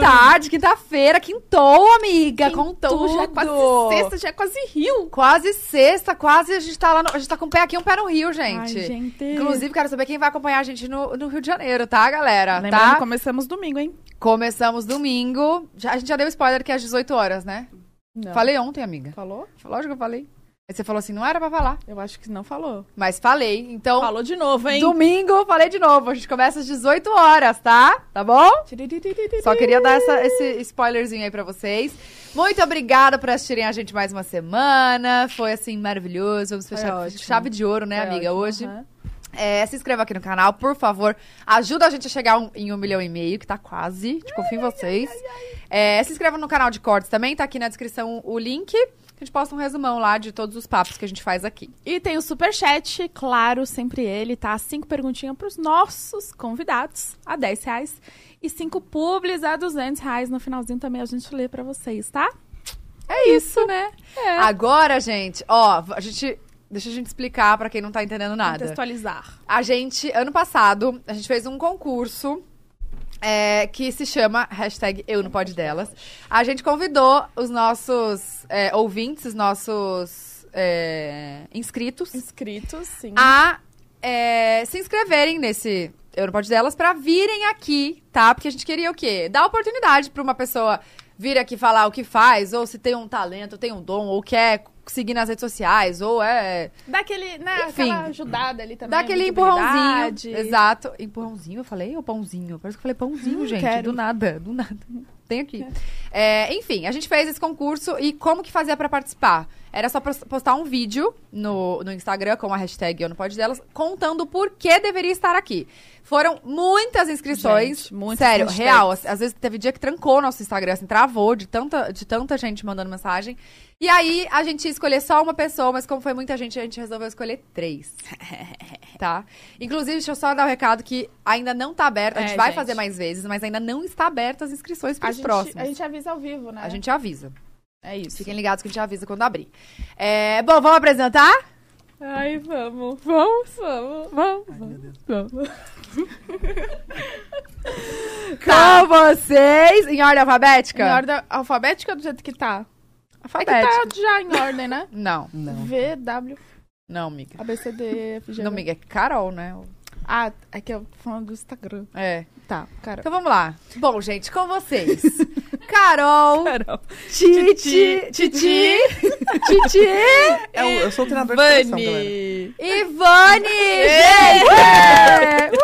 tarde, quinta-feira, quintou, amiga, contou já é quase sexta, já é quase rio. Quase sexta, quase a gente tá lá, no- a gente tá com o pé aqui e um pé no Rio, Ai, gente. gente. Inclusive, quero saber quem vai acompanhar a gente no, no Rio de Janeiro, tá, galera? Lembrando, tá? começamos domingo, hein? Começamos domingo. Já- a gente já deu spoiler que é às 18 horas, né? Não. Falei ontem, amiga. Falou? Lógico que eu falei. Aí você falou assim, não era pra falar. Eu acho que não falou. Mas falei. Então, Falou de novo, hein? domingo, falei de novo. A gente começa às 18 horas, tá? Tá bom? Só queria dar essa- esse spoilerzinho aí pra vocês. Muito obrigada por assistirem a gente mais uma semana. Foi, assim, maravilhoso. Vamos Foi fechar com ótimo. chave de ouro, né, Foi amiga, ótimo, hoje. aham. É, se inscreva aqui no canal, por favor. Ajuda a gente a chegar um- em um milhão e meio, que tá quase. Te confio em vocês. É, se inscreva no canal de cortes também, tá aqui na descrição o link. Que a gente posta um resumão lá de todos os papos que a gente faz aqui. E tem o superchat, claro, sempre ele, tá? Cinco perguntinhas pros nossos convidados, a 10 reais. E cinco publis a 200 reais. No finalzinho também a gente lê pra vocês, tá? É isso, né? É. Agora, gente, ó, a gente. Deixa a gente explicar pra quem não tá entendendo nada. Contextualizar. A gente, ano passado, a gente fez um concurso é, que se chama hashtag Eu Não Pode Delas. A gente convidou os nossos é, ouvintes, os nossos é, inscritos Inscritos, sim. a é, se inscreverem nesse Eu Não Pode Delas pra virem aqui, tá? Porque a gente queria o quê? Dar oportunidade pra uma pessoa vir aqui falar o que faz, ou se tem um talento, tem um dom, ou quer seguir nas redes sociais, ou é Dá aquele, né, Enfim. aquela ajudada ali também. é Dá aquele visibilidade. empurrãozinho. Exato. Empurrãozinho, eu falei? Ou pãozinho? Parece que eu falei pãozinho, gente. quero. Do nada, do nada. Tem aqui. É, enfim, a gente fez esse concurso e como que fazia pra participar? Era só pos- postar um vídeo no, no Instagram com a hashtag Eu Não Pode Delas, contando por que deveria estar aqui. Foram muitas inscrições. Gente, muitas Sério, hashtags. real. Às, às vezes teve dia que trancou nosso Instagram, assim, travou de tanta, de tanta gente mandando mensagem. E aí a gente ia escolher só uma pessoa, mas como foi muita gente, a gente resolveu escolher três. tá? Inclusive, deixa eu só dar o recado que ainda não tá aberto. A É, gente vai gente. fazer mais vezes, mas ainda não está aberta as inscrições para A os gente, próximos. a gente avisa ao vivo, né? A gente avisa. É isso. Fiquem ligados que a gente avisa quando abrir. É, bom, vamos apresentar? Tá. Ai, vamos, vamos, vamos, vamos, vamos. Com vocês, em ordem alfabética? Em ordem alfabética do jeito que tá? alfabética. É que tá já em ordem, né? Não, Não. V, W, não, amiga. A, B, C, D, E, F, G. Não, H. amiga, é Carol, né? Ah, é que eu tô falando do Instagram. É. Tá, cara. Então vamos lá. Bom, gente, com vocês. Carol, Carol. Titi, Titi, Titi É, eu, eu sou o treinador de seleção, galera. Vani! e Ivane! Gente!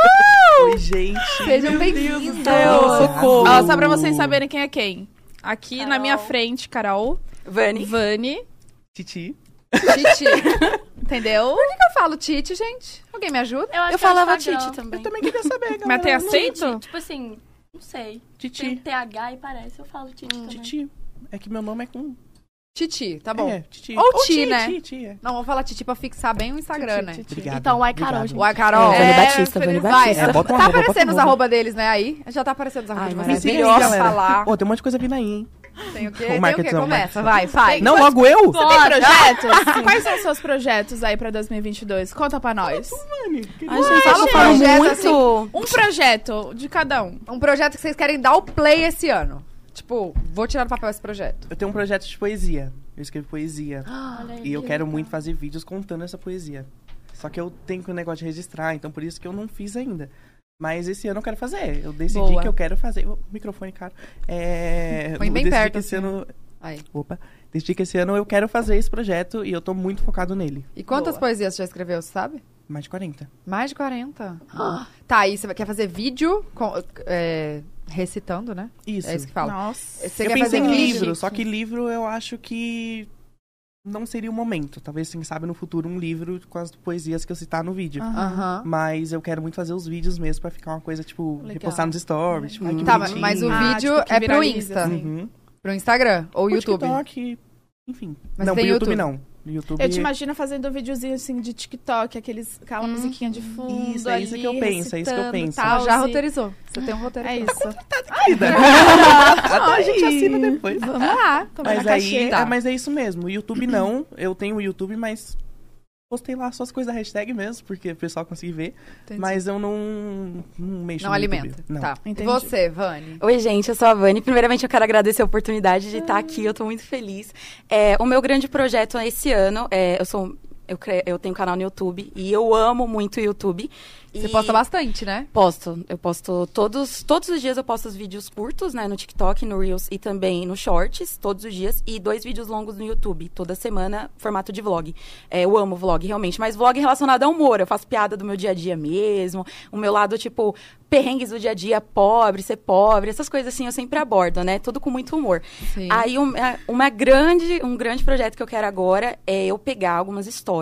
Oi, gente. Sejam do bem-vindos! céu, socorro. Ó, só pra vocês saberem quem é quem. Aqui na minha frente, Carol. Vani. Vani. Titi. Titi. Entendeu? Por que, que eu falo Titi, gente? Alguém me ajuda? Eu, acho eu que é falava Instagram. Titi Eu também. também queria saber, galera. Mas tem Titi, aceito? tipo assim, não sei. Tem Titi. TH e parece, eu falo Titi também. Titi. É que meu nome é com... Titi, tá bom. É, Titi. Ou Ti, né? Titi, é. Não, vou falar Titi pra fixar bem o Instagram, né? Obrigado. Então, ai, Carol, obrigado. gente. Uai, Carol. É, Vani É, Batista, Vani vai. Batista. É, bota tá um arroba, bota aparecendo um os arroba. arroba deles, né? Aí? Já tá aparecendo os arroba Ai, de Me vocês. maravilha. sigam aí, Melhor galera. falar. Ô, tem um monte de coisa vindo aí, hein? Tem o quê? O Tem o quê? marketing, o Começa, vai, vai. Não logo eu? Você tem projetos? Quais são os seus projetos aí pra 2022? Conta pra nós. Ai, gente, Fala eu um falo projeto, muito. Um projeto de cada um. um projeto que vocês querem dar o play esse ano. Tipo, vou tirar do papel esse projeto. Eu tenho um projeto de poesia. Eu escrevo poesia. Olha aí, E eu Ah, que quero legal. muito fazer vídeos contando essa poesia. Só que eu tenho que o negócio de registrar, então por isso que eu não fiz ainda. Mas esse ano eu quero fazer. Eu decidi Boa. que eu quero fazer. Ô, microfone, cara. É... Põe eu bem decidi perto, que esse assim. ano. Aí. Opa. Decidi que esse ano eu quero fazer esse projeto e eu tô muito focado nele. E quantas Boa. poesias você já escreveu, você sabe? Mais de 40. Mais de 40. Ah. Tá, aí você quer fazer vídeo com- é, recitando, né? Isso. É isso que fala. Nossa. Você eu quer fazer pensei em vídeo? livro, só que livro eu acho que não seria o momento. Talvez, quem sabe, no futuro, um livro com as poesias que eu citar no vídeo. Aham. Mas eu quero muito fazer os vídeos mesmo pra ficar uma coisa, tipo, Legal. repostar nos stories. Tipo, ai, que Tá, bonitinho. mas o Ah, vídeo tipo, que é pro viraliza, Insta, assim. Uhum. pro Instagram ou O YouTube. TikTok, enfim. Mas não, tem pro YouTube, YouTube. não. No YouTube. é Eu te imagino fazendo um videozinho assim de TikTok, aqueles, aquela musiquinha de fundo. Isso, é isso ali, que eu penso, é isso que eu recitando, penso. tal, já e- roteirizou. Você tem um roteiro. Ah, É aqui. isso. Até a gente assina depois. Vamos lá. Tomar Mas é na aí, cachê. Tá. é, mas é isso mesmo. O YouTube não. Eu tenho o YouTube, mas postei lá só as coisas da hashtag mesmo, porque o pessoal conseguiu ver. Entendi. Mas eu não, não mexo não no alimenta. YouTube. Não. Tipo Tá. Entendi. Você, Vani. Oi, gente, eu sou a Vani. Primeiramente, eu quero agradecer a oportunidade de estar aqui, eu tô muito feliz. É, o meu grande projeto esse ano, é, eu sou. Eu, cre- eu tenho um canal no YouTube e eu amo muito o YouTube. Você E- posta bastante, né? Posto. Eu posto todos, todos os dias eu posto os vídeos curtos, né? No TikTok, no Reels e também no Shorts, todos os dias. E dois vídeos longos no YouTube, toda semana, formato de vlog. É, eu amo vlog, realmente. Mas vlog relacionado ao humor. Eu faço piada do meu dia a dia mesmo. O meu lado, tipo, perrengues do dia a dia, pobre, ser pobre. Essas coisas assim eu sempre abordo, né? Tudo com muito humor. Sim. Aí um, é, uma grande, um grande projeto que eu quero agora é eu pegar algumas histórias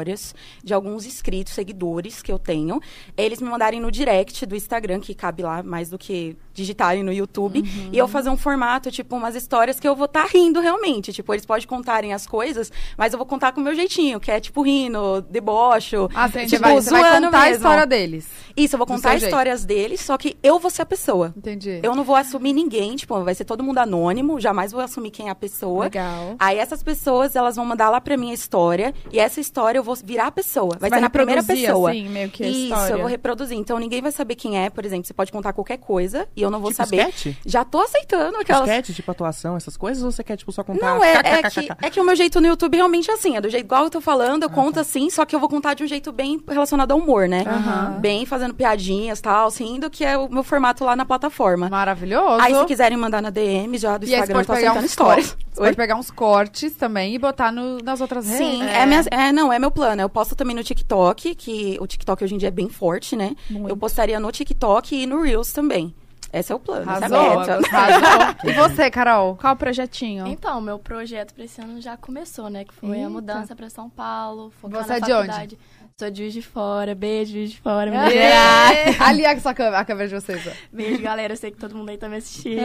de alguns inscritos, seguidores que eu tenho, eles me mandarem no direct do Instagram, que cabe lá mais do que digitarem no YouTube, Uhum. e eu fazer um formato, tipo, umas histórias que eu vou estar rindo realmente. Tipo, eles podem contarem as coisas, mas eu vou contar com o meu jeitinho, que é tipo rindo, debocho. Ah, você, tipo, vai, você vai zoando contar a mesmo. história deles. Isso, eu vou do contar seu jeito. histórias deles, só que eu vou ser a pessoa. Entendi. Eu não vou assumir ninguém, tipo, vai ser todo mundo anônimo, jamais vou assumir quem é a pessoa. Legal. Aí essas pessoas, elas vão mandar lá pra mim a história. E essa história eu vou virar a pessoa. Vai Você vai ser na primeira reproduzir, pessoa. Assim, meio é que a Isso, história. eu vou reproduzir. Então ninguém vai saber quem é, por exemplo. Você pode contar qualquer coisa e eu não vou tipo saber. sketch? Já tô aceitando Tipo aquelas. sketch, tipo atuação, essas coisas? Ou você quer, tipo, só contar... Não, é, é, que, kkkk? é que o meu jeito no YouTube realmente é assim. É do jeito igual eu tô falando, eu conto assim, só que eu vou contar de um jeito bem relacionado ao humor, né? Aham. Bem fazendo piadinhas e tal, assim, do que é o meu formato lá na plataforma. Maravilhoso. Aí se quiserem mandar na DM já do E aí você Instagram, pode eu pegar, um tô uns aceitando histórias. histórias. Você Oi? pode pegar uns cortes também e botar no- nas outras Sim, redes. é. minha, é, não, é meu plano. Eu posto também no TikTok, que o TikTok hoje em dia é bem forte, né? Muito. Eu postaria no TikTok e no Reels também. Esse é o plano, essa é a Arrasou, meta. arrasou. E você, Carol? Qual o projetinho? Ah, Então, meu projeto pra esse ano já começou, né? Que foi Eita. a mudança pra São Paulo, focar Você na é de faculdade. Sou de Juiz de Fora, beijo, Juiz de Fora. É. Ali é essa câmera, a câmera de vocês. ó. Beijo, galera. Eu sei que todo mundo aí tá me assistindo.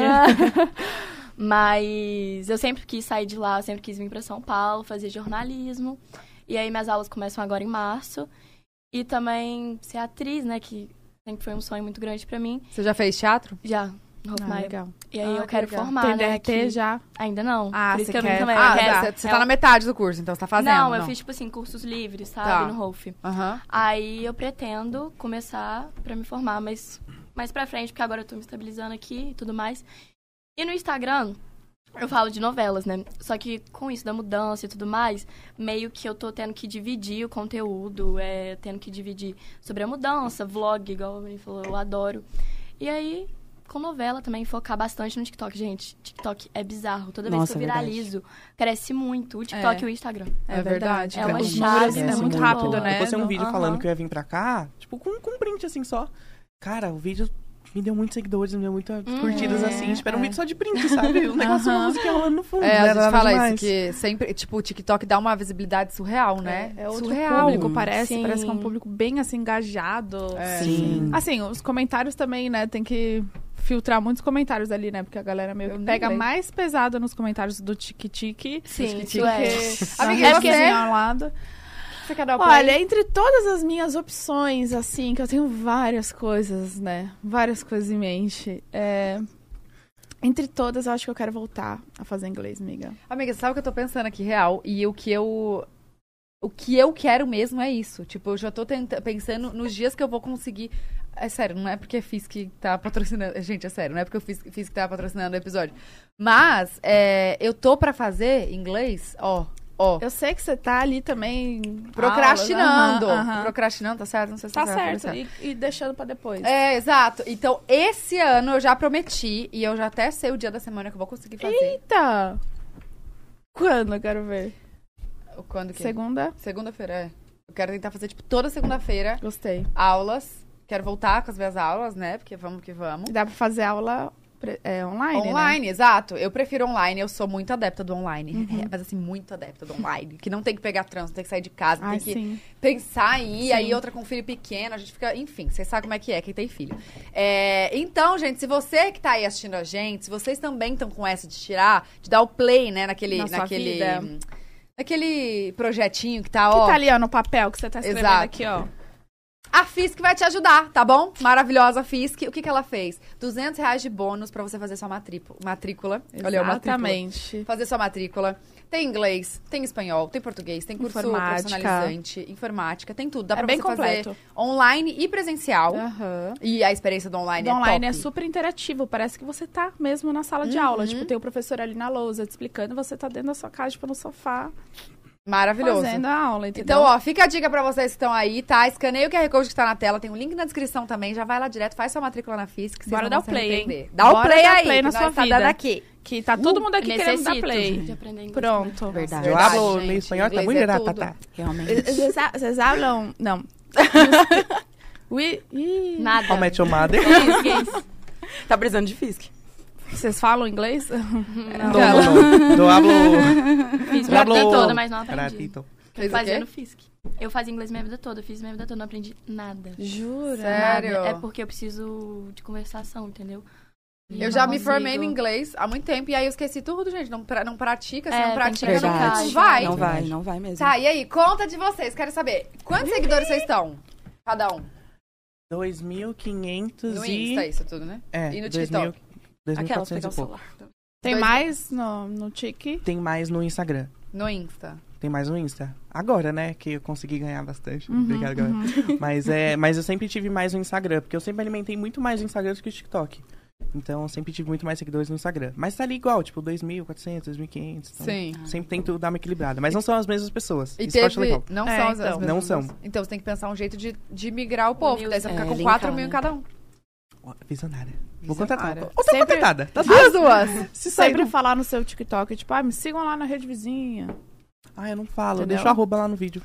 Mas eu sempre quis sair de lá, eu sempre quis vir pra São Paulo, fazer jornalismo. E aí minhas aulas começam agora em março. E também ser atriz, né? Que sempre foi um sonho muito grande pra mim. Você já fez teatro? Já, no Ah, Hofmaier. legal. E aí Ah, eu que quero legal. formar, Tem né? DRT que- já? Ainda não. Ah, Por isso você que eu vim quer- também. eu Ah, quero- você, você é tá um- na metade do curso, então você tá fazendo. Não, eu fiz, tipo assim, cursos livres, sabe? Tá. No Rolf. Aham. Aí eu pretendo começar pra me formar, mas mais pra frente, porque agora eu tô me estabilizando aqui e tudo mais. E no Instagram, eu falo de novelas, né? Só que com isso da mudança e tudo mais, meio que eu tô tendo que dividir o conteúdo, é, tendo que dividir sobre a mudança, vlog, igual o menino falou, eu adoro. E aí, com novela também, focar bastante no TikTok, gente. TikTok é bizarro. Toda vez Nossa, que eu é verdade. viralizo, cresce muito o TikTok e o Instagram. É, verdade. É cara. uma Os chave números, muito É muito boa. rápido, né? Eu postei um Não. vídeo Aham. falando que eu ia vir pra cá, tipo, com, com um print assim só. Cara, o vídeo me deu muitos seguidores, me deu muitas Hum, curtidas assim. Tipo, era um vídeo só de print, sabe? Um negócio, uma Aham. música rolando no fundo. é, É, não a era gente nada fala demais. isso, que sempre, tipo, o TikTok dá uma visibilidade surreal, né? É, é outro surreal. público, parece. Sim. Parece que é um público bem, assim, engajado. É. Sim. Assim, os comentários também, né? Tem que filtrar muitos comentários ali, né? Porque a galera meio Eu que nem pega leio. mais pesado nos comentários do tique-tique. Sim, isso Do é. que... Amiga, Amiga, e você? ao lado. Você quer dar o Olha, entre todas as minhas opções, assim, que eu tenho várias coisas, né? Várias coisas em mente. É, Entre todas, eu acho que eu quero voltar a fazer inglês, amiga. Amiga, sabe o que eu tô pensando aqui, real? E o que eu. O que eu quero mesmo é isso. Tipo, eu já tô tenta- pensando nos dias que eu vou conseguir. É sério, não é porque fiz que tá patrocinando. Gente, é sério, não é porque eu fiz, fiz que tá patrocinando o episódio. Mas, é, eu tô pra fazer inglês, ó, ó. Eu sei que você tá ali também. Procrastinando. aulas, aham, aham. Procrastinando, tá certo? Não sei se Tá você vai certo. procrastinar. E, e deixando pra depois. É, exato. Então, esse ano eu já prometi e eu já até sei o dia da semana que eu vou conseguir fazer. Eita! Quando? Eu quero ver. Quando que? é. Segunda? Segunda-feira, é. Eu quero tentar fazer, tipo, toda segunda-feira Gostei. aulas. Quero voltar com as minhas aulas, né? Porque vamos que vamos. E dá pra fazer aula pre- é, online? Né? Online, exato. Eu prefiro online, eu sou muito adepta do online. Uhum. É, mas assim, muito adepta do online. Que não tem que pegar trânsito, tem que sair de casa, Ai, tem que sim. pensar em ir, Sim. aí outra com filho pequeno, a gente fica, enfim, vocês sabem como é que é, quem tem filho. É, então, gente, se você que tá aí assistindo a gente, se vocês também estão com essa de tirar, de dar o play, né, naquele. Na sua naquele vida. Naquele projetinho que tá, Que ó. tá ali, ó, no papel que você tá escrevendo Exato. aqui, ó. A Fisk vai te ajudar, tá bom? Maravilhosa Fisk. O que, que ela fez? 200 reais de bônus pra você fazer sua matrícula. matrícula. Olha, é eu, matrícula. Exatamente. Fazer sua matrícula. Tem inglês, tem espanhol, tem português, tem curso Informática. profissionalizante, informática, tem tudo. Dá É pra bem você completo. fazer online e presencial. Aham. E a experiência do online Do é Uhum. online é top. super interativo, parece que você tá mesmo na sala de aula. Tipo, tem o professor ali na lousa te explicando, você tá dentro da sua casa, tipo, no sofá, Maravilhoso. fazendo a aula, entendeu? Então, ó, fica a dica pra vocês que estão aí, tá? Escaneia o QR Code que tá na tela, tem um link na descrição também. Já vai lá direto, faz sua matrícula na FISC. que vocês Bora não dar vão o se play, hein? arrepender. Dá o Bora play dar aí, play que na nós sua tá vida. dando aqui. que tá todo mundo aqui querendo dar necessito play. de aprender inglês. Pronto. Verdade. Eu é Verdade, hablo gente, meio espanhol, tá inglês muito é irata, tudo. tá? Realmente. Vocês ha- vocês hablam? Não. Ui, ih. Nada. How I Met Your Mother. Gays, gays. Tá precisando de Fisk. Vocês falam inglês? Não, não. Eu hablo... Fiz Eu minha hablo... vida toda, mas não aprendi. Ratito. Fez o Fazia quê? no Fisk. Eu fazia inglês minha vida toda, fiz minha vida toda, não aprendi nada. Jura? Sério? Nada. É porque eu preciso de conversação, entendeu? E Eu não já me consigo. formei no inglês há muito tempo e aí eu esqueci tudo, gente. Não, pra- não pratica, se É, não tem que pratica, não, praticar. não vai. Não vai, Verdade. não vai mesmo. Tá, e aí, conta de vocês, quero saber. Quantos seguidores vocês estão? Cada um. 2.500 No e... Insta, isso tudo, né? É, E no 2000, TikTok? 2.400 Aquelas pegar e o pouco. celular. Tem Dois- mais no, no Tiki? Tem mais no Instagram. No Insta. Tem mais no Insta. Agora, né? Que eu consegui ganhar bastante. Obrigado, galera. uhum. Mas, é, mas eu sempre tive mais no Instagram. Porque eu sempre alimentei muito mais o Instagram do que o TikTok. Então, eu sempre tive muito mais seguidores no Instagram. Mas tá ali igual, tipo, 2.400, 2.500. Então, Sim. Sempre tento dar uma equilibrada. Mas não são as mesmas pessoas. E Isso que eu acho teve... legal. Não É, são as então. as mesmas Não são. pessoas. Então você tem que pensar um jeito de, de migrar o povo. Unir que Daí os- você fica é, com linkar, 4 mil em né? cada um. Ó, Visionária. Vou contratar. Visionária. Outra Sempre- contratada. Tá As duas! Se sair Sempre do... falar no seu TikTok, tipo, ah, me sigam lá na rede vizinha. Ah, eu não falo. Eu Entendeu? deixo o arroba lá no vídeo.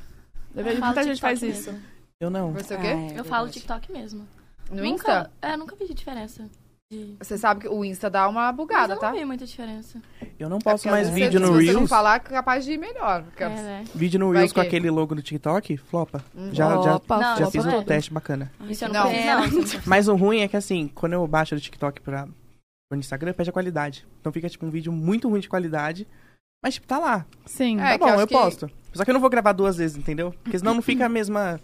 Eu vejo falo muita gente TikTok faz mesmo. isso. Eu não. Você o Ah, é quê? Eu verdade. falo TikTok mesmo. No nunca, Insta? É, nunca vi diferença. De... Você sabe que o Insta dá uma Mas eu bugada, não tá? vi muita diferença. Eu não posto É Porque mais às vezes vídeo você- no Se você não Reels. falar, é capaz de ir melhor. porque- É, né? Vídeo no Vai Reels com que- Uhum. aquele logo do TikTok, flopa. Já, já, Opa, Não, já flopa fiz um né? mesmo. teste bacana. Isso eu Não. não, fiz, não. Isso Mas o ruim é que assim, quando eu baixo do TikTok pra pro Instagram, perde a qualidade. Então fica tipo um vídeo muito ruim de qualidade. Mas tipo, tá lá. É, Sim. tá que eu bom, acho eu, que- posto. Só que eu não vou gravar duas vezes, entendeu? Porque senão não fica a mesma.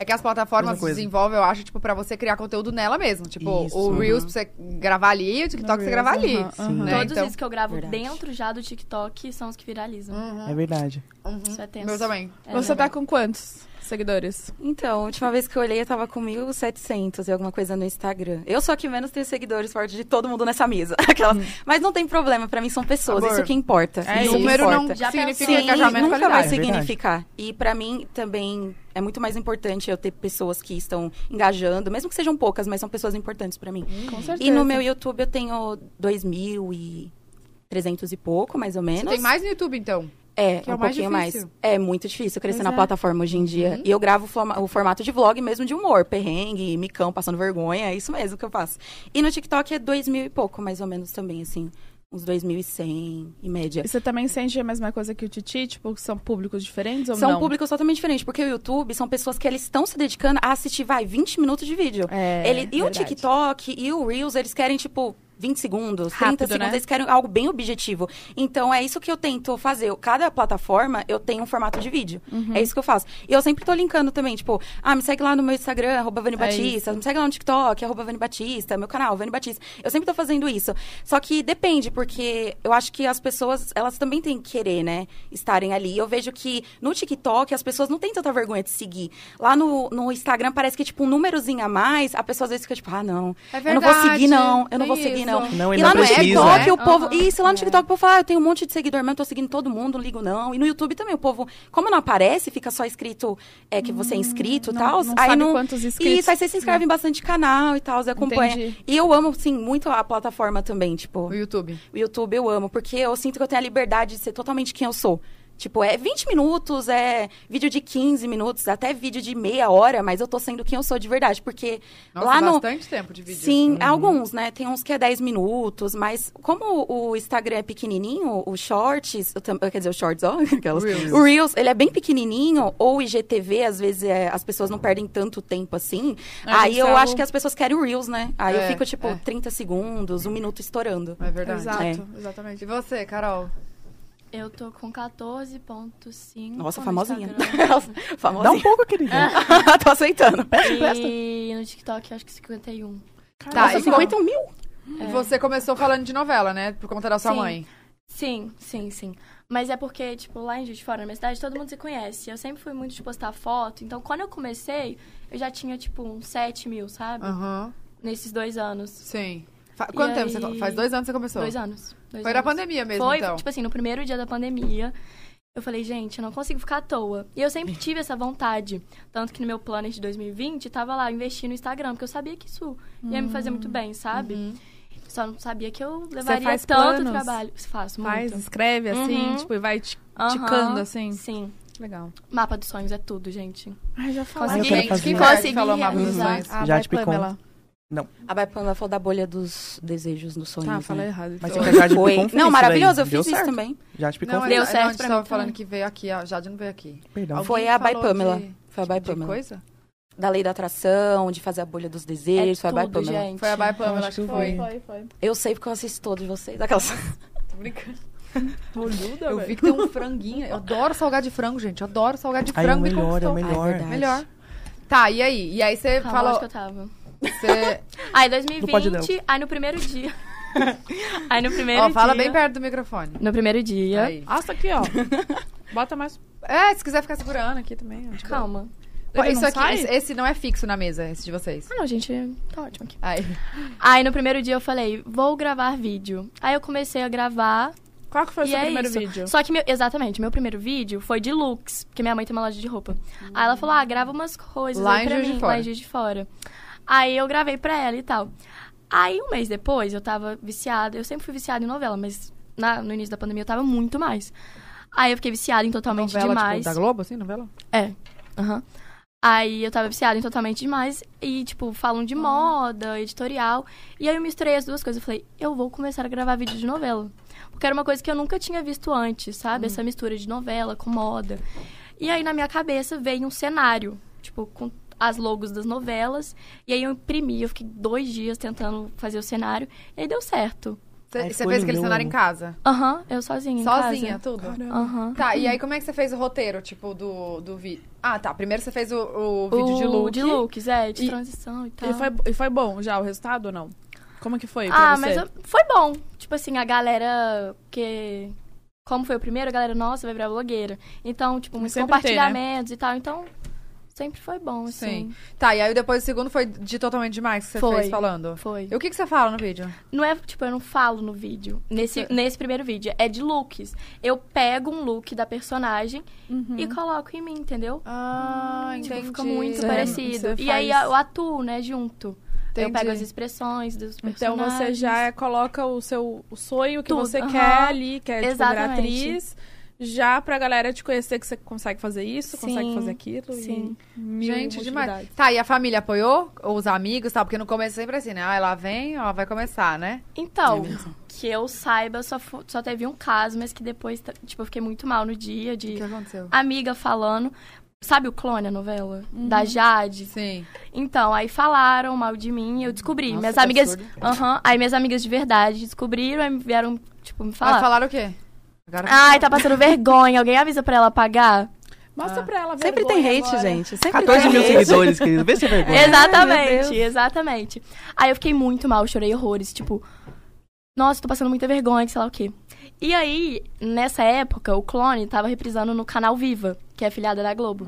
É que as plataformas Mesma coisa. desenvolvem, eu acho, tipo, pra você criar conteúdo nela mesmo. Tipo, Isso. o Reels pra Uhum. você gravar ali, o TikTok pra você gravar ali. Sim. Né? Todos então- os que eu gravo Verdade. dentro já do TikTok são os que viralizam. É verdade. Uhum. Isso é tenso. Meu também. É, Você tá né? com quantos seguidores? Então, a última vez que eu olhei, eu tava com 1.700 e alguma coisa no Instagram. Eu sou a que menos tenho seguidores, forte de todo mundo nessa mesa. Aquelas... Mas não tem problema, pra mim são pessoas, Amor, isso que importa. é isso o que número importa. não Já significa pensei. Sim, engajamento nunca vai qualidade. É verdade. significar. E pra mim também é muito mais importante eu ter pessoas que estão engajando, mesmo que sejam poucas, mas são pessoas importantes pra mim. Com certeza. E no meu YouTube eu tenho 2.300 e pouco, mais ou menos. Você tem mais no YouTube, então. É, Que é um o mais pouquinho difícil. mais. É muito difícil crescer Pois na é. plataforma hoje em dia. Uhum. E eu gravo o forma- o formato de vlog mesmo de humor, perrengue, micão, passando vergonha, é isso mesmo que eu faço. E no TikTok é dois mil e pouco, mais ou menos também, assim. Uns dois mil e cem, em média. E você também sente a mesma coisa que o Titi? Tipo, que são públicos diferentes ou São não? públicos totalmente diferentes, porque o YouTube são pessoas que elas estão se dedicando a assistir, vai, 20 minutos de vídeo. É, Ele, e o verdade. TikTok e o Reels, eles querem, tipo, 20 segundos, 30 Rápido, segundos, né? eles querem algo bem objetivo. Então, é isso que eu tento fazer. Eu- Cada plataforma, eu tenho um formato de vídeo. É isso que eu faço. E eu sempre tô linkando também, tipo, ah, me segue lá no meu Instagram, arroba Vani É Batista, me segue lá no TikTok, arroba Vani Batista, meu canal, Vani Batista. Eu sempre tô fazendo isso. Só que depende, porque eu acho que as pessoas, elas também têm que querer, né, estarem ali. Eu vejo que no TikTok, as pessoas não têm tanta vergonha de seguir. Lá no, no Instagram, parece que, tipo, um númerozinho a mais, a pessoa às vezes fica, tipo, ah, não, É eu não vou seguir, não. Eu não vou seguir, não. Não, E ele lá não no precisa. TikTok, né? o povo. Aham. Isso, lá no TikTok, o povo fala, ah, eu tenho um monte de seguidor, mas eu tô seguindo todo mundo, não ligo não. E no YouTube também, o povo, como não aparece, fica só escrito é, que você é inscrito e Não- tal. Não Aí sabe não. quantos inscritos. é. Isso, aí você se inscreve em bastante canal e tal, você acompanha. Entendi. E eu amo, sim, muito a plataforma também, tipo, O YouTube. o YouTube eu amo, porque eu sinto que eu tenho a liberdade de ser totalmente quem eu sou. Tipo, é 20 minutos, é vídeo de 15 minutos, até vídeo de meia hora, mas eu tô sendo quem eu sou de verdade, porque Nossa, lá no, bastante tempo de vídeo. Sim, alguns, né? Tem uns que é 10 minutos, mas como o Instagram é pequenininho, o Shorts, o tam- quer dizer, o Shorts, ó, aquelas. Reels. O Reels, ele é bem pequenininho, ou o IGTV, às vezes é, as pessoas não perdem tanto tempo assim. Ah, aí isso eu é acho algo- que as pessoas querem o Reels, né? Aí É, eu fico, tipo, é. 30 segundos, um minuto estourando. É verdade. Exato, É. exatamente. E você, Carol? Eu tô com 14.5. Nossa, no famosinha. Instagram. Dá um Famosinha. pouco, querida. É. Tô aceitando. e no TikTok, eu acho que 51. Tá, Nossa, assim, e então. 51 mil? E Você começou falando de novela, né? Por conta da sua É. Sim. mãe. Sim, sim, sim. Mas é porque, tipo, lá em Juiz de Fora, na minha cidade, todo mundo se conhece. Eu sempre fui muito de postar foto. Então, quando eu comecei, eu já tinha, tipo, uns 7 mil, sabe? Ah. Aham, Nesses dois anos. sim. Fa- E quanto tempo você aí- fa- Faz dois anos que você começou? Dois anos. Dois Foi anos. na pandemia mesmo, é. Foi, então. tipo assim, no primeiro dia da pandemia, eu falei, gente, eu não consigo ficar à toa. E eu sempre tive essa vontade. Tanto que no meu plano de 2020, tava lá, investir no Instagram, porque eu sabia que isso ia me fazer muito Hum, bem, sabe? uhum. Só não sabia que eu levaria faz tanto planos? trabalho. Faço, Faz, muito. escreve assim, Uhum. tipo, e vai ti- Aham, ticando assim. Sim. Legal. Mapa dos sonhos é tudo, gente. Ai, já falei. eu Consegui, quero gente, fazer. que inveja que Consegui falou mal dos realizar. sonhos. Ah, Jade vai, Pamela. A Baipana falou da bolha dos desejos, dos sonhos. Tá, falei né? errado. Mas Foi. você já te Foi. confia Não, isso maravilhoso, daí. eu Deu fiz isso certo. também. Já te Não, confia. é- Deu é, certo não, a gente pra tava mim falando também. que veio aqui, a Jade não veio aqui. Perdão. Foi a By falou Pamela. de- tipo Foi a né? By de Pamela. coisa? Da lei da atração, de fazer a bolha dos desejos, foi a é By tudo, Pamela. gente. Foi a By Pamela, acho acho que que foi. veio. Foi, foi. Eu sei porque eu assisto todos vocês. Aquelas... Tô brincando. Boluda, Eu vi que tem um franguinho. Eu adoro salgar de frango, gente. Eu adoro salgar de Aí é o frango. me melhor, é conquistou. o Ah, melhor. é verdade. Melhor. Tá, e aí? E aí você Calma, falou... onde que eu tava. Você... Aí, Do Pod Del. 2020, aí no primeiro dia... aí no primeiro Ó, fala dia... bem perto do microfone. No primeiro dia... Aí. Nossa, aqui, ó. Bota mais. É, se quiser ficar segurando aqui também. ó. Calma. Pô, Ele Isso não aqui, sai? esse, esse não é fixo na mesa, esse de vocês. Ah, não, gente, tá ótimo aqui. Aí. Aí no primeiro dia eu falei, vou gravar vídeo. Aí eu comecei a gravar. Qual que foi o e seu é primeiro isso. vídeo? Só que, meu, exatamente, meu primeiro vídeo foi de looks, porque minha mãe tem uma loja de roupa. Hum. Aí ela falou, ah, grava umas coisas Lá aí em pra Juiz de mim, Fora. lá em Juiz de Fora. Aí eu gravei pra ela e tal. Aí um mês depois eu tava viciada, eu sempre fui viciada em novela, mas na- no início da pandemia eu tava muito mais. Aí eu fiquei viciada em Totalmente novela, Demais. tipo, da Globo, assim, novela? É. Aham. Aí eu tava viciada em totalmente demais. E, tipo, falam Ah. de moda, editorial. E aí eu misturei as duas coisas. Eu falei, eu vou começar a gravar vídeo de novela. Porque era uma coisa que eu nunca tinha visto antes, Hum. sabe? Essa mistura de novela com moda. E aí na minha cabeça veio um cenário, tipo, com as logos das novelas. E aí eu imprimi, eu fiquei dois dias tentando fazer o cenário. E aí deu certo. Você Ai, você foi fez aquele lindo, cenário eu em casa? Aham, eu sozinha. em casa. Sozinha, tudo? Aham. Tá, e aí como é que você fez o roteiro, tipo, do, do vídeo? Ah, tá. Primeiro você fez o, o vídeo de O- look. De looks, é, de E- transição Tá. e tal. E foi, e foi bom já o resultado ou não? Como que foi pra Ah, você? mas eu- foi bom. Tipo assim, a galera que. Como foi o primeiro, a galera, nossa, vai virar blogueira. Então, tipo, muitos sempre tem, né? compartilhamentos e tal. Então, sempre foi bom, assim. Tá, e aí depois o segundo foi de Totalmente Demais que você Foi. fez falando. Foi. E o que, que você fala no vídeo? Não é, tipo, eu não falo no vídeo. Nesse, nesse primeiro vídeo. É de looks. Eu pego um look da personagem Uhum. e coloco em mim, entendeu? Ah, Tipo, fica muito É, parecido. você E aí faz- eu atuo, né, junto. Eu Entendi. pego as expressões dos Então personagens. você já coloca o seu o sonho que Tudo, você aham. quer ali, quer tipo, virar Exatamente. atriz. Já pra galera te conhecer que você consegue fazer isso, consegue Sim, fazer aquilo. e sim. mil Gente, demais. utilidades. Tá, e a família apoiou? Ou os amigos, tal? Porque no começo é sempre assim, né? Ah, ela vem, ó, vai começar, né? Então, que eu saiba, só, fu- só teve um caso, mas que depois, tá- tipo, eu fiquei muito mal no dia O que de aconteceu? amiga falando. Sabe o clone, a novela? Uhum. Da Jade? Sim. Então, aí falaram mal de mim, eu descobri. Nossa, minhas que amigas. absurdo. Aham. aí minhas amigas de verdade descobriram, aí vieram, tipo, me Mas falar. falaram o quê? Agora Ai, tá passando vergonha, alguém avisa pra ela apagar? Mostra pra ela. Sempre tem vergonha hate, agora. gente. Sempre 14 tem mil hate. seguidores, querido. Vê se é vergonha. meu Exatamente, Deus. exatamente. Aí eu fiquei muito mal, chorei horrores, tipo, nossa, tô passando muita vergonha, que sei lá o quê. E aí, nessa época, o clone tava reprisando no canal Viva, que é afiliada da Globo.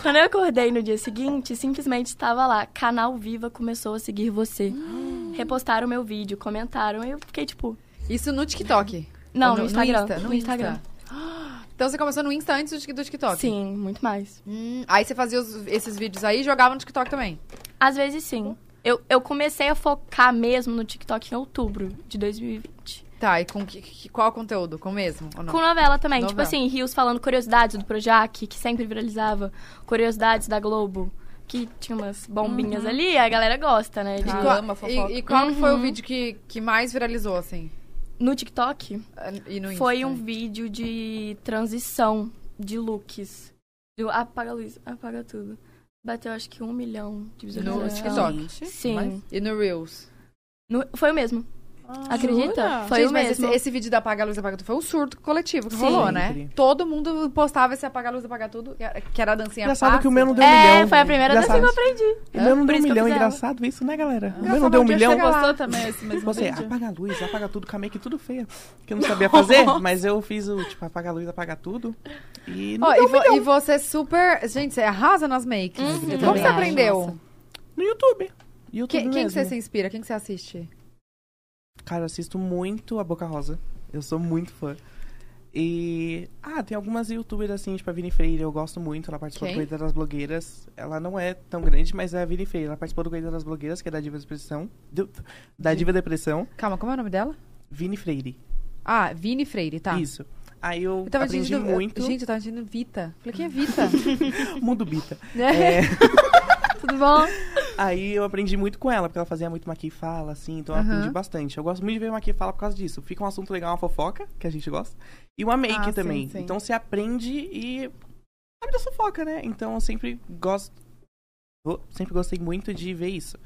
Quando eu acordei no dia seguinte, simplesmente estava lá, canal Viva começou a seguir você. Hum. Repostaram meu vídeo, comentaram, eu fiquei tipo, Isso no TikTok. não, Ou no, Instagram, Insta, no Instagram. Ah, Então você começou no Insta antes do tik- do TikTok? Sim, muito mais. Hum, aí você fazia os- esses vídeos aí e jogava no TikTok também. Às vezes sim. Eu, eu comecei a focar mesmo no TikTok em outubro de 2020. Tá, e com que, que- qual conteúdo? Com o mesmo? Ou não? Com novela também. Tipo Novela. assim, Rios falando curiosidades do Projac, que sempre viralizava. Curiosidades da Globo, que tinha umas bombinhas ali, a galera gosta, né? de- E Ah, qual- ama fofoca. e, e qual que foi Uhum. o vídeo que, que mais viralizou, assim? No TikTok, E no Insta? foi um vídeo de transição de looks. Do apaga a luz, apaga tudo. Bateu acho que um milhão de No visualizações. TikTok. Gente. Sim. E no Reels. No- foi o mesmo. Acredita? Jura? Foi Gente, o mas mesmo. Esse, esse vídeo da Apaga a Luz, Apaga Tudo foi um surto coletivo que Sim. rolou, né? Sempre. Todo mundo postava esse Apaga a Luz, Apaga Tudo, que era a dancinha Engraçado que o meu não deu um milhão. É, foi a primeira dança que eu Engraçado. aprendi. O meu não deu um Por isso que eu milhão, fiz ela. engraçado isso, né, galera? O meu Engraçado, não deu um um dia milhão. chega lá. Postou também esse mesmo Você vídeo? apaga a luz, apaga tudo, com a make tudo feia. Que eu não sabia fazer, mas eu fiz o tipo, apaga a luz, apaga tudo. E não Ó, deu e, um vo- milhão e você super. Gente, você arrasa nas makes. Uhum. Eu Como também você acho, aprendeu? nossa. no YouTube. YouTube Que- quem mesmo. que você se inspira? Quem que você assiste? Cara, eu assisto muito a Boca Rosa. Eu sou muito fã. E. Ah, tem algumas youtubers assim, tipo a Vini Freire, eu gosto muito. Ela participou Quem? do Corrida das Blogueiras. Ela não é tão grande, mas é a Vini Freire. Ela participou do Corrida das Blogueiras, que é da Diva Depressão. do- da Diva Depressão. Calma, como é o nome dela? Vini Freire. Ah, Vini Freire, tá. Isso. Aí eu Eu tava aprendi dizendo- eu- muito. Gente, eu tava dizendo Vita. Falei, quem é Vita? Mundo Bita. É. É, Tudo bom? aí eu aprendi muito com ela, porque ela fazia muito Maqui Fala, assim, então eu Aham. aprendi bastante. Eu gosto muito de ver Maqui Fala por causa disso. Fica um assunto legal, uma fofoca, que a gente gosta. E uma make Ah, sim, também. sim. Então você aprende e sabe da fofoca, né? Então eu sempre gosto. eu Sempre gostei muito de ver isso.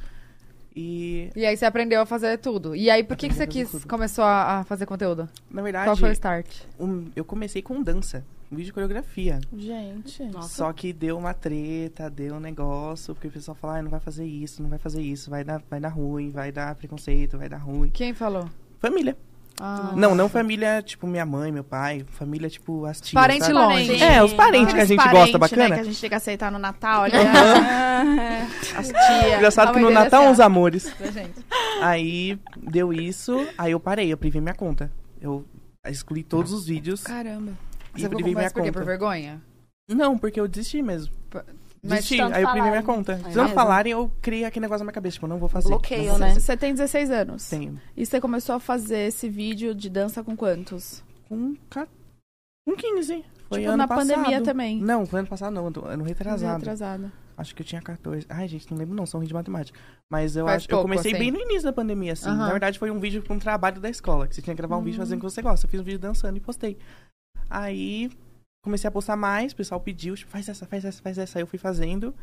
E, E aí você aprendeu a fazer tudo. E aí, por que, que você Aprendi a fazer quis, tudo. começou a, a fazer conteúdo? na Qual verdade, foi o start? um- eu comecei com dança, um vídeo de coreografia. Gente. Nossa. Só que deu uma treta, deu um negócio, porque o pessoal fala, ah, não vai fazer isso, não vai fazer isso, vai dar, vai dar ruim, vai dar preconceito, vai dar ruim. Quem falou? Família. Ah. Não, não família, tipo, minha mãe, meu pai, família, tipo, as tias. Parente sabe? longe. Parente. É, os parentes que a Aqueles gente parente, gosta, bacana. Né, que a gente tem que aceitar no Natal, olha. Ah, As tia. Engraçado A que mãe no dele é Natal assim, uns amores. ó, da gente. Aí deu isso, aí eu parei, eu privei minha conta. Eu excluí todos os vídeos Caramba. e Você ficou privei com minha mais por quê? Por conta. vergonha? Não, porque eu desisti mesmo. Mas Desisti, tanto aí eu privei minha falarem. conta. Se Aí não mesmo. falarem, eu criei aquele negócio na minha cabeça, tipo, não vou fazer. Bloqueio, não vou né? fazer. Você tem 16 anos. Tenho. E você começou a fazer esse vídeo de dança com quantos? Com, Um ca- com 15. Foi tipo, ano na passado. pandemia também. Não, foi ano passado não, ano- ano retrasado. Atrasado. Acho que eu tinha 14. Ai, gente, não lembro não, sou ruim de matemática. Mas eu Faz acho pouco, eu comecei assim. bem no início da pandemia, assim. Aham. Hum. Na verdade, foi um vídeo com um trabalho da escola, que você tinha que gravar um vídeo fazendo o que você gosta. Eu fiz um vídeo dançando e postei. Aí comecei a postar mais, o pessoal pediu, tipo, faz essa, faz essa, faz essa. Aí eu fui fazendo.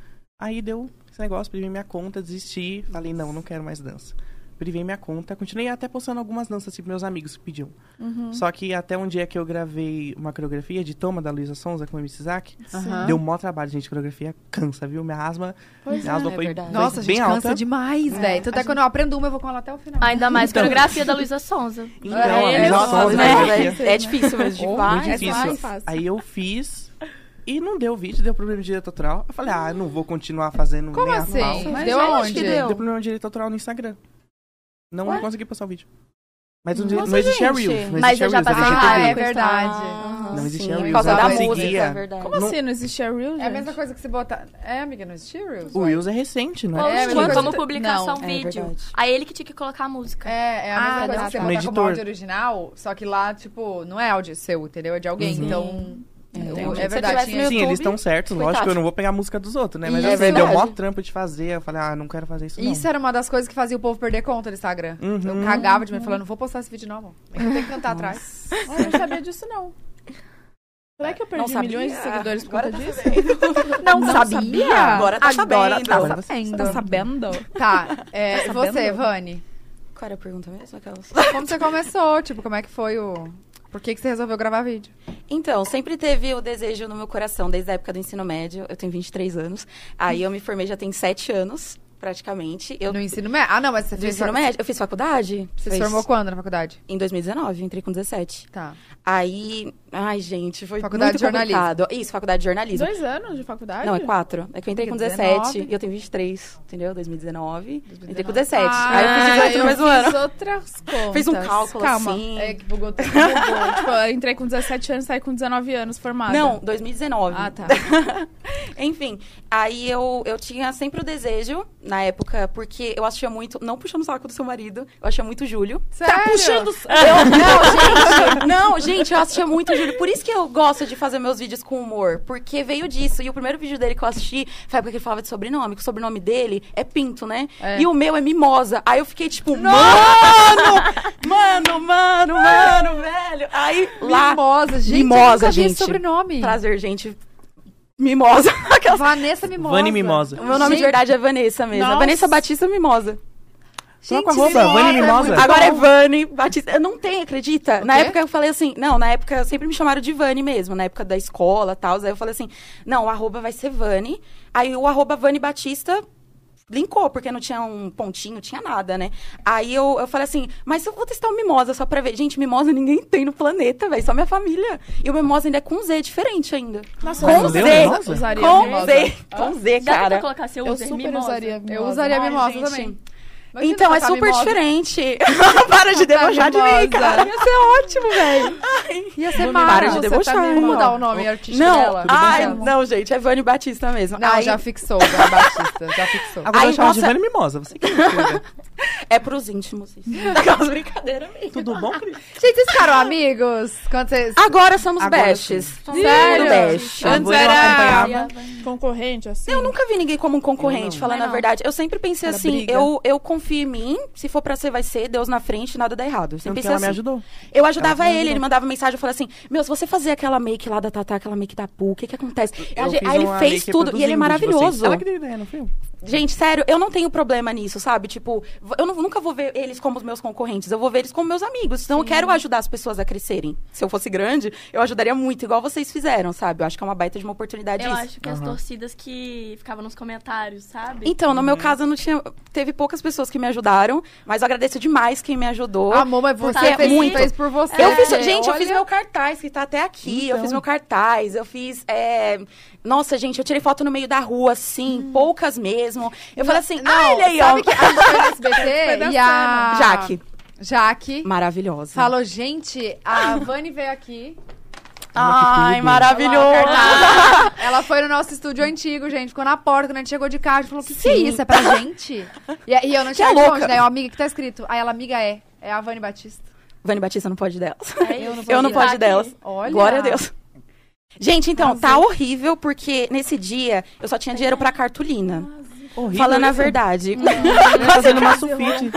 Aí deu esse negócio, privei minha conta, desisti. Falei, não, não quero mais dança. Privei minha conta, continuei até postando algumas danças, tipo, meus amigos que pediam. Uhum. Só que até um dia que eu gravei uma coreografia de Toma da Luísa Sonza com o MC Isaac, Aham. Deu mó trabalho, gente. Coreografia cansa, viu? Minha asma, Pois minha asma é foi, verdade. foi Nossa, a gente bem cansa alta. demais, velho. Tanto é que quando eu aprendo uma, eu vou com ela até o final. Ainda mais Então. coreografia da Luísa Sonza. Então, É, a Luísa nossa, Sonza, né? coreografia, Difícil, É difícil mesmo, Ou de vai, muito É difícil. vai. Ah, é fácil. Aí eu fiz e não deu vídeo, deu problema de direito autoral. Eu falei, ah, não vou continuar fazendo Como nem a pau. assim? Mas deu gente, aonde? que deu. Deu problema de direito autoral no Instagram. Não consegui postar o vídeo. Mas não, Nossa, não existia gente. Reels. Não Mas existia eu já Reels, passei existia Ah, raiva. é Reels. verdade. Ah, Não existia sim, Reels, Por causa eu da conseguia. música, é verdade. Como Não- assim? Não existia Real, gente? É a mesma coisa que você botar. É, amiga, não existe Reels? O ué? Reels é recente, não Ou é? É, tipo, mas- como publicar só um Não, é vídeo. verdade. Aí ele que tinha que colocar a música. É, é a mesma Ah, coisa tá. que você Um botar como editor. áudio original, só que lá, tipo, não é áudio seu, entendeu? É de alguém. Uhum. Então, É, eu- entendi. é Se eu verdade. tivesse tinha- no Sim, YouTube, eles estão certos, lógico. coitado. Eu não vou pegar a música dos outros, né? Mas Isso. assim, deu mó Verdade. trampo de fazer. Eu falei, ah, não quero fazer isso não. Isso era uma das coisas que fazia o povo perder conta do Instagram. Eu Uhum. cagava de mim, falando, não vou postar esse vídeo não, amor. É que Eu tenho que cantar atrás. Eu não sabia disso, não. Será que eu perdi sabia. milhões de seguidores por Agora tá conta disso? Não, sabia. Agora tá sabendo. Agora tá Agora sabendo. Tá sabendo? Tá, é, Tá você, sabendo? Vani, Qual era a pergunta mesmo? Aquelas... como você começou? Tipo, como é que foi o... Por que, que você resolveu gravar vídeo? Então, sempre teve o desejo no meu coração, desde a época do ensino médio. Eu tenho 23 anos. Aí eu me formei já tem 7 anos, praticamente. Eu, No ensino médio? Ah, não, mas você do fez... ensino médio, eu fiz faculdade. Você se Fez- formou quando na faculdade? Em 2019, entrei com 17. Tá. Aí, ai, gente, foi Faculdade muito de jornalismo. complicado. Isso, faculdade de jornalismo. Dois anos de faculdade? Não, é quatro. É que eu entrei com 19. 17 e eu tenho 23, entendeu? 2019. 2019. Entrei com 17. Ah, aí eu fiz 18 no mesmo fiz ano. outras contas. Fiz um cálculo Calma. assim. É que bugou tudo. Bugou. tipo, eu entrei com 17 anos, saí com 19 anos formada. Não, 2019. Ah, tá. Enfim, aí eu, eu tinha sempre o desejo, na época, porque eu assistia muito, não puxando o saco do seu marido, eu assistia muito o Júlio. Tá Sério? puxando o saco! Não, gente, não, gente, eu assistia muito o Júlio. Por isso que eu gosto de fazer meus vídeos com humor, porque veio disso. E o primeiro vídeo dele que eu assisti foi a época que ele falava de sobrenome, que o sobrenome dele é Pinto, né? É. E o meu é Mimosa. Aí eu fiquei tipo, mano! é- Mano, mano, mano, velho! Aí lá. Mimosa, gente. Mimosa, eu nunca vi esse gente. sobrenome. Prazer, gente. Mimosa. Aquelas- Vanessa Mimosa. Vani Mimosa. O meu nome Gente. de verdade é Vanessa mesmo. Nossa. Vanessa Batista Mimosa. Troca o arroba, sim, Vani é Mimosa. muito Agora é bom. Vani Batista. Eu não tenho, acredita? O Na quê? época eu falei assim, não, na época sempre me chamaram de Vani mesmo, na época da escola e tal. Aí eu falei assim, não, o arroba vai ser Vani. Aí o arroba Vani Batista linkou, porque não tinha um pontinho, tinha nada, né? Aí eu, eu falei assim, mas eu vou testar o Mimosa só pra ver. Gente, Mimosa ninguém tem no planeta, velho, só minha família. E o Mimosa ainda é com Z, diferente ainda. Nossa, Com Mas Z, leu Mimosa? Usaria com é mimosa. Z, com Dá pra Z, É, tá cara. colocar seu Eu user super mimosa? usaria mimosa. Eu usaria Ai, mimosa gente. também. Imagina Então, é botar super mimosa. diferente. Para de debochar de mim, mimosa. cara. Ia ser ótimo, velho. Ia ser mara. para de Você debochar, tá- Vamos irmão. mudar o nome artístico Não, dela? ai, Vamos. não, gente, é Vani Batista mesmo. Não, Aí já fixou, já é Batista, já fixou. Agora Aí, eu chamo de nossa- Vani Mimosa. Você que me escreveu. É pros íntimos isso. Daquelas brincadeiras mesmo. Tudo bom, Cris? Gente, vocês ficaram amigos? Quando vocês... Agora somos Agora bestes. Somos Sério? bestes. A Antes Vani, ela era- acompanhava. Concorrente, assim. Eu nunca vi ninguém como um Eu concorrente, não. falando Mas a não. verdade. Eu sempre pensei Era assim, briga. eu, eu confio em mim, se for pra ser, vai ser, Deus na frente, nada dá errado. Eu Tanto sempre que pensei Então ela assim. me ajudou. Eu Ela ajudava me ele, ele ajudou. mandava mensagem, eu falava assim, meu, se você fazer aquela make lá da Tatá, aquela make da Pu, o que que acontece? Eu Aí fiz ele uma fez make tudo, e ele é produzindo de vocês. maravilhoso. Ela que deu ideia, não fui eu? Gente, sério, eu não tenho problema nisso, sabe? Tipo, v- eu não- nunca vou ver eles como os meus concorrentes, eu vou ver eles como meus amigos. Então eu quero ajudar as pessoas a crescerem. Se eu fosse grande, eu ajudaria muito, igual vocês fizeram, sabe? Eu acho que é uma baita de uma oportunidade Eu isso. acho que as torcidas que ficavam nos comentários, sabe? Então, no meu caso, eu não tinha. Teve poucas pessoas que me ajudaram, mas eu agradeço demais quem me ajudou. Amor, mas você Ah, Porque é fez, muito. fez por você. Eu fiz, Ah, É, gente, eu fiz olha. meu cartaz, que tá até aqui. Eu Então. fiz meu cartaz, eu fiz. é, Nossa, gente, eu tirei foto no meio da rua, assim, poucas mesmo. Eu falei assim, ah, olha aí, Hum. Sabe ó. que a gente foi no SBT Foi e a... Jaque, Jaque maravilhosa. falou, gente, a Vani veio aqui. Ai, Olha maravilhoso. lá, o cartaz. tá, Ela foi no nosso estúdio antigo, gente. Ficou na porta, quando a gente chegou de carro, a gente falou, que que é Sim. isso? É pra gente? E, e eu não tinha é de onde, louca. né? Eu, amiga, que tá escrito? Aí ela, amiga, é. É a Vani Batista. Vani Batista não pode delas. É eu não isso. Eu não Tá pode aqui. delas. Olha. Glória a Deus. Gente, então, tá horrível, porque nesse dia eu só tinha dinheiro pra cartolina. Horrível. Falando a isso. verdade. né? Fazendo uma sulfite.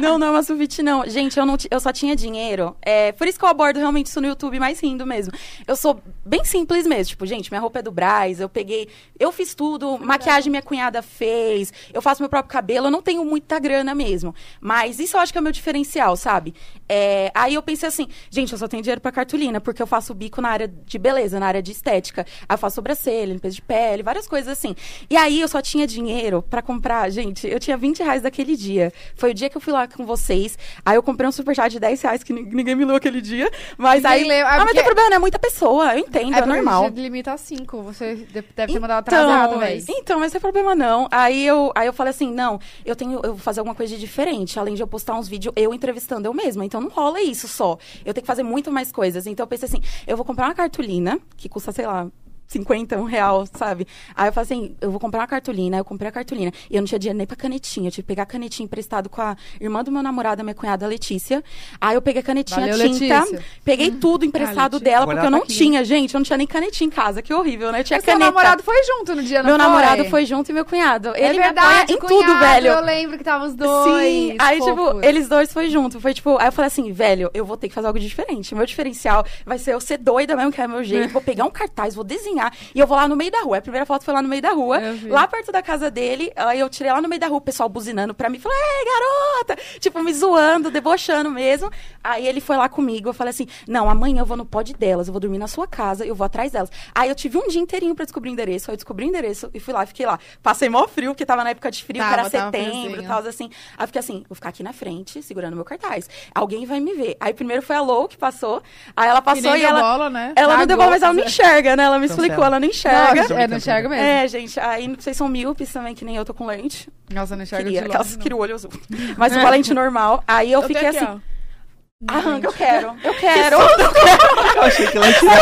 Não, não é uma sulfite, não. Gente, eu, não ti- eu só tinha dinheiro. É, por isso que eu abordo realmente isso no YouTube, mais rindo mesmo. Eu sou bem simples mesmo. Tipo, gente, minha roupa é do Braz, eu peguei... Eu fiz tudo, maquiagem minha cunhada fez, eu faço meu próprio cabelo, eu não tenho muita grana mesmo. Mas isso eu acho que é o meu diferencial, sabe? É, aí eu pensei assim, gente, eu só tenho dinheiro pra cartolina, porque eu faço bico na área de beleza, na área de estética. Aí eu faço sobrancelha, limpeza de pele, várias coisas assim. E aí eu só tinha dinheiro pra comprar, gente, eu tinha 20 reais daquele dia. Foi o dia que eu fui lá com vocês. Aí eu comprei um superchat de 10 reais que nin- ninguém me leu aquele dia. Mas Ninguém aí. leu, é ah, mas porque- tem problema, é muita pessoa. Eu entendo, é, porque normal. a gente limita a cinco. Você de- deve ter mandado atrasado, talvez. Então, mas não é problema não. Aí eu, aí eu falei assim, não, eu tenho, eu vou fazer alguma coisa de diferente, além de eu postar uns vídeos eu entrevistando eu mesma. Então não rola isso só. Eu tenho que fazer muito mais coisas. Então eu pensei assim, eu vou comprar uma cartolina que custa, sei lá, 50, um real, sabe? Aí eu falei assim, eu vou comprar uma cartolina, aí eu comprei a cartolina. E eu não tinha dinheiro nem pra canetinha. Eu tive que pegar a canetinha emprestado com a irmã do meu namorado, a minha cunhada, a Letícia. Aí eu peguei a canetinha, Valeu, tinta, Letícia. Ah, peguei tudo emprestado dela, Agora ela porque tá eu não aqui, hein? tinha, gente. Eu não tinha nem canetinha em casa, que horrível, né? Eu tinha Seu caneta. namorado foi junto no dia, não Meu foi? namorado foi junto e meu cunhado. É ele verdade, me apoia em cunhado, tudo, velho. Eu lembro que tava os dois. Sim, aí, fofos. tipo, eles dois foi junto. Foi tipo, aí eu falei assim, velho, eu vou ter que fazer algo diferente. Meu diferencial vai ser eu ser doida mesmo, que é meu jeito. Vou pegar um cartaz, vou desenhar e eu vou lá no meio da rua. A primeira foto foi lá no meio da rua, Eu vi. lá perto da casa dele. Aí eu tirei lá no meio da rua, o pessoal buzinando pra mim, falou, ei, garota! Tipo, me zoando, debochando mesmo. Aí ele foi lá comigo, eu falei assim, não, amanhã eu vou no pod delas, eu vou dormir na sua casa, eu vou atrás delas. Aí eu tive um dia inteirinho pra descobrir o endereço, aí eu descobri o endereço e fui lá, fiquei lá. Passei mó frio, porque tava na época de frio, Tava, que era tava um setembro e friozinho. tal pausa, assim. Aí eu fiquei assim, vou ficar aqui na frente, segurando meu cartaz. Alguém vai me ver. Aí primeiro foi a Lou que passou, aí ela Que passou nem e deu ela. bola, né? Ela não Cagou, deu bola, mas ela não enxerga, né? Ela me Cancela. explicou, ela não enxerga. Não, eu não enxergo mesmo. É, gente, aí vocês são míopes também, que nem eu tô com lente. Nossa, eu não enxergo Queria, de aquelas longe, que queria o olho azul. Mas com a lente normal. Aí eu, Eu fiquei tenho né? Então aqui, assim, ó. arranca, eu quero, eu quero. Eu achei que ela tinha.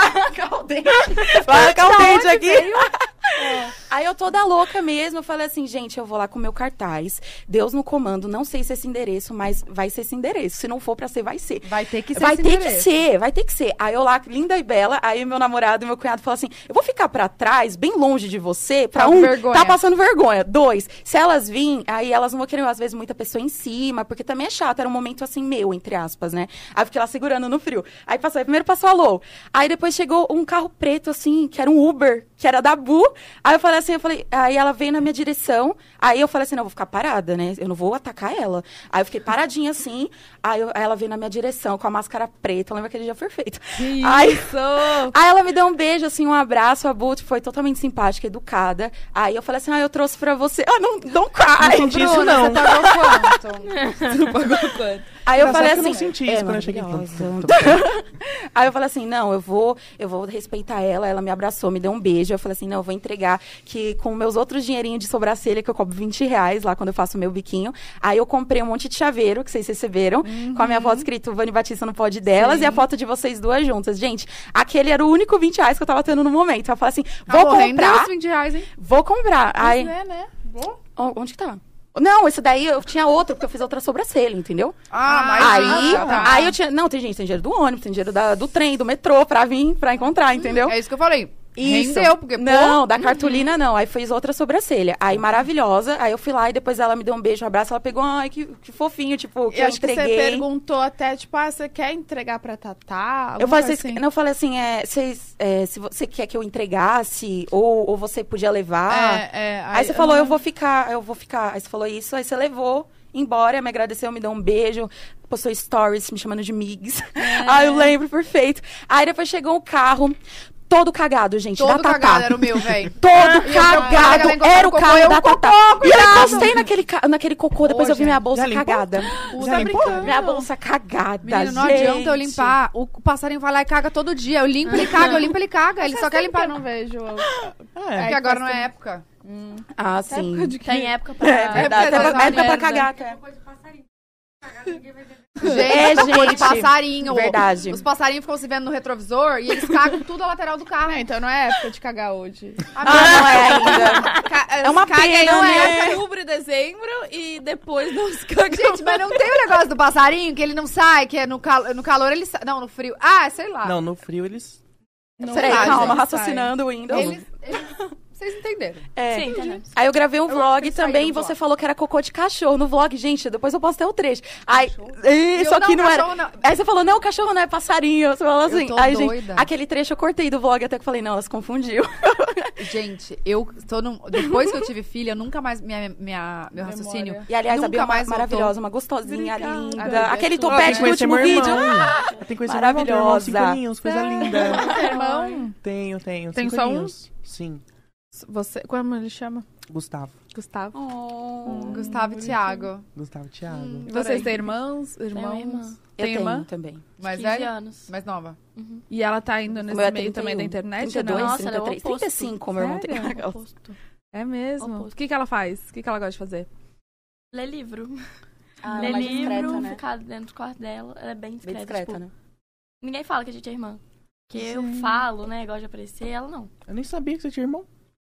arrancar o dente. Vai arrancar o dente aqui. Aí eu toda louca mesmo, eu falei assim, gente, eu vou lá com o meu cartaz. Deus no comando, não sei se é esse endereço, mas vai ser esse endereço. Se não for pra ser, vai ser. não. Vai ter que ser Vai esse ter que endereço. ser, vai ter que ser. Aí eu lá, linda e bela, aí meu namorado e meu cunhado falam assim: eu vou ficar pra trás, bem longe de você, pra Tá com um, vergonha. tá passando vergonha. Dois, se elas virem, aí elas não vão querer, às vezes, muita pessoa em cima, porque também é chato, era um momento assim meu, entre aspas, né? Aí eu fiquei lá segurando no frio. Aí passou, aí primeiro passou a Lou. Aí depois chegou um carro preto, assim, que era um Uber, que era da Bu. Aí eu falei assim, eu falei, aí ela veio na minha direção, aí eu falei assim, não, eu vou ficar parada, né? Eu não vou atacar ela. Aí eu fiquei paradinha assim, aí, eu- aí ela veio na minha direção com a máscara preta, eu lembro aquele dia perfeito. Ai. Isso! Aí ela me deu um beijo, assim, um abraço, a Bolt foi totalmente simpática, educada. Aí eu falei assim, ah, eu trouxe pra você. Ah, não, don't Não cry! senti Bruna, isso, não. tá Você tá pagou quanto? Aí eu Engraçado falei que assim. eu não senti isso quando eu cheguei. maravilhosa. Aí eu falei assim, não, eu vou, eu vou respeitar ela. Ela me abraçou, me deu um beijo. Eu falei assim, não, eu vou entregar que com meus outros dinheirinhos de sobrancelha que eu cobro 20 reais lá quando eu faço o meu biquinho. Aí eu comprei um monte de chaveiro que vocês receberam Uhum. com a minha foto escrito Vani Batista no pod delas e a foto de vocês duas juntas. Gente, aquele era o único 20 reais que eu tava tendo no momento. Eu falei Tá assim, vou Amor, rendeu comprar, os 20 reais, hein? vou comprar. Aí, É, né? o- onde que tá? Não, esse daí eu tinha outro, porque eu fiz outra sobrancelha, entendeu? Ah, Aí, gente, tá. aí eu tinha. Não, tem gente, tem dinheiro do ônibus, tem dinheiro da- do trem, do metrô pra vir, pra encontrar, entendeu? É isso que eu falei. Isso. Rendeu, porque, pô, Não, da cartolina não. Aí fez outra sobrancelha. Aí maravilhosa. Aí eu fui lá e depois ela me deu um beijo, um abraço. Ela pegou, ai, que, que fofinho, tipo, que eu, eu acho que você entreguei. perguntou até, tipo, ah, você quer entregar pra Tatá? eu Alguma falei, coisa assim, não, eu falei assim, é, vocês, é, se você quer que eu entregasse, ou, ou você podia levar. É, é, Ah. Aí, você falou, eu vou ficar, eu vou ficar. Aí você falou isso, aí você levou embora, me agradeceu, me deu um beijo, postou stories me chamando de Migs. Aí eu lembro, perfeito. Aí depois chegou o carro, todo cagado, gente, todo da Tatá. cagado era o meu, velho. Todo cara, ela cagado, encostou era no o cocô, carro eu, da Tatá. E eu encostei naquele, ca- naquele cocô, depois Ô, eu vi minha gente, bolsa já limpou? cagada. tá Já limpou? Minha bolsa cagada, Menino, não gente. adianta eu limpar. O passarinho vai lá e caga todo dia. Eu limpo, ele caga, eu limpo, ele caga. Ele só quer limpar. Eu não vejo. Ah, É é. que agora não é época. Ah, sim. Tem época pra... É verdade, Época época, das época pra mulheres, cagar. tá? Gente, É, cocô de gente. passarinho. Verdade. Os passarinhos ficam se vendo no retrovisor e eles cagam tudo a lateral do carro. Ah, então não é época de cagar hoje. Ah, não é ainda. é uma pena, não né? é outubro e dezembro e depois dos cagam. Gente, mas não tem o negócio do passarinho que ele não sai, que é no, calo- no calor ele sai. Não, no frio. Ah, sei lá. Não, no frio eles. Não Peraí, vai, calma, gente, raciocinando ainda. Eles- eles- Vocês entenderam. É. Sim, entendemos. Aí eu gravei um vlog eles saíram também e do você vlog. falou que era cocô de cachorro no vlog. Gente, depois eu posso ter o trecho. Aí, E Ih, eu, só que não, era. cachorro não. Aí você falou, não, cachorro não é passarinho. Você falou assim. tô Aí, gente, doida. aquele trecho eu cortei do vlog até que eu falei, não, elas confundiu. Gente, eu tô num... Depois que eu tive filha, eu nunca mais. Minha, minha, meu raciocínio. E aliás, Nunca a Bia é uma mais voltou. maravilhosa, uma gostosinha, Obrigada. linda. A Bia é aquele sua. Ah, tem topete que conhecer no último meu vídeo. Ah, irmão. Tem que conhecer meu irmão, tem um irmão de cinco Maravilhosa. Ah. aninhos, coisa linda. irmão, Tenho, tenho. Tem cinco só um? aninhos. Sim, você, como ele chama? Gustavo. Gustavo. Hum. Gustavo e Thiago. Gustavo Thiago. Vocês é têm irmãos? Irmãos? uma irmã. Eu Tem tenho irmã? também. Mais 15 é- velha? anos. é Uhum. Mais nova. E ela tá indo O nesse meu é meio também da 31, internet? né? 32, não? Nossa, ela é o 33, oposto. 35, meu irmão tem. um Sério? Oposto. É mesmo. O Oposto. que, que ela faz? O que, que ela gosta de fazer? Lê livro. Ah, Lê ela é mais livro, discreta, né? ficar dentro do quarto dela. Ela é bem Bem discreta. discreta, tipo, né? Ninguém fala que a gente é irmã. Que eu Sim. falo, né? Gosto de aparecer, ela não. Eu nem sabia que você tinha irmão.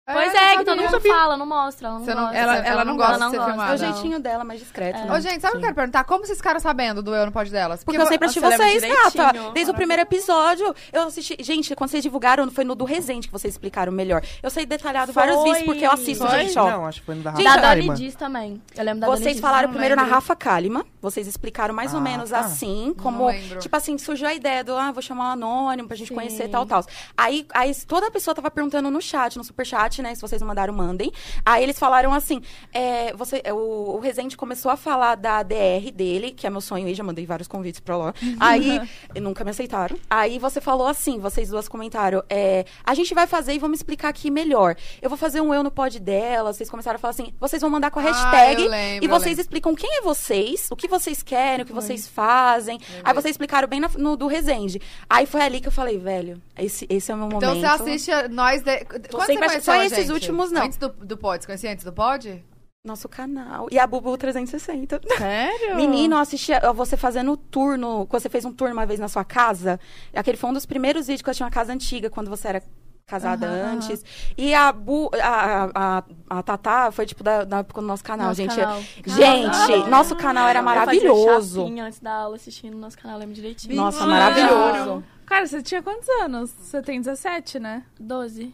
pois é, que todo sabia. mundo fala, não mostra. Ela não Você não- gosta. ela- ela não gosta de ser É filmada. o jeitinho dela, mais discreto. É. né? Ô, gente, sabe o que eu quero perguntar? Como vocês ficaram sabendo do Eu Não Pode Delas? Porque eu vo- sempre assisti Nossa, ela é vocês, direitinho. Nata. Desde o Maravilhoso. primeiro episódio, eu assisti. Gente, quando vocês divulgaram, foi no do Resende que vocês explicaram melhor. Eu sei detalhado Foi. vários vídeos, porque eu assisto, Foi? gente, ó. Não, acho que foi no da Rafa. Gente, Da Kalimann. Dani Diz também. Eu lembro da Dani Vocês Diz. falaram não primeiro na lembro. Rafa Kalima, vocês explicaram mais ou Ah, menos tá. assim, Não é como. lembro. Tipo assim, surgiu a ideia do, ah, vou chamar um anônimo pra gente Sim. conhecer tal, tal. Aí, aí toda a pessoa tava perguntando no chat, no superchat, né? Se vocês não mandaram, mandem. Aí eles falaram assim: é, você, o, o Rezende começou a falar da DR dele, que é meu sonho, e já mandei vários convites pra lá. Aí, nunca me aceitaram. Aí você falou assim: vocês duas comentaram, é, a gente vai fazer e vamos explicar aqui melhor. Eu vou fazer um eu no pod dela. Vocês começaram a falar assim: vocês vão mandar com a Ah, hashtag. eu lembro, e eu vocês lembro. explicam quem é vocês, o que vocês querem, o que vocês fazem. Aí vocês explicaram bem na- no do Resende. Aí foi ali que eu falei, velho, esse, esse é o meu momento. Então você assiste a nós. De... Quando você sempre conheceu assistindo- só a esses gente? últimos, não. Antes do, do pod. Você conhecia antes do pod? Nosso canal. E a Bubu 360. Sério? Menino, eu assistia ó, você fazendo turno. Você fez um turno uma vez na sua casa. Aquele foi um dos primeiros vídeos que eu tinha uma casa antiga, quando você era casada Aham, antes. E a, Bu, a, a, a, a Tatá foi, tipo, da, da época do nosso canal, Nosso gente. um canal. Ah, Gente, nosso canal era Eu maravilhoso. fazia chapinha antes da aula assistindo nosso canal, lembro direitinho. Nossa, Mentira. maravilhoso. Cara, você tinha quantos anos? Você tem 17, né? 12.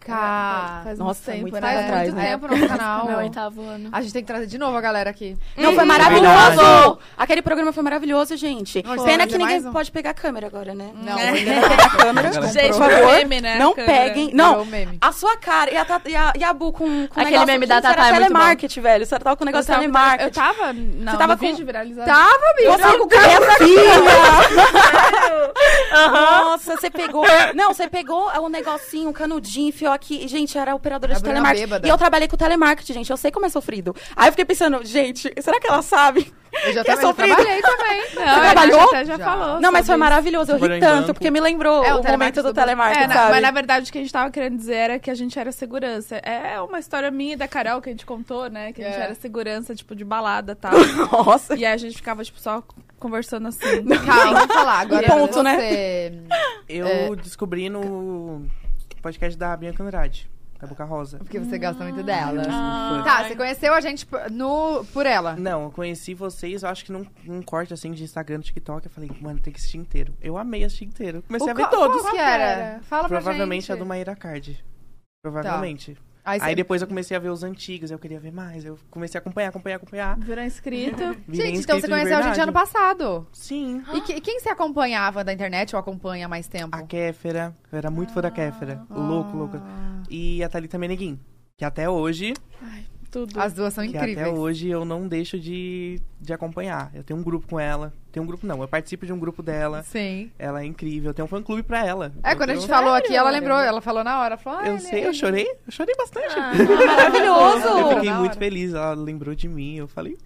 Caraca! É, Faz Nossa, muito tempo, muito Faz né? tempo atrás. muito né? tempo no canal. Meu oitavo ano. A gente tem que trazer de novo a galera aqui. Não, Uhum. foi maravilhoso! Aquele programa foi maravilhoso, gente. Não, isso Pena é que ninguém demais, um. não. pode pegar a câmera agora, né? Não, É. ainda não tem câmera. Gente, Gente, por foi favor, meme, né, não câmera? peguem. Não, Virou meme. a sua cara e a, Tata- e a- e a Bu com, com Aquele negócio- meme da Gente, era Tatá é muito bom. telemarketing, velho. Você tava com o negócio Eu tava- telemarketing. Eu tava não, Você tava no com- Tá? vídeo viralizado. Tava, amiga. Você com criança filha! Nossa, você pegou. Não, você pegou o negocinho, o canudinho, enfiou aqui. E, Gente, era operadora A de Bruna telemarketing. bêbada. E eu trabalhei com telemarketing, gente. Eu sei como é sofrido. Aí eu fiquei pensando, gente, será que ela sabe? Eu já Que é também, já sofrido. trabalhei também. Não, a trabalhou? Renata Até já, Já. falou. Não, mas foi sobre isso. maravilhoso. Eu Trabalhou ri em tanto, banco. porque me lembrou É, o o, momento telemarketing do do banco. telemarketing, É, na- sabe? mas na verdade o que a gente tava querendo dizer era que a gente era segurança. É uma história minha e da Carol que a gente contou, né? Que a gente É. era segurança, tipo, de balada e tal. Nossa. e aí a gente ficava, tipo, só conversando assim. Calma, vamos falar. Agora Ponto, você... né? Eu É. descobri no podcast da Bianca Andrade, da Boca Rosa. Porque você gosta muito dela. Ah. Tá, você conheceu a gente por, no, por ela. Não, eu conheci vocês, eu acho que num, num corte assim de Instagram, TikTok. Eu falei, mano, tem que assistir inteiro. Eu amei assistir inteiro. Comecei a ver qual- todos. Qual que Qual era? que era? Fala pra Provavelmente gente. Tá. é- a do Maíra Card. Provavelmente. Aí, Aí cê- depois eu comecei a ver os antigos, eu queria ver mais. Eu comecei a acompanhar, acompanhar, acompanhar. Virou inscrito. Virei Gente, então inscrito você de conheceu a gente verdade. ano passado. Sim. E que- quem você acompanhava da internet ou acompanha há mais tempo? A Kéfera. Eu era muito fã da Kéfera. Ah. Louco, louco. E a Thalita Meneguin. Que até hoje, Tudo. As duas são que até incríveis. hoje eu não deixo de, de acompanhar. Eu tenho um grupo com ela. Tenho um grupo não, eu participo de um grupo dela. Sim. Ela é incrível, eu tenho um fã clube pra ela. É, Eu quando a tenho- um gente falou aqui, ela Sério? lembrou. Ela falou na hora. Falou, ah, Eu ele- sei, eu ele- chorei. Eu chorei bastante. Eu É Maravilhoso! Lembra fiquei na muito Ah, hora? feliz, ela lembrou de mim, eu falei.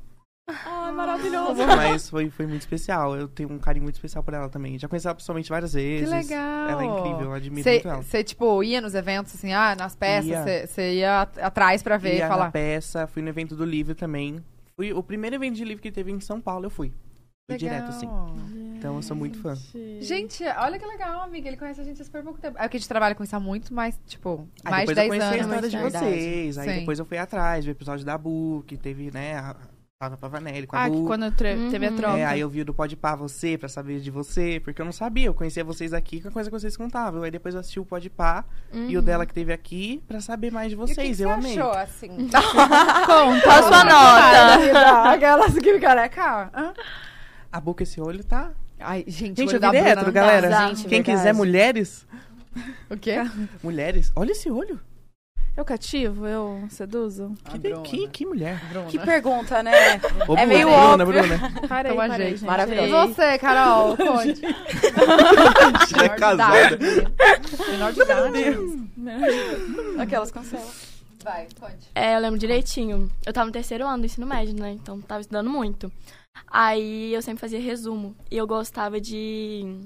Ai, Ah, maravilhoso. Mas foi, foi muito especial. Eu tenho um carinho muito especial por ela também. Já conheci ela pessoalmente várias Que vezes. legal. Ela é incrível, eu admiro muito ela. Você, tipo, ia nos eventos, assim, ah, nas Ia. peças, você ia at- atrás pra ver Ia e na falar. peça, fui no evento do livro também. Fui, o primeiro evento de livro que teve em São Paulo, eu fui. Fui direto, assim. Legal. Então eu sou muito fã. Gente, olha que legal, amiga. Ele conhece a gente há super pouco tempo. É que a gente trabalha com isso há muito, mas, tipo, Aí mais de Ah, depois 10 eu conheci anos. a história de mais tarde. vocês. Aí Sim. depois eu fui atrás do episódio da Bu, que teve, né, a Tava Pavanelli com a Ah, que Bu. quando tre- Uhum. teve a troca. É, aí eu vi o do Pode Pá você, pra saber de você, porque eu não sabia, eu conhecia vocês aqui com a coisa que vocês contavam. Aí depois eu assisti o Pode Pá Uhum. e o dela que teve aqui pra saber mais de Uhum. E o que que vocês. você eu amei. achou, assim? Qual a sua nota? Aquelas que ficam, né, cara? Hã? A boca esse olho tá. Ai, gente, Gente, olho eu da virei Bruna hétero, não dá. galera. dá, gente, Quem verdade. quiser, mulheres. O quê? Mulheres, olha esse olho. Eu cativo? Eu seduzo? A Que, Bruna. que, que mulher. Bruna. Que pergunta, né? É Ô, Bruna, meio Bruna, óbvio. Bruna. Parei, Então a parei, gente. gente. Maravilhoso. E você, Carol? Conte. Já é casada. Menor de idade. Aquelas cancelam. Vai, conte. É, eu lembro direitinho. Eu tava no terceiro ano do ensino médio, né? Então tava estudando muito. Aí eu sempre fazia resumo. E eu gostava de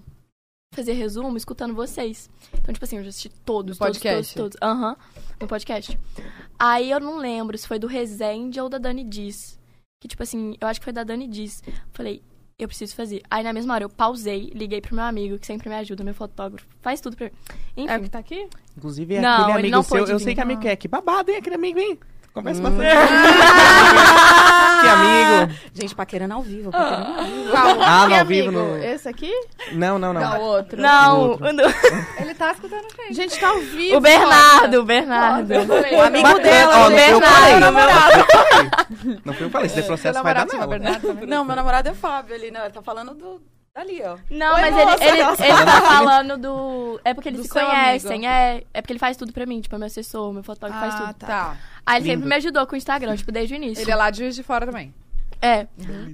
fazer resumo escutando vocês. Então, tipo assim, eu já assisti todos, No todos, podcast? todos, todos. Aham, no podcast. Aí eu não lembro se foi do Resende ou da Dani Diz. Que, tipo assim, eu acho que foi da Dani Diz. Falei, eu preciso fazer. Aí na mesma hora eu pausei, liguei pro meu amigo, que sempre me ajuda, meu fotógrafo. Faz tudo pra mim. Enfim. É o que tá aqui? Inclusive, é Não, aquele ele amigo não seu. pôde Eu vir. sei que amigo Ah. é. Que babado, hein? Aquele amigo, hein? Conversa bastante. que amigo. Ah, Gente, paquerando ao vivo. paquerando ao vivo. Qual? Ah, Que não, ao vivo amigo? no- Esse aqui? Não, não, não. É o outro. Não, Outro. não. Ele tá escutando a gente. Gente, tá ao É, vivo. o Bernardo, o Bernardo. O amigo Bacana. dela, é, Ó, gente. não foi eu que falei. Meu namorado. Não foi eu que falei. Esse processo Seu vai dar namorado chama nela. Bernardo também? Não, meu namorado é o Fábio ali, não. Ele tá falando do. Dali, ó. Não, Oi, mas moça. ele, ele, ele tá falando do. É porque eles Do se seu conhecem, amigo. é. É porque ele faz tudo pra mim, tipo, é meu assessor, meu fotógrafo faz tudo. Tá. Aí ele sempre Lindo. me ajudou com o Instagram, tipo, desde o início. Ele é lá de Juiz de Fora também. É.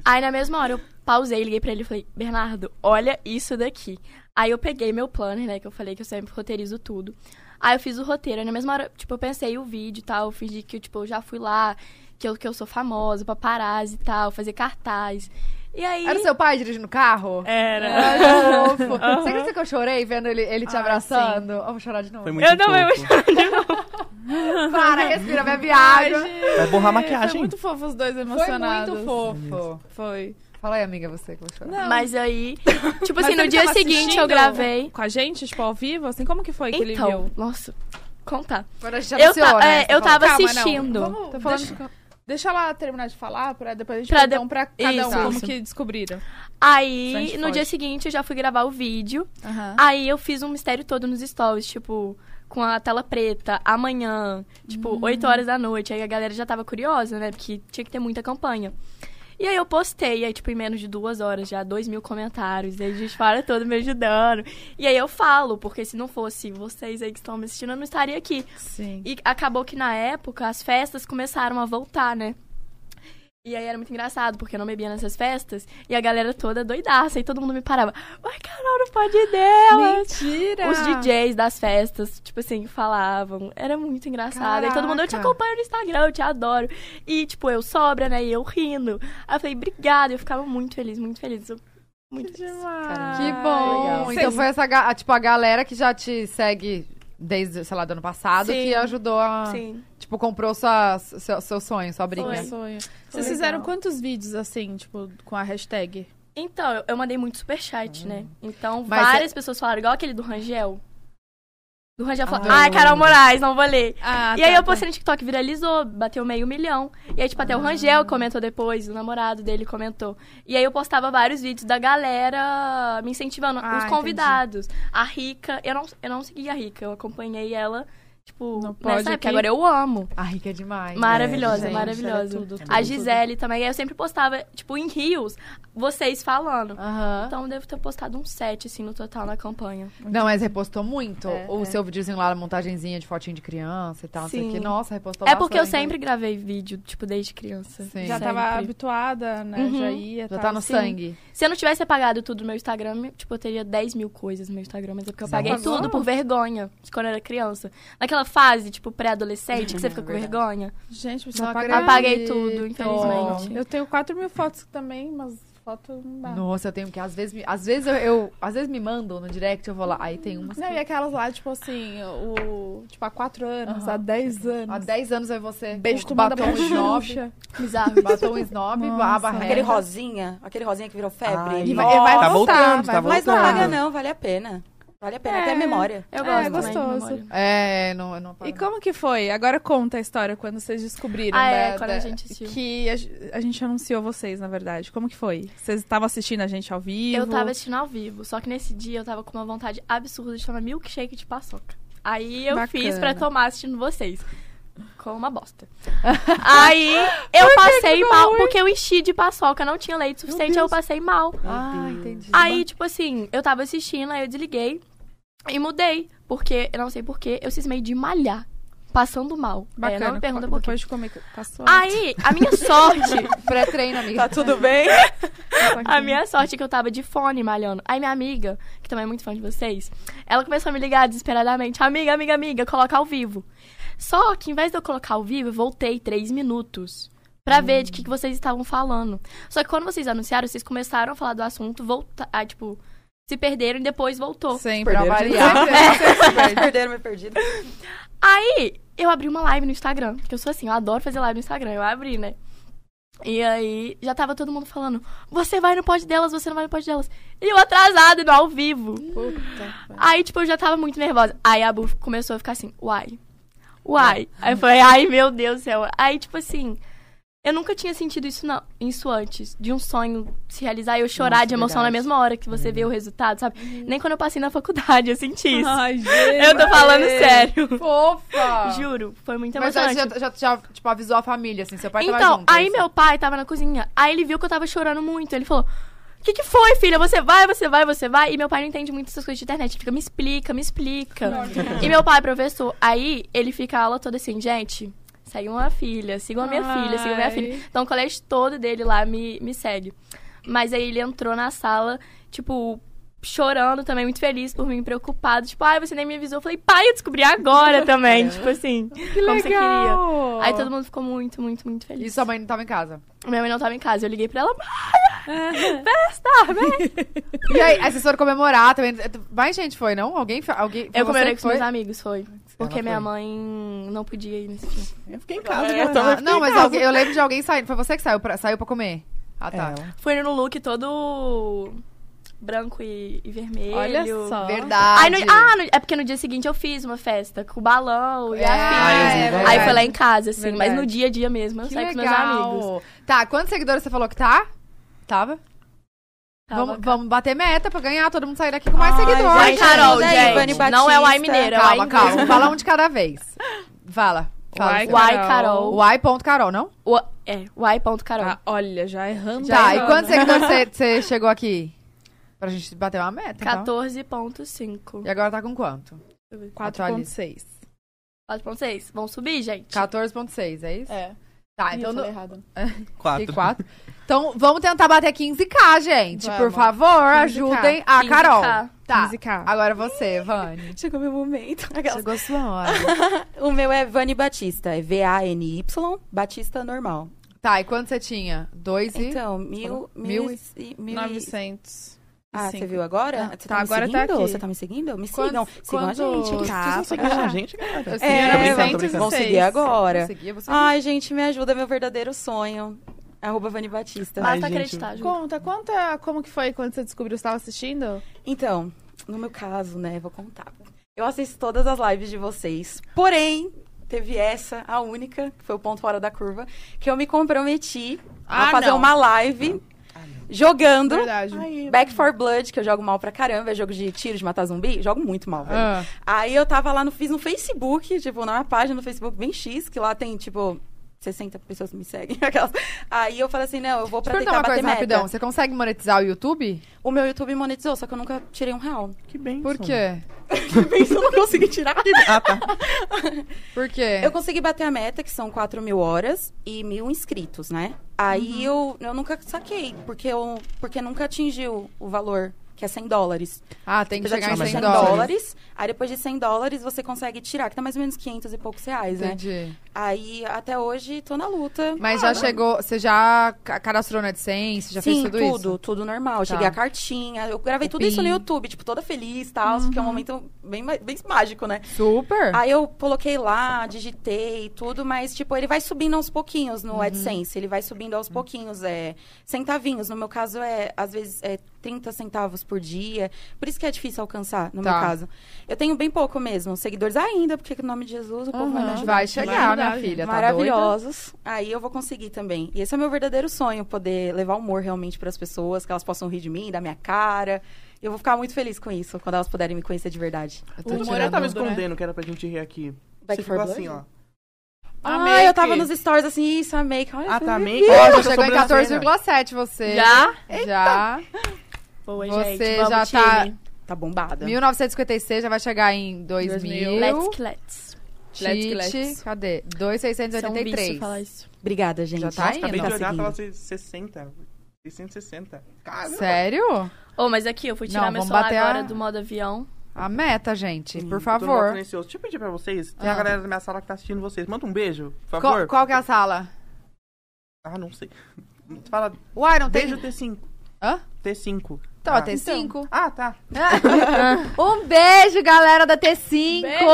Aí na mesma hora eu pausei, liguei pra ele e falei, Bernardo, olha isso daqui. Aí eu peguei meu planner, né? Que eu falei que eu sempre roteirizo tudo. Aí eu fiz o roteiro. Aí na mesma hora, tipo, eu pensei o vídeo e tal. Eu fingi que, tipo, eu já fui lá, que eu, que eu sou famosa, paparazzi e tal, fazer cartaz. E aí. Era o seu pai dirigindo o carro? Era. É. Ai, que fofo. Você acredita que eu chorei vendo ele, ele Ah, te abraçando? Eu vou chorar de novo. Foi muito Eu também fofo. Para, respira, bebe água. Vai borrar a Foi É Ah, maquiagem. muito fofo os dois Foi emocionados. muito fofo. Foi. Fala aí, amiga, você que eu chorou. Mas aí, tipo Mas assim, no ele dia tava seguinte eu assistindo gravei. Com a gente, tipo, ao vivo, assim, como que foi que ele Então, viu? nossa, contar. Quando a gente Eu, ta- anunciou, né? é, você eu falou. tava Calma, não. assistindo. Vamos, Tô falando deixa, deixa ela terminar de falar, pra depois a gente Pra pra de- então pra cada um Isso, como isso. que descobriram. Só a Aí, gente no foge. dia seguinte, eu já fui gravar o vídeo. Aham. Aí eu fiz um mistério todo nos stories, tipo, com a tela preta, amanhã, tipo, Hum. 8 horas da noite. Aí a galera já tava curiosa, né? Porque tinha que ter muita campanha. E aí eu postei, aí, tipo, em menos de duas horas já, dois mil comentários. E aí a gente fala todo me ajudando. E aí eu falo, porque se não fosse vocês aí que estão me assistindo, eu não estaria aqui. Sim. E acabou que na época as festas começaram a voltar, né? E aí era muito engraçado, porque eu não bebia nessas festas. E a galera toda doidaça, e todo mundo me parava. Ai, Carol, não pode ir dela. Mentira! Os DJs das festas, tipo assim, falavam. Era muito engraçado. E todo mundo, eu te Caraca. acompanho no Instagram, eu te adoro. E, tipo, eu sobra, né? E eu rindo. Aí eu falei, obrigada. Eu ficava muito feliz, muito feliz. Eu- Muito Que feliz. demais. Que bom. Ah, legal. Então foi essa, ga- a- tipo, a galera que já te segue desde, sei lá, do ano passado, Sim. que ajudou a... Sim. Tipo, comprou sua, seu, seu sonho, sua briga. Foi. Sonho. Foi Vocês fizeram legal. quantos vídeos, assim, tipo, com a hashtag? Então, eu- eu mandei muito superchat, né? Hum. Então, Mas é várias pessoas falaram, igual aquele do Rangel. Do Rangel falou, Ah. ai, Carol Moraes, não vou ler. Ah, e aí eu postei no TikTok, viralizou, bateu meio milhão. E aí, tipo, até o Rangel comentou depois, o namorado dele comentou. E aí eu postava vários vídeos da galera me incentivando, Ah, os entendi. convidados. A Rica, eu não, eu não segui a Rica, eu acompanhei ela, tipo, Não pode nessa época. que- Agora eu amo. A Rica é demais. Maravilhosa, gente, era maravilhosa. tudo, tudo, a tudo. Gisele também. E aí eu sempre postava, tipo, em rios, vocês falando. Aham. Então eu devo ter postado uns sete, assim, no total na campanha. Não, mas repostou muito É, o é. seu videozinho lá, a montagenzinha de fotinho de criança e tal, não sei o Sim. quê. Nossa, repostou É porque então. eu bastante. sempre gravei vídeo, tipo, desde criança. Sim. Já Sempre. tava habituada, né? Uhum. Já ia. assim. Já tal. tá no Sim. sangue. Se eu não tivesse apagado tudo no meu Instagram, tipo, eu teria 10 mil coisas no meu Instagram, mas é porque eu Você apaguei apagou? tudo por vergonha, de quando eu era criança. Naquela fase, tipo, pré-adolescente, que você fica com Verdade. vergonha. Gente, você Não apagar. Acredito. Apaguei tudo, infelizmente. Eu tenho 4 mil fotos também, mas foto não dá. Nossa, eu tenho que. Às vezes, me- às vezes eu, eu- Às vezes me mandam no direct, eu vou lá. Aí tem umas. Não, e aquelas lá, tipo assim, o... Tipo, há 4 anos, Aham. há 10 anos. Há 10 anos aí você. Beijo, com tu manda pra batom snob. Xuxa. Bizarro. Batom snob, a Nossa. barreira. Aquele rosinha, aquele rosinha que virou febre. Ai, E Ele vai, e vai voltar, Tá voltando, vai tá voltar. Mas não voltando. paga não, vale a pena. Vale a pena, É. até a memória. Eu É, gosto. gostoso. também, memória. É, não, não E como que foi? Agora conta a história quando vocês descobriram. Ah, é, da- quando da- a gente assistiu. Que a, a gente anunciou vocês, na verdade. Como que foi? Vocês estavam assistindo a gente ao vivo? Eu tava é, assistindo ao vivo, só que nesse dia eu tava com uma vontade absurda de tomar milkshake de paçoca. Aí eu Bacana. fiz pra tomar assistindo vocês. Com uma bosta. Aí eu passei mal, porque eu enchi de paçoca, não tinha leite suficiente, aí eu passei mal. Ah, entendi. Aí, tipo assim, eu tava assistindo, aí eu desliguei e mudei. Porque, eu não sei porquê, eu cismei de malhar. Passando mal. Bacana. É, não me pergunta por quê. Depois de comer passou. Aí, a minha sorte, Pré-treino, amiga. Tá tudo bem? a minha sorte é que eu tava de fone malhando. Aí minha amiga, que também é muito fã de vocês, ela começou a me ligar desesperadamente. Amiga, amiga, amiga, coloca ao vivo. Só que em vez de eu colocar ao vivo, eu voltei três minutos. Pra ver de que, que vocês estavam falando. Só que quando vocês anunciaram, vocês começaram a falar do assunto, voltar, ah, tipo, se perderam e depois voltou. Sempre. Pra Perderam de variar. Perderam, me perdido. Aí, eu abri uma live no Instagram. Porque eu sou assim, eu adoro fazer live no Instagram. Eu abri, né? E aí, já tava todo mundo falando: Você vai no pod delas, você não vai no pod delas. E eu atrasada, no ao vivo. Aí, tipo, eu já tava muito nervosa. Aí a Bu começou a ficar assim: Uai. Uai. Aí eu falei: Ai, meu Deus do céu. Aí, tipo assim. Eu nunca tinha sentido isso, não, isso antes, de um sonho se realizar e eu chorar Nossa, de emoção na verdade. Uhum. mesma hora que você vê o resultado, sabe? Nem quando eu passei na faculdade eu senti isso. Ai, gente. eu tô falando sério. Fofa! Juro, foi muito Mas aí emocionante. você já, já, já, tipo, avisou a família, assim, seu pai tava Então, junto. aí assim. meu pai tava na cozinha, aí ele viu que eu tava chorando muito, ele falou... O que, que foi, filha? Você vai, você vai, você vai. E meu pai não entende muito essas coisas de internet. Ele fica, me explica, me explica. e meu pai é professor. Aí ele fica a aula toda assim, gente, segue uma filha, sigam a minha filha, sigam a minha Ai. filha. Então o colégio todo dele lá me, me segue. Mas aí ele entrou na sala, tipo, chorando também, muito feliz por mim, preocupado. Tipo, ai, você nem me avisou. Eu falei, pai, eu descobri agora também. tipo assim, Que como legal. você queria. Aí todo mundo ficou muito, muito, muito E feliz. sua mãe não tava em casa. Minha mãe não tava em casa, eu liguei pra ela. "Mãe, E aí, aí vocês foram comemorar também. Mais gente foi, não? Alguém foi? Alguém, foi Eu você comemorei que com os meus amigos, foi. Porque foi. minha mãe não podia ir nesse dia. Eu fiquei em casa. então. Ah, não, mas alguém- eu lembro de alguém saindo. Foi você que saiu pra, saiu pra comer. Ah, tá. Fui no look todo branco e, e vermelho. Olha É. só. Verdade. Aí no- ah, no- é porque no dia seguinte eu fiz uma festa com o balão e a Ah, eu vi, é, verdade. filha. Aí foi lá em casa, assim. Verdade. Mas no dia a dia mesmo eu Que saí com meus legal. amigos. Tá, quantos seguidores você falou que tá? Tava? Calma, vamos, calma. vamos bater meta pra ganhar, todo mundo sair daqui com mais Ai, seguidores. Ai, Ai, Carol, gente, Ivane gente. Não é o Ai Batista. Mineiro, é o Ai Calma, calma. Fala um de cada vez. Fala. Fala. Uai, seu. Uai, Carol. Carol. Uai, ponto Carol, não? Ua- É, uai.carol. Ah, olha, já né? errando. Já, errando. e quantos seguidores você- você chegou aqui? Pra gente bater uma meta, então? 14.5. E agora tá com quanto? 4.6. 4.6. Vão subir, gente? 14.6, é isso? É. Tá, Ih, então... eu falei no- errado. E Quatro. quatro. Então, vamos tentar bater 15k, gente. Por Vamos. favor, ajudem a 15K. Ah, Carol. Tá. 15K. Agora você, Vani. Chegou meu momento. Chegou sua hora. O meu é Vani Batista, é V-A-N-Y, Batista normal. tá, e quanto você tinha? Dois e. Então, mil, Mil mil, e- e- e- mil e- 900. Ah, você viu agora? Você tá, tá, me agora tá seguindo? aqui. Você tá me seguindo? Me Quantos- sigam. Sigam a quantos- gente. Vocês Tá, Seguindo a gente, galera. Eu Eu sei, é, era tô brincando, tô 900. brincando. Vão seguir Eu agora. seguia você. Ai, gente, me ajuda, meu verdadeiro sonho. Arroba Vani Batista. Ai, Basta gente. acreditar, gente. Conta, conta como que foi quando você descobriu que estava assistindo? Então, no meu caso, né, vou contar. Eu assisto todas as lives de vocês. Porém, teve essa, a única, que foi o ponto fora da curva, que eu me comprometi a Ah, fazer não. uma live jogando Verdade. Ai, Back for Blood, que eu jogo mal pra caramba, é jogo de tiro, de matar zumbi, jogo muito mal, velho. Ah, Aí eu tava lá, no, fiz no Facebook, tipo, na minha página no Facebook, bem X, que lá tem, tipo, 60 pessoas que me seguem. Aquelas. Aí eu falei assim, não, eu vou deixa eu perguntar pra tentar uma bater coisa meta. rapidão. Você consegue monetizar o YouTube? O meu YouTube monetizou, só que eu nunca tirei um real. Que bem. Por quê? Bem, se eu não consegui tirar. Ah, tá. Por quê? Eu consegui bater a meta, que são 4 mil horas e mil inscritos, né? Aí Uhum. eu, eu nunca saquei, porque, eu, porque nunca atingiu o valor, que é 100 dólares. Ah, tem que Eu já chegar em 100 tinha 100 dólares. Aí depois de 100 dólares você consegue tirar, que tá mais ou menos 500 e poucos reais, né? Entendi. Aí até hoje tô na luta. Mas já chegou. Você já ca- cadastrou no AdSense? Já Sim, fez tudo, tudo, isso? Tá. tudo normal. Cheguei a cartinha, eu gravei O tudo isso no PIN. YouTube, tipo, toda feliz e tal, porque é um Uhum. momento bem, ma- bem mágico, né? Super. Aí eu coloquei lá, digitei e tudo, mas, tipo, ele vai subindo aos pouquinhos Uhum. no AdSense. Ele vai subindo aos pouquinhos, é, centavinhos. No meu caso, é, às vezes, é 30 centavos por dia. Por isso que é difícil alcançar, no Tá. meu caso. Eu tenho bem pouco mesmo, seguidores ainda, porque no nome de Jesus o povo vai me Uhum. ajudar. Vai chegar, Vai minha filha. ajudar, Tá doida? Maravilhosos. Aí eu vou conseguir também. E esse é o meu verdadeiro sonho, poder levar humor realmente para as pessoas, que elas possam rir de mim, da minha cara. Eu vou ficar muito feliz com isso, quando elas puderem me conhecer de verdade. Eu tô O Você humor tirando- já tá me tudo, né? escondendo, que era pra gente rir aqui. Back Você for ficou Blood? assim, ó. Ah, eu tava nos stories assim, isso, a make. Olha, Ah, foi tá, minha make. Ó, Nossa, já chegou em sobrancelha. 14,7 você. Já? Já. Boa, Você gente. Vamos, já tá- time. Tá bombada. 1956 já vai chegar em um 2000. Let's que let's. Tite, Let's que let's. Cadê? Isso é um vício 2,683. falar isso. Obrigada, gente. Já tá Nossa, indo. pra Acabei quem de tá olhar, tava seguindo. 60. 660. Caramba. Sério? Ô, mas aqui, eu fui tirar Não, meu vamos celular bater a- agora do modo avião. A meta, gente. Sim, Por Tô no modo favor. silencioso. Deixa eu pedir pra vocês. Tem Ah. a galera da minha sala que tá assistindo vocês. Manda um beijo, por Qual, favor. qual que é a sala? Ah, não sei. Fala, Uai, não tem. beijo T5. Hã? T5. Então, ah. a T5. Ah, tá. um beijo, galera da T5. Beijo!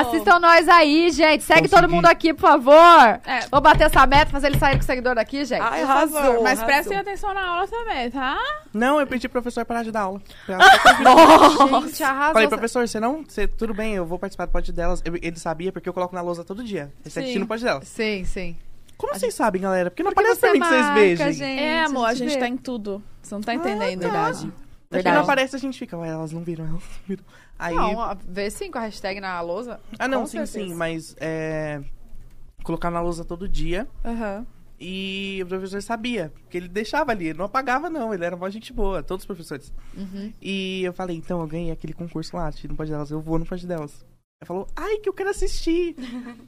Assistam nós aí, gente. Segue Consegui. todo mundo aqui, por favor. É. Vou bater essa meta, fazer ele sair com o seguidor daqui, gente. Ai, Por favor, arrasou. Mas arrasou. prestem atenção na aula também, tá? Não, eu pedi pro professor parar de dar aula. Pra- gente, arrasou. Falei, professor, você não. Você, tudo bem, eu vou participar do pod delas. Eu- ele sabia porque eu coloco na lousa todo dia. Ele tá Sim. assistindo o pod delas. Sim, sim. Como vocês sabem, galera? Porque não Porque aparece pra você mim que vocês marca, beijem. gente, É, amor, a gente vê. tá em tudo. Você não tá entendendo. É Verdade. que Verdade. não aparece, a gente fica, ué, elas não viram, elas não viram. Aí. Não, a- vê sim com a hashtag na lousa. ah, não, com sim, certeza. sim, mas é. Colocar na lousa todo dia. Aham. E o professor sabia, porque ele deixava ali, ele não apagava, não, ele era uma gente boa, todos os professores. Uhum. E eu falei, então, eu ganhei aquele concurso lá, assisti no Pode Delas, eu vou no Pode Delas. Ela falou, ai, que eu quero assistir.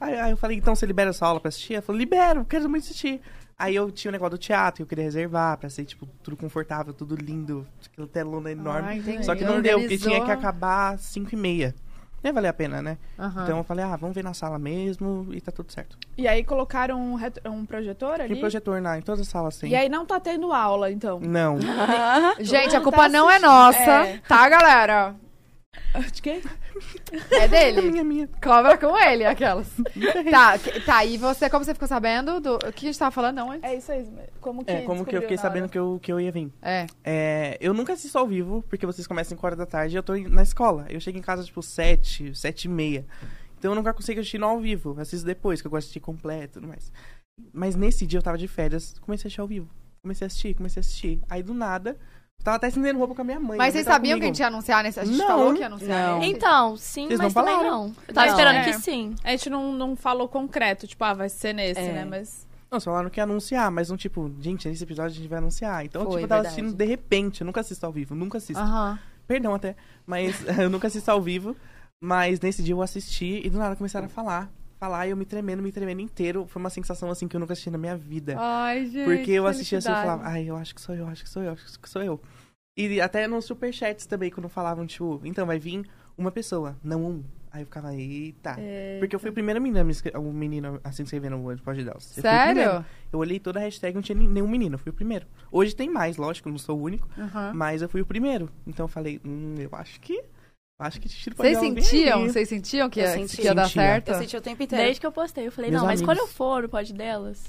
aí, aí eu falei, então você libera essa aula pra assistir? Ela falou, libero, eu quero muito assistir. Aí eu tinha o negócio do teatro, que eu queria reservar pra ser, tipo, tudo confortável, tudo lindo, aquela telona enorme. Ah, entendi. Só que não deu, porque Organizou. tinha que acabar às 5 e meia. Nem valia a pena, né? Aham. Então eu falei, ah, vamos ver na sala mesmo e tá tudo certo. E aí colocaram um, ret- um projetor ali? Tem projetor na, em todas as salas, sim. E aí não tá tendo aula, então. Não. Gente, Todo a mundo culpa tá não é assistindo. nossa, É. tá, galera? De quem? É dele. Minha, minha. Cobra com ele, aquelas. tá, que- tá, e você, como você ficou sabendo do o que a gente tava falando não antes? É isso aí. Ismael. Como que É, como que eu fiquei sabendo que eu, que eu ia vir? É. É, eu nunca assisto ao vivo, porque vocês começam 5 horas da tarde e eu tô em- na escola. Eu chego em casa, tipo, 7, 7 e meia. Então eu nunca consigo assistir no ao vivo. Eu assisto depois, que eu gosto de assistir completo e tudo mais. Mas nesse dia eu tava de férias, comecei a assistir ao vivo. Comecei a assistir, comecei a assistir. Aí do nada, Tava até estendendo roupa com a minha Mas mãe. minha mãe vocês tava sabiam que a comigo. gente ia anunciar nesse? A gente Não. falou que ia anunciar Não. nesse? Então, sim, Vocês não mas também falaram. não. Eu tava Não, esperando é. que sim. A gente não, não falou concreto, tipo, ah, vai ser nesse, É. né? Mas. Não, só falaram que ia anunciar, mas não tipo, gente, nesse episódio a gente vai anunciar. Então, Foi, tipo, eu tava verdade. assistindo de repente. Eu nunca assisto ao vivo, nunca assisto. Aham. Perdão até, mas eu nunca assisto ao vivo. Mas nesse dia eu assisti e do nada começaram a falar. Falar e eu me tremendo, me tremendo inteiro. Foi uma sensação assim que eu nunca assisti na minha vida. Ai, gente. Porque eu assistia assim e felicidade. falava, ai, eu acho que sou eu, acho que sou eu, acho que sou eu. E até nos superchats também, quando falavam, tipo, então vai vir uma pessoa, não um. Aí eu ficava, eita. Porque eu fui a primeira menina, a me inscre- o menino a se inscrever no Pod Delas. Eu fui o primeiro. Sério? Eu olhei toda a hashtag, não tinha ni- nenhum menino, eu fui o primeiro. Hoje tem mais, lógico, eu não sou o único, Aham. mas eu fui o primeiro. Então eu falei, hum, eu acho que. Acho que Titiro pode Vocês dar uma sentiam? vinheta. Vocês sentiam que Eu ia, senti. que ia dar Sentia. certo? Eu senti o tempo inteiro. Desde que eu postei, eu falei, Meus não, mas amigos. quando eu for o pod delas,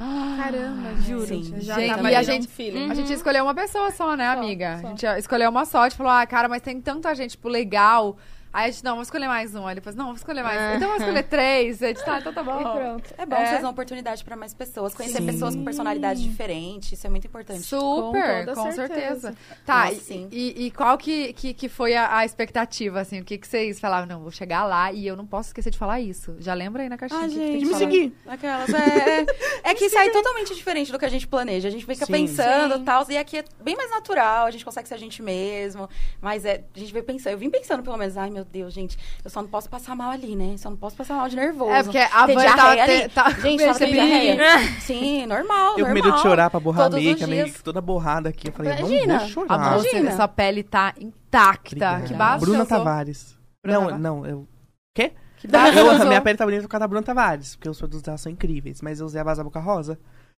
Caramba, juro. Sim. Já Gente, tava e a ali num gente- um Hum? feeling. A gente ia escolher uma pessoa só, né, Só, amiga? só. A gente ia escolher uma só. A gente falou, ah, cara, mas tem tanta gente, tipo, legal. Aí a gente, não, vamos escolher mais um. Aí depois, não, vamos escolher mais um. Então vamos escolher três. A gente, tá, então tá bom. E pronto. É bom É. vocês dão oportunidade para mais pessoas, conhecer Sim. pessoas com personalidades diferentes, isso é muito importante. Super, Com toda com, certeza. certeza. Tá, Nossa, e- sim. E, e qual que, que, que foi a, a expectativa, assim? O que, que vocês falaram? Não, vou chegar lá e eu não posso esquecer de falar isso. Já lembra aí na caixinha. Ah, o que que tem gente, que De me falar? seguir. Aquelas, é, é, é que sai totalmente diferente do que a gente planeja. A gente fica Sim. pensando e tal, e aqui é bem mais natural, a gente consegue ser a gente mesmo. Mas é, a gente veio pensando, eu vim pensando pelo menos, ai meu Deus, gente, eu só não posso passar mal ali, né? Só não posso passar mal de nervoso. É, porque a Ter Vânia tava... diarreia Te, ali. tá, Gente, tava tendo percebi. É. diarreia. Sim, normal, Eu com normal. medo de chorar pra borrar Todos a os make, a make dias. toda borrada aqui. Eu falei, não Imagina. vou chorar. A moça, Imagina. essa pele tá intacta. Obrigado. Que baixo né? Bruna eu sou. Tavares. Bruna não, Tavares. não, eu. Que Ah, baixo eu- eu sou. minha pele tá bonita por causa da Bruna Tavares, porque os produtos dela são incríveis. Mas eu usei a base da boca rosa.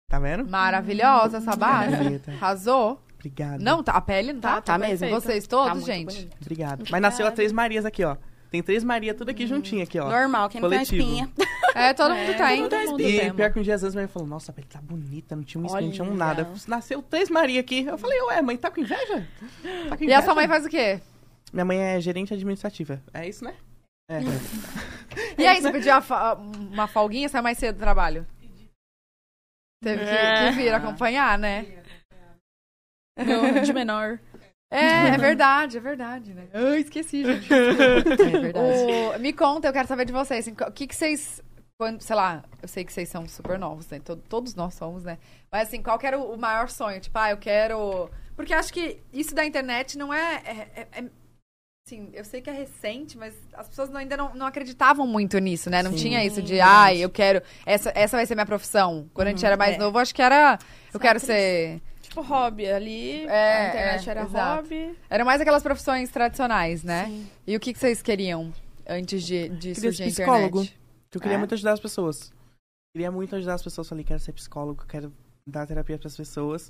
Tá vendo? Maravilhosa essa base. Bonita. Arrasou. Obrigado. Ah, é. Não, tá, a pele não tá? Tá, tá mesmo. perfeito. Vocês Tá todos, muito gente? bonito. Obrigado. Mas nasceu a Três Marias aqui, ó. Tem Três Maria tudo Uhum. aqui juntinho aqui, ó. Normal, quem não tem uma Coletivo. espinha. É, todo mundo É, tem. todo mundo E tem, pior que um dia às vezes minha mãe falou, nossa, a pele tá bonita, não tinha um espinho, não tinha um Olha. nada. Nasceu Três Maria aqui. Eu falei, ué, mãe, tá com inveja? Tá E a com inveja? sua mãe faz o quê? Minha mãe é gerente administrativa. É isso, né? É. E aí, você pediu a fa- uma folguinha, sai mais cedo do trabalho? Teve que, que vir acompanhar, né? No- tipo, de menor. É, é verdade, é verdade, né? Eu esqueci, gente. É verdade. O- me conta, eu quero saber de vocês. assim, o que, que vocês. Quando, sei lá, eu sei que vocês são super novos, né? Todo- todos nós somos, né? Mas assim, qual que era o o maior sonho? Tipo, ah, eu quero. Porque acho que isso da internet não é. é- é- é- assim, eu sei que é recente, mas as pessoas não- ainda não, não acreditavam muito nisso, né? Não Sim. tinha isso de, Sim, ai, verdade. eu quero. Essa, essa vai ser minha profissão. Quando a gente era mais é. novo, acho que era. Eu Ser quero atriz. ser. Tipo, hobby ali. É, a internet é, era exato. hobby. Eram mais aquelas profissões tradicionais, né? E o que, que vocês queriam antes de, de Queria surgir ser a psicólogo. internet? Que eu queria É? muito ajudar as pessoas. Queria muito ajudar as pessoas. Falei, quero ser psicólogo, quero dar terapia pras pessoas.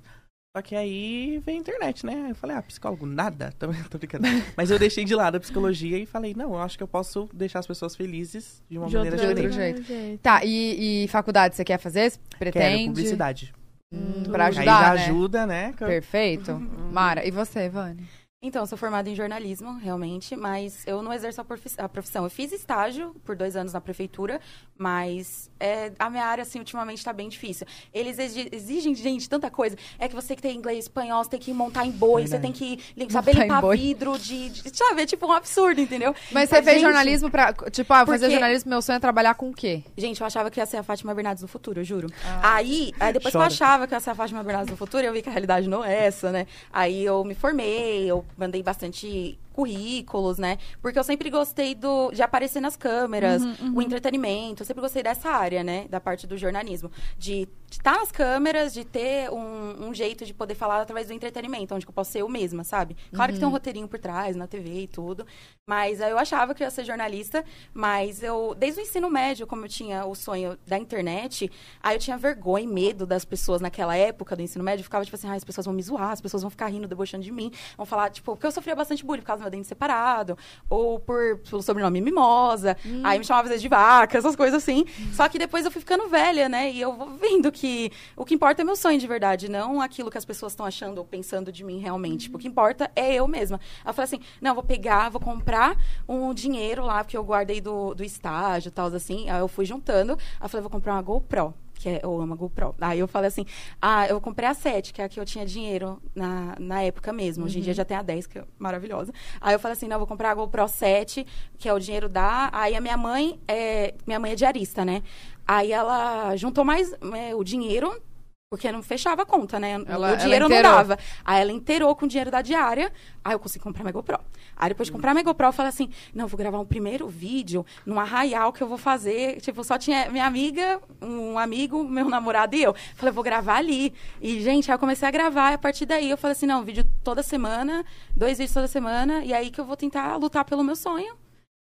Só que aí veio a internet, né? Aí Eu falei, ah, psicólogo, nada. Tô, tô brincando. Mas eu deixei de lado a psicologia e falei, não, eu acho que eu posso deixar as pessoas felizes de uma De maneira outro, outro diferente. jeito. Tá, e, e faculdade você quer fazer? Você Quero Pretende? publicidade. Hum, Tudo. pra Aí ajudar, já né? ajuda, Uhum. né? Que eu- Perfeito. Mara, e você, Vani? Então, eu sou formada em jornalismo, realmente, mas eu não exerço a, profi- a profissão. Eu fiz estágio por dois anos na prefeitura, mas é, a minha área, assim, ultimamente tá bem difícil. Eles exi- exigem, gente, tanta coisa. É que você que tem inglês espanhol, você tem que montar em boi, você tem Verdade. que lim- saber Montar em limpar boi. vidro de, de- Sabe, é tipo um absurdo, entendeu? É Mas você fez Gente, jornalismo pra. Tipo, ah, vou fazer porque- jornalismo, meu sonho é trabalhar com o quê? Gente, eu achava que ia ser a Fátima Bernardes no futuro, eu juro. Aí, aí depois Chora. que eu achava que ia ser a Fátima Bernardes no futuro, eu vi que a realidade não é essa, né? Aí eu me formei, eu mandei bastante currículos, né? Porque eu sempre gostei do, de aparecer nas câmeras, o entretenimento, eu sempre gostei dessa área, né? Da parte do jornalismo. De estar nas câmeras, de ter um, um jeito de poder falar através do entretenimento, onde que eu posso ser eu mesma, sabe? Claro que tem um roteirinho por trás, na TV e tudo. Mas aí eu achava que eu ia ser jornalista, mas eu, desde o ensino médio, como eu tinha o sonho da internet, aí eu tinha vergonha e medo das pessoas naquela época do ensino médio. Eu ficava tipo assim, ah, as pessoas vão me zoar, as pessoas vão ficar rindo, debochando de mim, vão falar, tipo, porque eu sofria bastante bullying por causa do meu dente separado, ou por pelo sobrenome mimosa, aí me chamava às vezes de vaca, essas coisas assim. Só que depois eu fui ficando velha, né? E eu vou vendo que o que importa é meu sonho de verdade, não aquilo que as pessoas estão achando ou pensando de mim realmente. Tipo, o que importa é eu mesma. Aí eu falei assim, não, vou pegar, vou comprar um dinheiro lá, porque eu guardei do, do estágio e tal, assim. Aí eu fui juntando. Aí eu falei, vou comprar uma GoPro. que é o Âmago Pro. Aí eu falei assim, ah, eu comprei a 7, que é a que eu tinha dinheiro na, na época mesmo. Hoje em Uhum. dia já tem a 10, que é maravilhosa. Aí eu falei assim, não, eu vou comprar a GoPro 7, que é o dinheiro da... Aí a minha mãe, é, minha mãe é diarista, né? Aí ela juntou mais é, o dinheiro, porque não fechava a conta, né? Ela- o dinheiro ela não inteirou. dava. Aí ela inteirou com o dinheiro da diária, aí eu consegui comprar minha GoPro. Aí depois de comprar minha GoPro, eu falei assim, não, eu vou gravar um primeiro vídeo num arraial que eu vou fazer. Tipo, só tinha minha amiga, um amigo, meu namorado e eu. Falei, eu vou gravar ali. E, gente, aí eu comecei a gravar, e a partir daí eu falei assim, não, vídeo toda semana, dois vídeos toda semana, e aí que eu vou tentar lutar pelo meu sonho.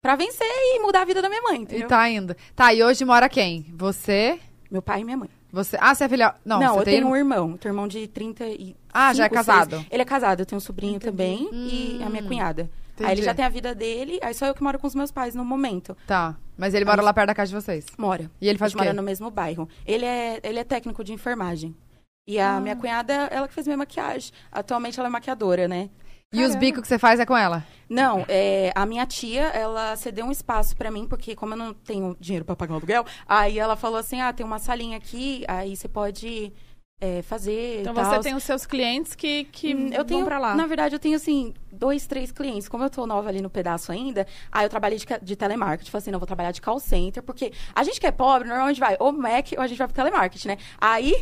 Pra vencer e mudar a vida da minha mãe, entendeu? E tá indo. Tá, e hoje mora quem? Você? Meu pai e minha mãe. Você. Ah, você é filha. Não, Não, você eu tem tenho um irmão, tenho um irmão de 30 e Ah, já é cinco, seis. casado. Hum, Ele é casado, eu tenho um sobrinho também e a minha cunhada. Aí ele entendi. já tem a vida dele, aí só eu que moro com os meus pais no momento. Tá. Mas ele mora lá perto da casa de vocês. Mora. E ele faz o a gente quê? mora no mesmo bairro. Ele é, ele é técnico de enfermagem. E a Ah. minha cunhada, ela que fez minha maquiagem. Atualmente ela é maquiadora, né? E os bicos que você faz é com ela? Não, é, a minha tia, ela cedeu um espaço pra mim, porque como eu não tenho dinheiro pra pagar o aluguel, aí ela falou assim, ah, tem uma salinha aqui, aí você pode é, fazer e Então tal. você tem os seus clientes que, que Hum, eu vão tenho, pra lá. Na verdade, eu tenho, assim, dois, três clientes. Como eu tô nova ali no pedaço ainda, aí eu trabalhei de, ca- de telemarketing. Falei assim, não, vou trabalhar de call center, porque a gente que é pobre, normalmente vai ou Mac ou a gente vai pro telemarketing, né? Aí,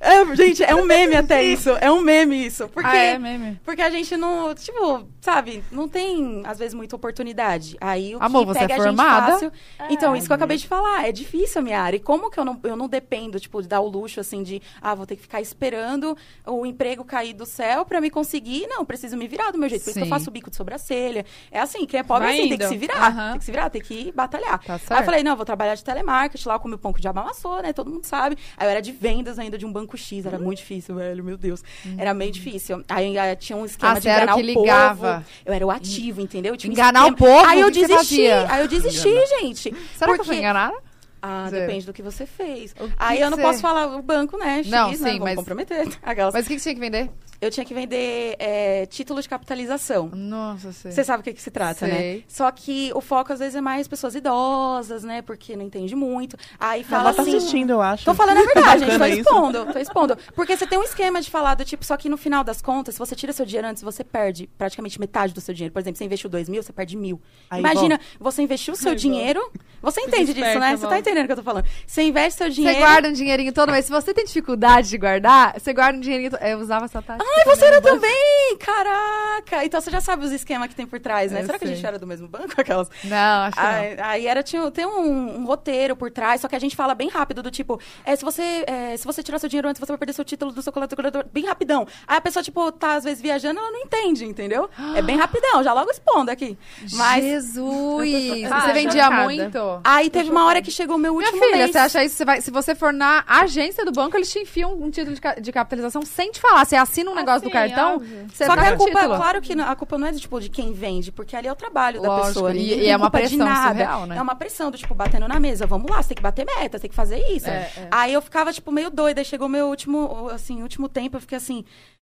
é, gente, é um meme até isso. É um meme isso. Porque... Ah, é meme. Porque a gente não, tipo, sabe, não tem, às vezes, muita oportunidade. Aí o Amor, que você pega é a gente formada? fácil. Então, Uhum. isso que eu acabei de falar, é difícil a minha área. E como que eu não, eu não dependo, tipo, de dar o luxo, assim, de, ah, vou ter que ficar esperando o emprego cair do céu pra me conseguir. Não, preciso me virar do meu jeito. Por isso que eu Sim. faço bico de sobrancelha. É assim, quem é pobre, Vai assim, tem indo. que se virar. Aham. Tem que se virar, tem que batalhar. Tá certo. Aí Ah, eu falei, não, eu vou trabalhar de telemarketing lá, eu comi o pão que o diabo amassou, né? Todo mundo sabe. Aí eu era de vendas ainda de um banco X, era muito difícil, velho, meu Deus. Era meio difícil. Aí eh, tinha um Uhum. esquema Ah, de você era o enganar que povo. ligava. Eu era o ativo, entendeu? Eu tinha um Enganar o esquema. povo? Aí O eu que que você desisti, fazia? aí eu desisti, gente. Será que eu fui Porque- enganada? Ah, Zero. depende do que você fez. O que aí eu não você- posso falar o banco, né? X, Não, né? sim, Vou mas- comprometer. Aquelas- Mas o que, que você tinha que vender? Eu tinha que vender eh, título de capitalização. Nossa, sei. Você sabe o que, que se trata, Sei. né? Só que o foco às vezes é mais pessoas idosas, né? Porque não entende muito. Aí fala Ela tá assim. assistindo, eu acho. Tô falando a verdade, gente. Tô Bacana isso. expondo, tô expondo. Porque você tem um esquema de falar do tipo, só que no final das contas, se você tira seu dinheiro antes, você perde praticamente metade do seu dinheiro. Por exemplo, você investiu dois mil, você perde mil. Aí, Imagina, você investiu o seu Aí, bom. dinheiro. Você entende disso, esperta, né? Você Val. tá entendendo o que eu tô falando. Você investe seu Você dinheiro. guarda um dinheirinho todo mês. Se você tem dificuldade de guardar, você guarda um dinheirinho todo. Eu usava essa tática. Ai, você era também! Caraca! Então você já sabe os esquemas que tem por trás, né? Eu Será que a sei. gente era do mesmo banco? Aquelas. Não, acho que não. Aí, aí era, tinha, tem um, um roteiro por trás, só que a gente fala bem rápido, do tipo, é, se, você, é, se você tirar seu dinheiro antes, você vai perder seu título do seu coletor, coletor, bem rapidão. Aí a pessoa, tipo, tá às vezes viajando, ela não entende, entendeu? É bem rapidão, já logo expondo aqui. Mas Jesus! Ah, você vendia chocada. muito? aí teve uma hora que chegou o meu Minha né? último filha, mês. você acha isso? Você vai, se você for na agência do banco, eles te enfiam um título de, ca- de capitalização sem te falar. Você assina Ah, um negócio do Ah, sim, cartão, óbvio. você é Só que tá a com culpa, título. claro que não- a culpa não é do tipo de quem vende, porque ali é o trabalho da Lógico, pessoa. e- ninguém e tem é uma culpa de pressão nada. surreal, né? É uma pressão do tipo batendo na mesa, vamos lá, você tem que bater meta, você tem que fazer É, isso. É, Aí eu ficava tipo meio doida, aí chegou meu último, assim, último tempo, eu fiquei assim,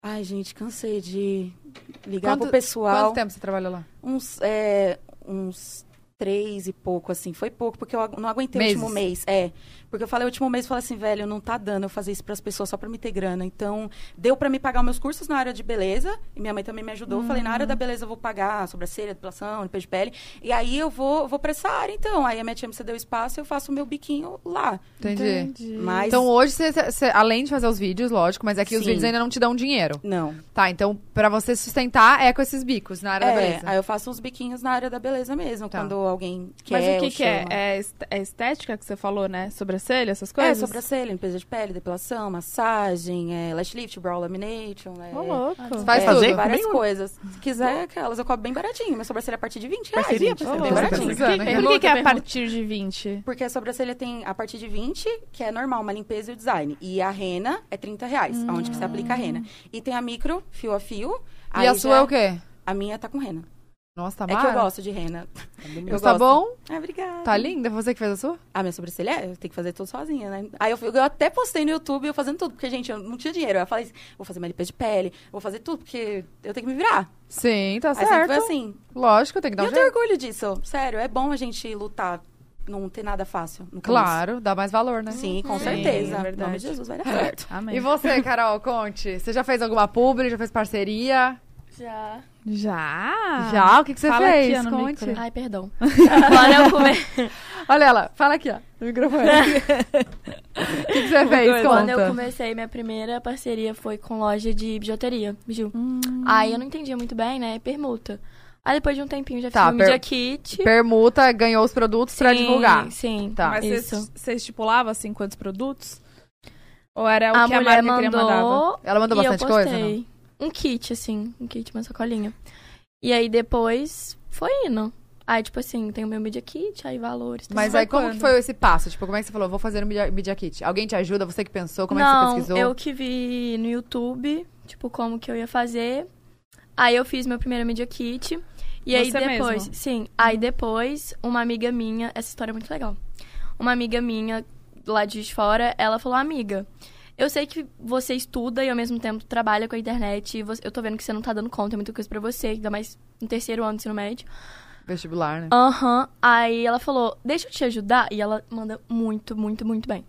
ai gente, cansei de ligar Quanto- pro pessoal. Quanto tempo você trabalhou lá? Uns é, uns três e pouco assim, foi pouco porque eu agu- não aguentei Meses. o último mês, é. Porque eu falei o último mês, eu falei assim, velho, não tá dando eu fazer isso pras pessoas só pra me ter grana. Então, deu pra me pagar meus cursos na área de beleza, e minha mãe também me ajudou. Eu falei, na área Hum. da beleza eu vou pagar sobrancelha, depilação, limpeza de pele, e aí eu vou, vou pra essa área, então. Aí a minha tia me cedeu espaço, eu faço o meu biquinho lá. Entendi. Mas Então hoje, você, você- além de fazer os vídeos, lógico, mas é que os Sim. vídeos ainda não te dão dinheiro. não. Tá, então pra você sustentar é com esses bicos na área da É, beleza. aí eu faço uns biquinhos na área da beleza mesmo, Tá. quando alguém quer. Mas o que, ou que é? chama. é? est- É estética que você falou, né? Sobrancelha, essas É, coisas? sobrancelha, limpeza de pele, depilação, massagem, é, lash lift, brow lamination, né? Ô, louco. Faz é, tudo. Várias Bem- coisas. Se quiser, aquelas eu cobro bem baratinho. Minha sobrancelha é a partir de 20 reais. Parceria, gente, é parceria. bem Você tá baratinho. Por que- né? Por que, que é a Pergunta, partir de 20? Porque a sobrancelha tem a partir de 20, que é normal, uma limpeza e o design. E a rena é 30 reais, onde que você aplica a rena. E tem a micro, fio a fio. E aí a já- sua é o quê? A minha tá com rena. Nossa, tá É que eu mara. gosto de rena. Eu Mas tá gosto. bom? Ah, obrigada. Tá linda? Foi Você que fez a sua? A minha sobrancelha, é, eu tenho que fazer tudo sozinha, né? Aí eu, fui- eu até postei no YouTube, eu fazendo tudo, porque, gente, eu não tinha dinheiro. Aí eu falei assim, vou fazer minha limpeza de pele, vou fazer tudo, porque eu tenho que me virar. Sim, tá Aí sempre certo. foi assim. Lógico, tem que e dar um eu tenho jeito. orgulho disso. Sério, é bom a gente lutar não ter nada fácil no começo. Claro, dá mais valor, né? Sim, com Sim, certeza. verdade. Em nome de Jesus vai dar É. certo. Amém. E você, Carol, conte. Você já fez alguma publi, já fez parceria? Ah, Já. Ah, Já? já? O que, que você fala fez? aqui, ó, no conte. micro. Ai, perdão. Agora eu come... Olha ela, fala aqui, ó, no microfone. O que, que você É fez? Quando eu Conta. comecei, minha primeira parceria foi com loja de bijuteria, Biju. Hum. Aí eu não entendia muito bem, né? Permuta. Aí depois de um tempinho já fiz Tá, um media per- kit. Permuta, ganhou os produtos pra Sim, divulgar. Sim. Tá. Mas Isso. você- você estipulava, assim, quantos produtos? Ou era é o a que a mulher marca queria mandava? mandou Ela mandou e eu bastante postei. coisa? né? não? Um kit, assim. Um kit, uma sacolinha. E aí depois foi indo. Aí, tipo assim, tem o meu media kit, aí valores. tudo Mas isso. aí, como que quando? foi esse passo? Tipo, como é que você falou, vou fazer um media, media kit? Alguém te ajuda? Você que pensou? Como é que não, você pesquisou? eu que vi no YouTube, tipo, como que eu ia fazer. Aí eu fiz meu primeiro media kit. E aí Você depois, mesmo? sim, aí depois uma amiga minha, essa história é muito legal. Uma amiga minha lá de fora, ela falou: "Amiga, eu sei que você estuda e ao mesmo tempo trabalha com a internet e você- eu tô vendo que você não tá dando conta, é muita coisa pra você, ainda mais no terceiro ano do ensino médio. Vestibular, né? Aham. Aí ela falou, deixa eu te ajudar. E ela manda muito, muito, muito bem.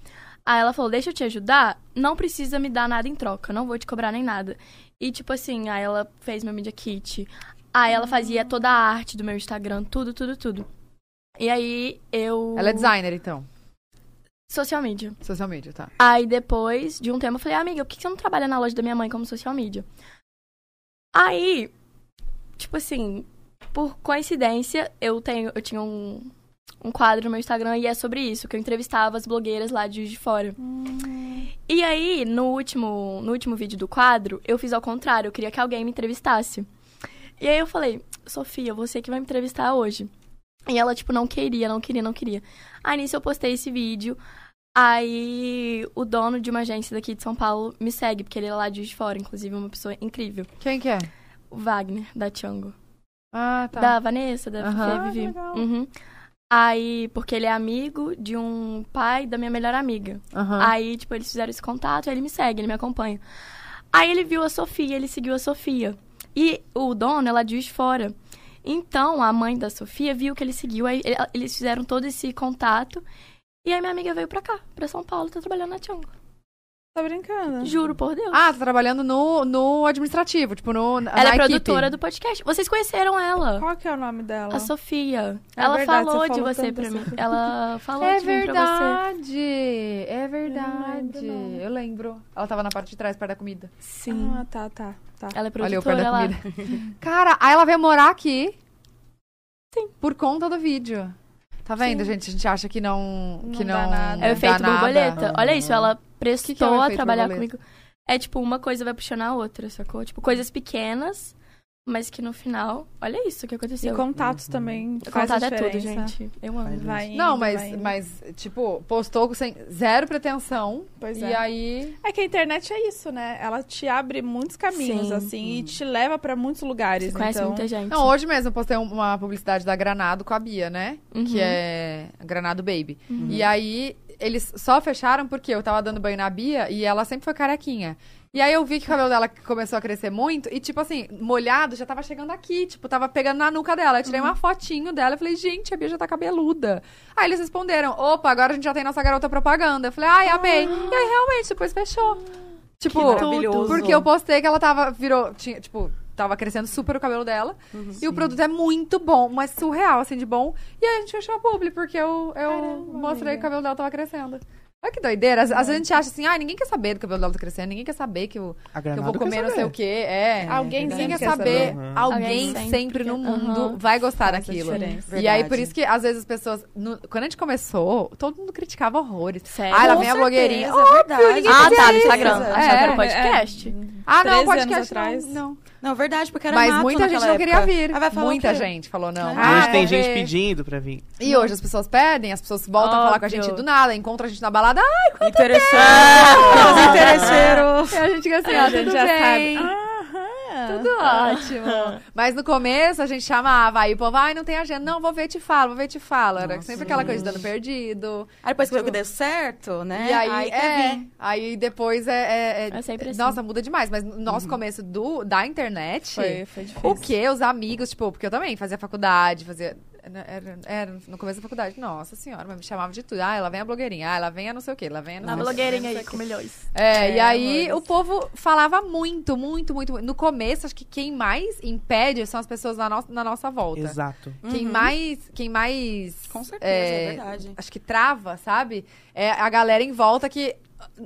Aí ela falou, deixa eu te ajudar. Não precisa me dar nada em troca. Não vou te cobrar nem nada. E tipo assim, aí ela fez meu media kit. Aí ela fazia toda a arte do meu Instagram, tudo, tudo, tudo. E aí eu. Ela é designer, então. Social media. Social media, tá. Aí depois de um tempo eu falei, amiga, por que que você não trabalha na loja da minha mãe como social media? Aí, tipo assim, por coincidência, eu tenho, eu tinha um, um quadro no meu Instagram e é sobre isso, que eu entrevistava as blogueiras lá de Juiz de Fora. E aí, no último, no último vídeo do quadro, eu fiz ao contrário, eu queria que alguém me entrevistasse. E aí eu falei, Sofia, você que vai me entrevistar hoje. E ela, tipo, não queria, não queria, não queria. Aí nisso eu postei esse vídeo. Aí o dono de uma agência daqui de São Paulo me segue, porque ele é lá de Juiz de fora, inclusive, é uma pessoa incrível. Quem que é? O Wagner, da Tiango. Ah, tá. Da Vanessa, da Aham. Fê, Vivi. Ah, que legal. Uhum. Aí, porque ele é amigo de um pai da minha melhor amiga. Aham. Aí, tipo, eles fizeram esse contato, aí ele me segue, ele me acompanha. Aí ele viu a Sofia, ele seguiu a Sofia. E o dono, ela diz fora. Então, a mãe da Sofia viu que ele seguiu, aí ele- eles fizeram todo esse contato. E aí minha amiga veio pra cá, pra São Paulo, tá trabalhando na Tiango. Tá brincando? Juro por Deus. Ah, tá trabalhando no, no administrativo, tipo, no. na- ela na é equipe. produtora do podcast. Vocês conheceram ela? Qual que é o nome dela? A Sofia. É ela verdade, falou, você de falou você tanto pra mim. assim. Ela falou É de mim pra você. verdade. É verdade. Eu não lembro, não. Eu lembro. Ela tava na parte de trás, perto da comida. Sim. Ah, tá, tá, tá. Ela é Olha eu perto produtora da lá. comida. Cara, aí ela veio morar aqui. Sim. Por conta do vídeo. Tá vendo, gente? A gente acha que não. Não que dá não nada. É o dá efeito nada. borboleta. Olha isso, ela prestou Que que é o a efeito trabalhar borboleta? comigo. É tipo, uma coisa vai puxando a outra, sacou? Tipo, coisas pequenas, mas que no final. Olha isso que E aconteceu. contatos também O faz contato a é tudo, diferença. gente. Eu amo. Faz Vai indo, Não, vai mas, indo. mas, tipo, postou sem zero pretensão. Pois e é. aí. É que a internet é isso, né? Ela te abre muitos caminhos, Sim. assim, e te leva pra muitos lugares. Você conhece então... muita gente. Não, hoje mesmo eu postei um, uma publicidade da Granado com a Bia, né? Uhum. Que é Granado Baby. E aí, eles só fecharam porque eu tava dando banho na Bia e ela sempre foi carequinha. E aí eu vi que o cabelo dela começou a crescer muito e, tipo assim, molhado já tava chegando aqui, tipo, tava pegando na nuca dela. Eu tirei uma fotinho dela e falei, gente, a Bia já tá cabeluda. Aí eles responderam, opa, agora a gente já tem nossa garota propaganda. Eu falei, ai, amei. E aí realmente, depois fechou. Tipo, maravilhoso. porque eu postei que ela tava, virou, tinha, tipo, tava crescendo super o cabelo dela. e o produto é muito bom, mas surreal, assim, de bom. E aí a gente fechou a publi, porque eu, eu Caramba, mostrei que amiga. o cabelo dela tava crescendo. Olha que doideira. Às, às vezes a gente acha assim, ah, ninguém quer saber do cabelo dela tá crescendo, ninguém quer saber que eu, A que eu granada vou comer quer não sei o saber. quê. É. Alguém Ninguém quer sempre saber. saber. Uhum. Alguém Alguém sempre sempre no quer- mundo Aham. vai gostar Faz a daquilo. né? diferença. E aí, Verdade. por isso que, às vezes, as pessoas... no- quando a gente começou, todo mundo criticava horrores. Sério? Ah, ela Com vem a certeza, blogueirinha. é Óbvio, ninguém Ah, tá, fazia no isso. Instagram. É, Achava que era É. podcast. Ah, não, 13 podcast anos atrás. não. não. Não, verdade, porque era Mas mato muita gente naquela não queria época. vir. Aí vai falar o muita quê? gente falou não. Ah, Hoje Ah, tem é. gente pedindo pra vir. E hoje as pessoas pedem, as pessoas voltam a falar com a Óbvio. gente do nada, encontra a gente na balada, ah, Interesseiro. Interesseiro. e a gente fica assim, ah, A gente tudo já bem. sabe. Ah, Aham. Tudo ótimo. Mas no começo a gente chamava, aí o povo, ai, não tem agenda. Não, vou ver e te falo, vou ver e te falo. Era Nossa, sempre aquela coisa de dando perdido. Aí depois que o jogo deu certo, né? E aí, quer é, vir. aí depois é. é- é- É sempre assim. nossa, muda demais. Mas no nosso começo do, da internet. Foi, foi difícil. O que? Os amigos, tipo, porque eu também fazia faculdade, fazia. Era, era- era no começo da faculdade. Nossa senhora, mas me chamava de tudo. Ah, ela vem a blogueirinha. Ah, ela vem a não sei o quê. Ela vem a não Na sei o quê. Tá blogueirinha aí, com milhões. É, e É, aí amores. o povo falava muito, muito, muito. muito. No começo, acho que quem mais impede são as pessoas na, no- na nossa volta. Exato. Quem Uhum. mais. Quem mais. Com certeza, é, verdade. Acho que trava, sabe? É a galera em volta que.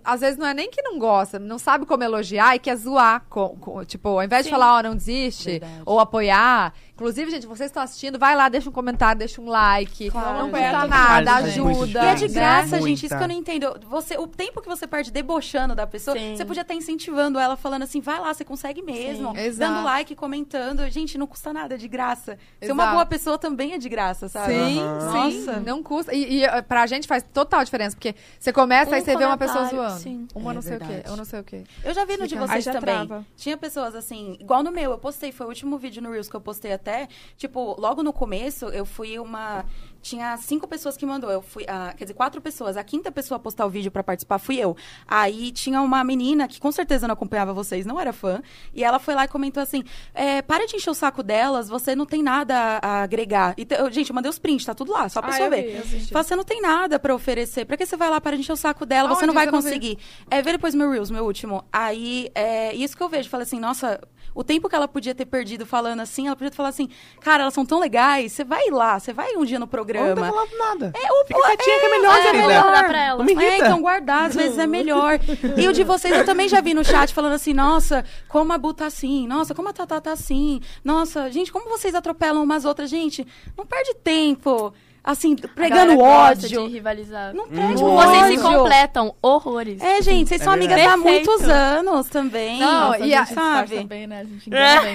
Às vezes não é nem que não gosta, não sabe como elogiar e quer zoar. com- com- tipo, ao invés de Sim. falar, ó, não desiste, Verdade. ou apoiar. Inclusive, gente, vocês estão assistindo, vai lá, deixa um comentário, deixa um like. Claro, não gente. custa Apoiar nada, todo mundo. ajuda. E é de né? graça, gente, Muita. isso que eu não entendo. Você, o tempo que você perde debochando da pessoa, Sim. você podia estar incentivando ela, falando assim, vai lá, você consegue mesmo. Sim. Exato. Dando like, comentando. Gente, não custa nada, é de graça. Ser uma Exato. boa pessoa também é de graça, sabe? Sim, Aham. sim. Nossa. Não custa. E, e eh, pra gente faz total diferença, porque você começa aí Um você vê uma pessoa comentário, zoando. sim. Uma É não sei o quê, verdade. eu não sei o quê. Eu já vi no de Explicar. vocês Aí já também. trava. Tinha pessoas assim, igual no meu, eu postei, foi o último vídeo no Reels que eu postei até. Tipo, logo no começo, eu fui uma. Tinha cinco pessoas que mandou. Eu fui. ah, quer dizer, quatro pessoas. A quinta pessoa a postar o vídeo pra participar fui eu. Aí tinha uma menina que com certeza não acompanhava vocês, não era fã. E ela foi lá e comentou assim: é, para de encher o saco delas, você não tem nada a- a agregar. E te- eu, gente, eu mandei os prints, tá tudo lá, só pra Ah, pessoa eu ver. vi, eu assisti. Você não tem nada pra oferecer. Pra que você vai lá para encher o saco dela? você Aonde? não vai Você não vê? conseguir. É, vê depois meu Reels, meu último. Aí, é isso que eu vejo. Falei assim, nossa, o tempo que ela podia ter perdido falando assim, ela podia ter falado assim, cara, elas são tão legais, você vai lá, você vai um dia no Eu não tá programa. falando nada. É, o Fica quietinha que é melhor, é querida. melhor. Dá pra ela. Não me irrita. É, então guardar, às vezes é melhor. E o de vocês eu também já vi no chat falando assim, nossa, como a Bu tá assim, nossa, como a Tatá tá assim, nossa, gente, como vocês atropelam umas outras, gente, não perde tempo, assim, pregando A galera gosta ódio. De rivalizar. É, tipo, Não tipo, perde Hum. ódio. Vocês se completam horrores. É, gente, vocês É são amigas há verdade. muitos Perfeito. anos também. Não, Nossa, e a- a gente faz sabe? também, né? A gente engana bem.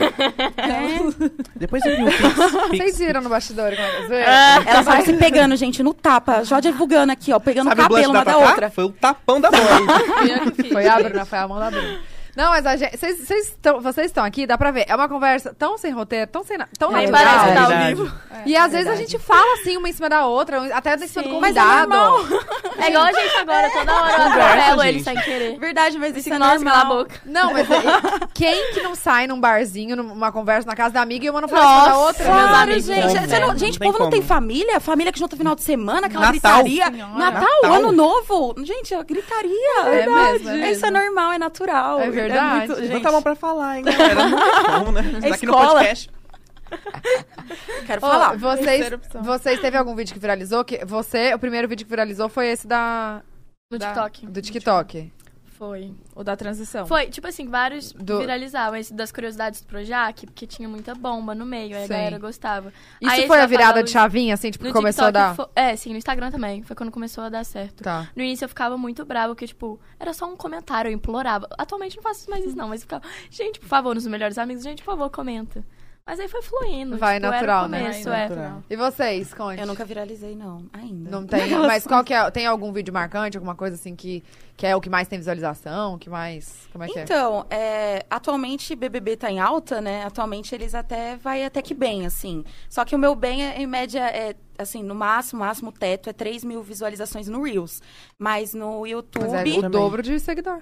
É. Depois eu vi o Pix. Pix. Vocês viram no bastidor como é que é? Elas vão se pegando, gente, no tapa. Jó divulgando aqui, ó, pegando o Sabe o blush cabelo uma da da Tatá? outra. Foi o tapão da mãe. Foi a Bruna, foi a mão da Bruna. Não, mas a gente, vocês- vocês estão- vocês estão aqui, dá pra ver. É uma conversa tão sem roteiro, tão sem nada. Tão Nem natural. parece que tá ao Verdade. vivo. E às vezes a gente fala assim, uma em cima da outra, até em cima do Sim. Mas é convidado. É igual a gente agora, toda hora eu Conversa, atropelo ele gente. sem querer. Verdade, mas isso é Nossa, cala a normal. boca. Não, mas é- quem que não sai num barzinho, numa conversa na casa da amiga e uma não fala em cima da outra? Meus Claro, amigos, gente. né? Você não- Não gente, o tem povo não tem como. família? Família que junta final de semana, aquela Natal. gritaria. Senhora. Natal, Natal. ano novo. Gente, a gritaria. É mesmo, é Isso é mesmo. normal, é natural. É verdade. muito- Não gente, tá bom pra falar, hein, galera? Não tem como, né? Tá aqui no escola. podcast. quero Ô, falar. vocês, Terceira opção. vocês teve algum vídeo que viralizou? Que você, o primeiro vídeo que viralizou foi esse da No da- TikTok. Tá. do TikTok. Foi. O da transição. Foi, tipo assim, vários Do- viralizavam. Esse das curiosidades do Projac, porque tinha muita bomba no meio, aí Sim. a galera gostava. Isso foi Aí esse a da virada Fada de Lu- chavinha, assim, tipo, no que começou a dar. TikTok fo- É, sim, no Instagram também. Foi quando começou a dar certo. Tá. No início eu ficava muito brava, porque, tipo, era só um comentário, eu implorava. Atualmente eu não faço mais isso, não, mas eu ficava, gente, por favor, nos melhores amigos, gente, por favor, comenta. Mas aí foi fluindo. Vai tipo, natural, era o né? começo, Vai é. natural. E vocês, Conte? Eu nunca viralizei, não. Ainda. Não tem, mas qual que é? Tem algum vídeo marcante, alguma coisa assim que, que é o que mais tem visualização? O que mais. Como é que é? Então, é, atualmente BBB tá em alta, né? Atualmente eles até vai até que bem, assim. Só que o meu bem, é, em média, é assim, no máximo, máximo, o teto é 3 mil visualizações no Reels. Mas no YouTube... Mas é Uhum. o Também. dobro de seguidor.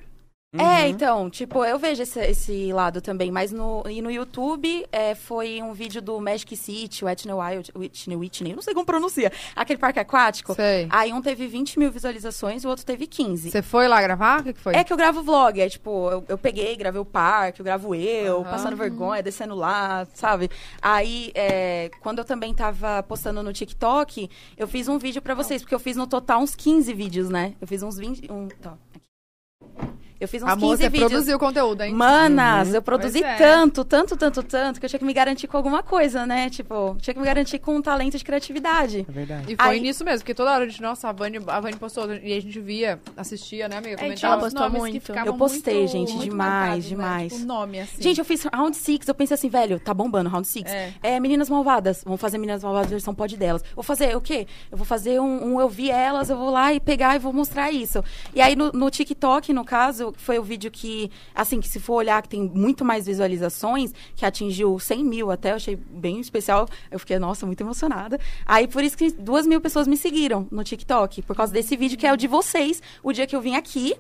É, então, tipo, eu vejo esse, esse lado também, mas no, e no YouTube é, foi um vídeo do Magic City, Whitney Wild, Whitney, Whitney, eu não sei como pronuncia, aquele parque aquático. Sei. Aí um teve 20 mil visualizações, o outro teve 15. Você foi lá gravar? O que, que foi? É que eu gravo vlog, é tipo, eu, eu peguei, gravei o parque, eu gravo eu, Aham. passando vergonha, descendo lá, sabe? Aí, é, quando eu também tava postando no TikTok, eu fiz um vídeo pra vocês, porque eu fiz no total uns 15 vídeos, né? Eu fiz uns 20. Um, tá, aqui. Eu fiz uns a 15 moça é Uhum. vídeos. produziu conteúdo, hein? Manas, eu produzi Pois é. tanto, tanto, tanto, tanto, que eu tinha que me garantir com alguma coisa, né? Tipo, tinha que me garantir com um talento de criatividade. É verdade. E foi Aí- nisso mesmo, porque toda hora a gente, nossa, a Vani, a Vani postou, e a gente via, assistia, né, amiga? É, e Comentava. tinha Ela uns postou nomes que muito. ficavam Eu postei, muito- gente, muito demais, marcados, demais. Né? Tipo, nome, assim. Gente, eu fiz Round six eu pensei assim, velho, tá bombando Round six É. É, Meninas Malvadas. Vamos fazer Meninas Malvadas versão pod delas. Vou fazer o quê? Eu vou fazer um, um Eu Vi Elas, eu vou lá e pegar e vou mostrar isso. E aí no, no TikTok, no caso, foi o vídeo que, assim, que se for olhar que tem muito mais visualizações, que atingiu 100 mil até, eu achei bem especial. Eu fiquei, nossa, muito emocionada. Aí por isso que duas mil pessoas me seguiram no TikTok, por causa desse vídeo que é o de vocês, o dia que eu vim aqui.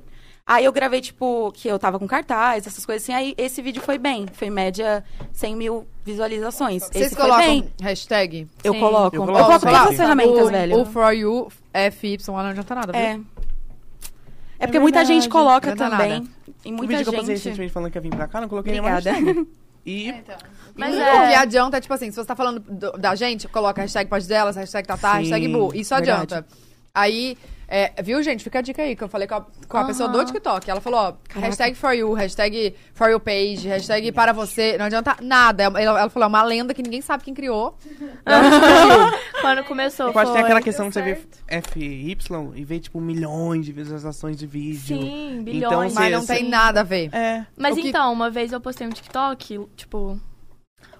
Aí eu gravei, tipo, que eu tava com cartaz, essas coisas assim. Aí esse vídeo foi bem. Foi média 100 mil visualizações. Vocês então, esse foi bem. colocam hashtag? Eu Sim. coloco. Eu Eu coloco coloco, também. todas as ferramentas, o, velho. O for you, FY, não adianta nada, viu? É. É porque muita verdade, gente coloca não dá também. nada. E O muita um vídeo que eu postei gente. recentemente falando que ia vir pra cá, não coloquei nenhuma Obrigada. hashtag. E Mas não é. adianta, tipo assim, se você tá falando do- da gente, coloca hashtag pode delas, hashtag tatá, Sim, hashtag bu. Isso verdade. adianta. Aí, é, viu, gente? Fica a dica aí, que eu falei com a, com a Aham. pessoa do TikTok. Ela falou, ó, hashtag for you, hashtag for you page, hashtag para você. Não adianta nada. Ela, ela falou, é uma lenda que ninguém sabe quem criou. Quando começou, pode ter foi. aquela questão de você ver FY e ver, tipo, milhões de visualizações de vídeo. Sim, Então, bilhões. Mas Sim, não sim. tem nada a ver. É. Mas O que- então, uma vez eu postei um TikTok, tipo,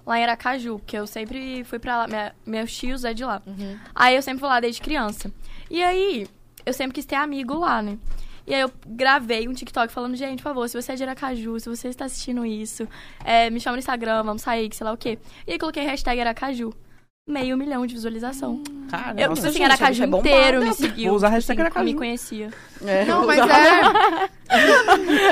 lá em Aracaju, porque eu sempre fui pra lá, minha- meus tios é de lá. Uhum. Aí eu sempre fui lá desde criança. E aí, eu sempre quis ter amigo lá, né? E aí eu gravei um TikTok falando, gente, por favor, se você é de Aracaju, se você está assistindo isso, é, me chama no Instagram, vamos sair, que sei lá o quê. E aí coloquei hashtag Aracaju. Meio milhão de visualização. Cara, eu, Hum. nossa, tipo assim, gente, Aracaju é bombada. inteiro me seguiu. Vou usar tipo hashtag assim, Aracaju. Me conhecia. Não, mas é... um Não,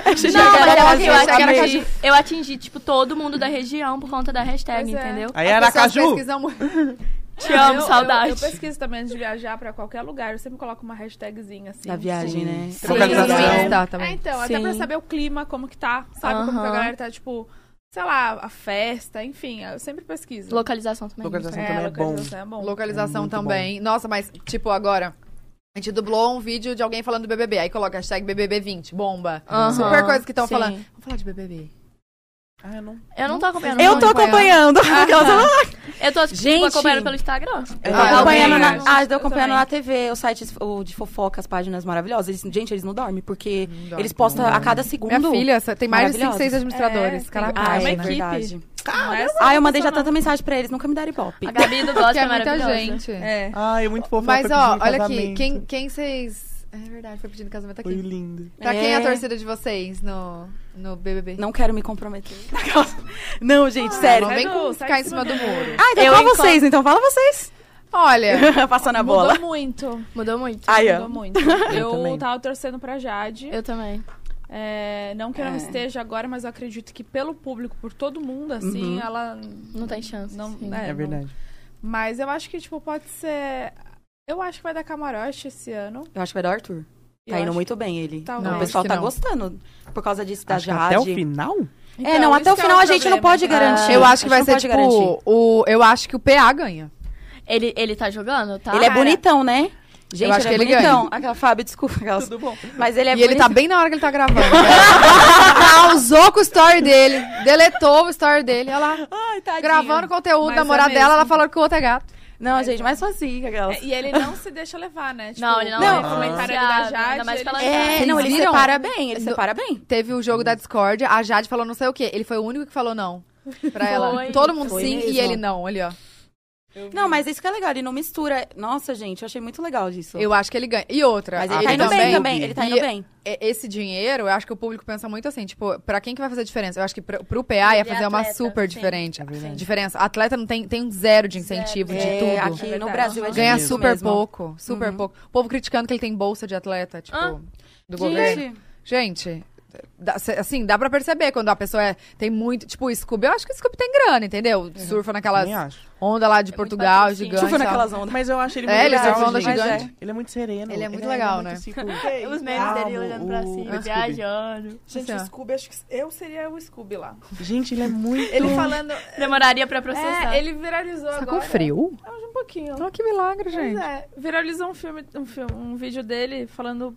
mas é é Aracaju, eu, acho que eu hashtag atingi- Aracaju. eu atingi, tipo, todo mundo da região por conta da hashtag, Pois é. entendeu? Aí as pessoas Aracaju. pesquisam muito. Te amo, saudade. Eu, eu pesquiso também antes de viajar pra qualquer lugar. Eu sempre coloco uma hashtagzinha assim. Da viagem, né? Sim. Pesquisa Localização. no Insta É, também. então, até pra Sim. saber o clima, como que tá, sabe? Como que a Aham. galera tá, tipo, sei lá, a festa, enfim, eu sempre pesquiso. Localização também. Localização é, também é bom. localização é bom. Localização É muito também. Nossa, mas, tipo, agora. A gente dublou um vídeo de alguém falando do BBB. Aí coloca hashtag BBB20, bomba. Aham. Super coisa que estão Sim. falando. Vamos falar de BBB. Ah, eu não. Eu não tô acompanhando. Eu não. tô acompanhando. Eu tô tipo, Gente. acompanhando pelo Instagram. Eu tô Ah, eu acompanhando, também. na, ah, eu tô Eu acompanhando também. na TV, o site o de fofoca, as páginas maravilhosas. Eles- gente, eles não dormem, porque dormem, eles postam a cada Minha segundo. filha, essa- tem mais de 5, Maravilhosos. 6 administradores. É, Cara, tem- Ah, É uma é equipe. verdade. Não é só Ah, eu mandei já funcionar. tanta mensagem pra eles, nunca me deram ibope. A Gabi do Gosto Porque é é muita maravilhosa. gente. É. Ah, é muito fofo. ela Mas, foi pedir ó, em olha aqui. casamento. Quem, quem vocês... É verdade, foi pedindo casamento Foi aqui. lindo. Pra quem é a É. torcida de vocês no, no BBB? Não quero me comprometer. Não, gente, sério. Não Tá vem Edu, com sai ficar em de cima cima do muro. Ah, então Eu fala encontro- vocês, então fala vocês. Olha, Passando a Mudou bola. muito. Mudou muito. Aí, Mudou ó. muito. Eu Eu, também. tava torcendo pra Jade. Eu também. É, não que eu não É. esteja agora, mas eu acredito que pelo público, por todo mundo, assim, Uhum. ela. Não tem chance. Não, sim. né? É, não- verdade. Mas eu acho que, tipo, pode ser. Eu acho que vai dar camarote esse ano. Eu acho que vai dar o Arthur. Eu Tá indo acho- muito bem ele. Talvez. o pessoal Acho que tá não. gostando por causa disso da Acho que Jade. até o final? É, não, Então, até isso o que é final um a gente não problema. pode garantir. eu acho que vai não ser, pode garantir. tipo, o, eu acho que o PA ganha. Ele, ele tá jogando, tá? Ele é Cara, bonitão, né? Gente, acho que ele é ele ganha. bonitão. Aquela Fábio, desculpa. aquelas- Tudo bom. Mas ele é e ele tá bonitão. bem na hora que ele tá gravando. Pausou com o story dele. Deletou o story dele. Olha lá. Ai, tadinho. Gravando conteúdo Mas da namorada é dela, ela mesmo. falou que o outro é gato. Não, gente, mais sozinha aquelas. É, E ele não se deixa levar, né? Tipo, Não, ele não, Não. é comentário influenciável, da Jade, Ainda mais ele- pela É, Vocês não, ele viram? separa bem, ele Do- separa bem. Teve o jogo Uhum. da discórdia, a Jade falou não sei o quê. Ele foi o único que falou não pra ela. Foi, Todo mundo foi sim e mesmo. ele não, ali ó. Não, mas isso que é legal, ele não mistura. Nossa, gente, eu achei muito legal disso. Eu acho que ele ganha. E outra, Mas a- ele, ele tá indo também, bem também, ele tá indo E- é bem. e- esse dinheiro, eu acho que o público pensa muito assim, tipo, pra quem que vai fazer diferença? Eu acho que pro, pro PA ia Ele é fazer uma atleta, super sim. diferente. É verdade. Diferença. Atleta não tem, tem um zero de incentivo de É, tudo. aqui no verdade. Brasil é Ganha difícil super mesmo. Uhum. pouco, super pouco. O povo criticando que ele tem bolsa de atleta, tipo, Ah. do governo. Gente, Gente, dá- cê- assim, dá pra perceber quando a pessoa é- tem muito. Tipo, o Scooby, eu acho que o Scooby tem grana, entendeu? Surfa naquelas Nem acho. ondas lá de É muito Portugal, patrocínio. gigante. chuva e tal. naquelas ondas. Mas eu acho ele É, muito ele legal. surfou onda gente. gigante. Ele é muito sereno. Ele é muito legal, né? tipo, Os memes dele calmo, olhando pra o- cima, o Scooby. viajando. Gente, Assim, ó. o Scooby, acho que eu seria o Scooby lá. Gente, ele é muito... Ele falando. Demoraria pra processar. É, ele viralizou Tá com agora. frio? Hoje um pouquinho. Não, que milagre, Pois gente. é, viralizou um filme, um filme, um vídeo dele falando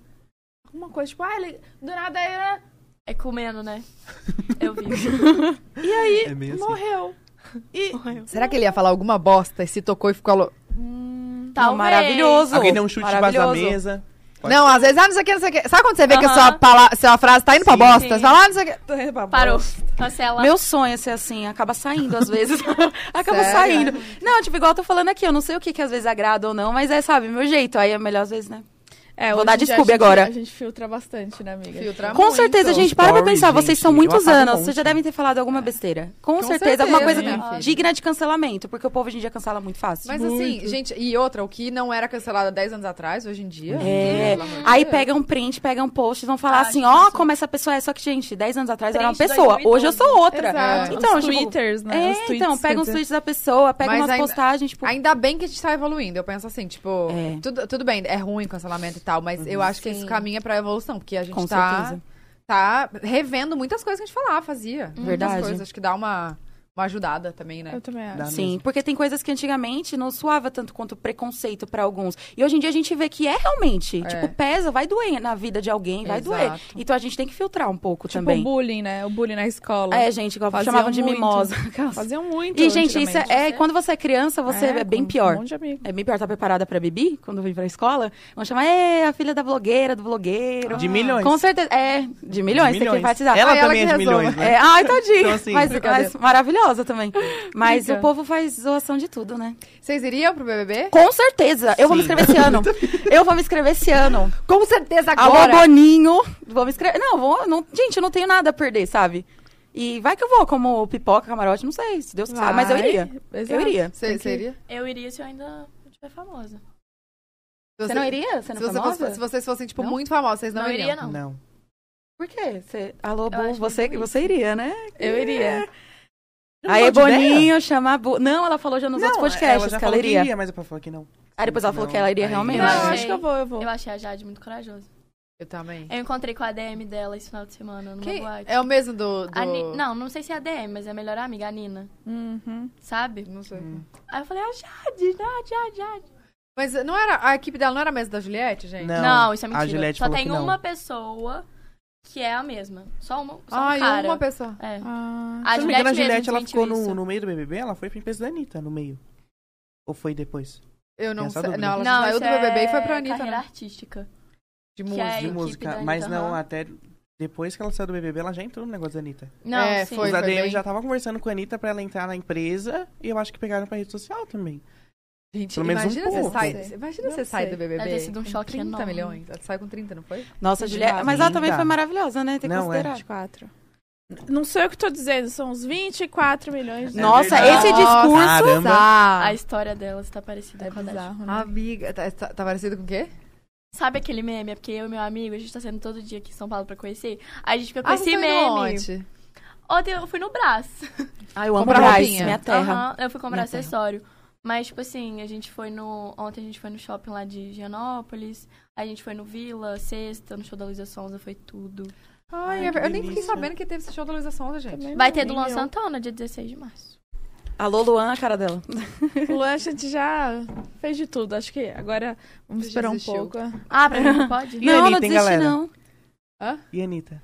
alguma coisa, tipo, ah, ele do nada era. É comendo, né? Eu vi. E aí, É meio assim. morreu. E. Será que ele ia falar alguma bosta e se tocou e ficou. alo- Não, Talvez. maravilhoso. Alguém deu um chute debaixo da Maravilhoso. mesa. Pode Não, às vezes, ah, não sei o que, não sei o que. Sabe quando você vê que a Aham. sua, pala- sua frase tá indo pra Sim. bosta? Você fala, ah, não sei o que. Parou. Cancela. Meu sonho é ser assim, acaba saindo às vezes. acaba Sério? saindo. Não, tipo, igual eu tô falando aqui, eu não sei o que, que às vezes agrada ou não, mas é, sabe, meu jeito. Aí é melhor às vezes, né? É, Vou hoje dar em dia Scooby a gente- agora. A gente filtra bastante, né, amiga? Filtra Com muito. certeza, gente, para pra Stories, pensar. vocês gente, são eu muitos apago um anos. monte. Vocês já devem ter falado alguma besteira. Com, Com certeza, alguma coisa certeza, minha filha. digna de cancelamento. Porque o povo hoje em dia cancela muito fácil. Mas assim, gente, e outra, o que não era cancelado há 10 anos atrás, hoje em dia. assim, É. pelo amor de Aí Deus. pega um print, pega um post, vão falar Ah, assim, tipo ó, assim. como essa pessoa é. Só que, gente, 10 anos atrás eu era uma Print pessoa, hoje eu 2012. sou outra. Exato. Então, os tipo, twitters, né? É, os tweets, então, quer pega uns dizer. tweets da pessoa, pega Mas umas ainda- postagens, tipo, Ainda bem que a gente tá evoluindo. Eu penso assim, tipo, É. Uhum. tudo, tudo bem, é ruim cancelamento e tal, mas eu acho que Sim. esse caminho é pra evolução, porque a gente com tá, certeza. tá revendo muitas coisas que a gente falava, fazia. Verdade. Muitas coisas. Acho que dá uma, uma ajudada também, né? Eu também acho. Dá Sim, porque tem coisas que antigamente não suava tanto quanto preconceito pra alguns. E hoje em dia a gente vê que é realmente, tipo, pesa, vai doer na vida de alguém, vai doer. Exato. Então a gente tem que filtrar um pouco Tipo o também. bullying, né? O bullying na escola. É, gente, igual Faziam chamavam de muito. mimosa. Faziam muito. E, gente, isso antigamente. é, é- quando você é criança, você é, bem com pior. Um monte de amigo. É bem pior, tá preparada pra bebi quando vem pra escola? Vão chamar, é, a filha da blogueira, do blogueiro. De milhões. Com certeza. É, de milhões, tem que enfatizar. Ela Ah, ela também que é de resolva. milhões, né? É, ai, tadinha. Então, assim, mas, brincadeira. mas maravilhosa também. Mas Obrigada. o povo faz zoação de tudo, né? Vocês iriam pro BBB? Com certeza. Eu vou me inscrever esse ano. Eu vou me inscrever esse ano. Com certeza Alô, Boninho. Vou me inscrever. Não, vou, não, gente, eu não tenho nada a perder, sabe? E vai que eu vou, como pipoca, camarote, não sei, se Deus sabe. Mas eu Vai. iria. Eu Exato. iria. Você você iria? Eu iria se eu ainda não tiver famosa. Você não iria? Você não Se, você é fosse- famosa? se vocês fossem, tipo, Não? muito famosos, vocês não, Não, iria, iriam. não. Não. Por quê? Você... Alô, Bu, acho que você, tudo você iria, né? Eu iria. Aí, mudou de Boninho, chamar a Bu. Não, ela falou já nos outros ela podcasts já que ela falou iria. que iria, mas ela falou que não. Aí depois ela falou Não, que ela iria aí- realmente. Não, eu Eu acho achei- que eu vou, eu vou. Eu achei a Jade muito corajosa. Eu também. Eu encontrei com a DM dela esse final de semana numa Quem- boate. É o mesmo do... do... A Ni- Não, não sei se é a DM, mas é a melhor amiga, a Nina. Uhum. Sabe? Não sei. Aí eu falei, a Jade, a Jade, Jade. Mas não era... A equipe dela não era a mesma da Juliette, gente? Não, Não, isso é a mentira. Juliette Só falou tem que não. uma pessoa que é a mesma. Só uma, só um Ai, cara. Ah, uma pessoa. É. Ah, A Se eu não me engano, a mesmo Juliette, ela desmentiu ficou no, isso. no meio do BBB, ela foi pra empresa da Anitta, no meio. Ou foi depois? Eu não Tem essa sei. dúvida. Não, ela Não, saiu isso do BBB e foi pra é Anitta, carreira né? artística. De que música. é- de equipe da música. Anitta, Mas não, aham. até depois que ela saiu do BBB, ela já entrou no negócio da Anitta. Não, É, sim. foi. Os ADM bem. já estavam conversando com a Anitta pra ela entrar na empresa e eu acho que pegaram pra rede social também. Gente, Pelo menos um imagina você pouco. sai, Não sei. imagina Não você sai sei. do BBB. Deve ter sido um com choque 30 enorme. Uhum. milhões. Ela saiu com 30, não foi? Nossa, Entendi. Juliette. Mas ela também Linda. foi maravilhosa, né? Tem que Não, é. considerar. 24. Não sei o que tô dizendo, são uns 24 milhões de Nossa, verdade. esse discurso. Caramba. A Tá. história dela está parecida É com a da Jade. bizarro, né? Amiga, tá, tá- tá parecido com o quê? Sabe aquele meme? É porque eu e meu amigo, a gente tá saindo todo dia aqui em São Paulo pra conhecer. Aí a gente fica com Ah, esse você foi meme. Onde? Ontem eu fui no Brás. Ai, eu amo Comprar Brás, roupinha. minha terra. Aham, eu fui comprar Minha acessório. Mas, tipo assim, a gente foi no. Ontem a gente foi no shopping lá de Gianópolis. A gente foi no Vila, sexta, no show da Luísa Sonza, foi tudo. Ai, Ai, é que ver- eu nem fiquei delícia. sabendo que teve esse show da Luísa Sonza, gente. Também Vai não, ter do nem Luan eu. Santana, dia 16 de março. Alô, Luan, a cara dela. O Luan, a gente já fez de tudo. Acho que agora vamos Já esperar um desistiu. pouco. Ah, pra mim não pode? E não, Anitta, não hein, desiste, galera? não. E a Anitta?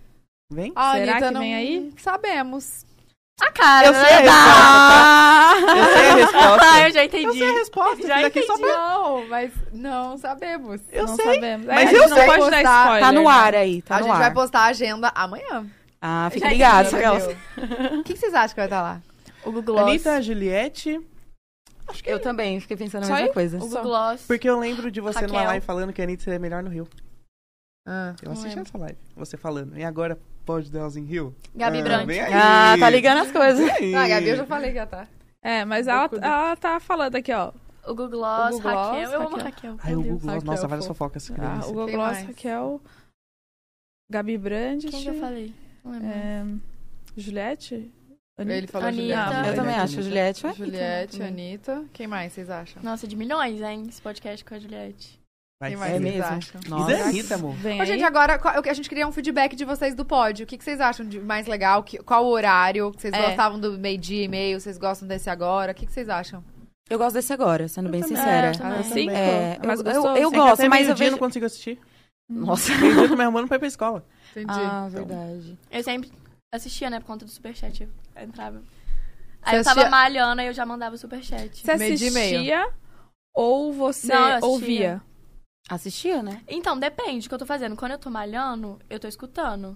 Vem? A Será Ah, Anitta que não... vem aí? Sabemos. Ah, cara! Eu sei a Eu sei a Ah, Ah! eu resposta. já entendi. Eu sei a resposta. Já fiz aqui só pra- Não, mas não sabemos. Eu não sei. sabemos. É, Mas a gente eu não sei. pode dar Tá spoiler. Tá no né? ar aí, tá a no gente ar. vai postar a agenda amanhã. Ah, fica Já ligado, entendi, aquelas- entendeu? O que, que vocês acham que vai estar lá? O Google Gloss. Anitta, Juliette... Eu também, fiquei pensando a Só mesma aí? coisa. O Google Gloss. Porque eu lembro de você numa Raquel. live falando que a Anitta seria melhor no Rio. Ah. Eu Não assisti lembro. essa live, você falando. E agora pode dar em Rio? Gabi ah, Brandt. vem aí. Ah, tá ligando as coisas. Vem Ah, aí. Gabi, eu já falei que ia estar. É, mas ela, ela tá falando aqui, ó. O Google Gloss, O Google Gloss, Raquel. Eu amo Raquel. Raquel. Ai, meu o Deus. Google, Raquel, nossa, várias fofo. fofocas. que Ah, delícia. o Google Quem Gloss, mais? Raquel, Gabi Brandes, Quem que eu falei? Não lembro. é, Juliette? Anitta? Ele falou Anitta. Juliette. Eu também Juliette, acho, Juliette. ué. Juliette, Anitta. Quem mais vocês acham? Nossa, de milhões, hein? Esse podcast com a Juliette. Vai Quem ser. mais É vocês mesmo. acham? Ah, E da Nossa. Anitta, amor. Vem Ô, aí. gente, agora qual- eu- a gente queria um feedback de vocês do pódio. O que, que vocês acham de mais legal? Que- qual o horário? Que Vocês É. gostavam do meio-dia e meio? Vocês gostam desse agora? O que, que vocês acham? Eu gosto desse agora, sendo bem também. sincera. É, também. Ah, sim? É, É mais eu- eu- gostoso. eu É que gosto, até mas eu meio-dia vejo- não consigo assistir. Nossa. Meio-dia eu tô me arrumando pra ir pra escola. Entendi. Ah, verdade. Eu sempre assistia, né, por conta do superchat. Eu entrava. Você Aí eu tava assistia- malhando e eu já mandava o superchat. Você Meio-dia e meio. assistia ou você Não, eu assistia. ouvia? Assistia, né? Então, depende do que eu tô fazendo. Quando eu tô malhando, eu tô escutando.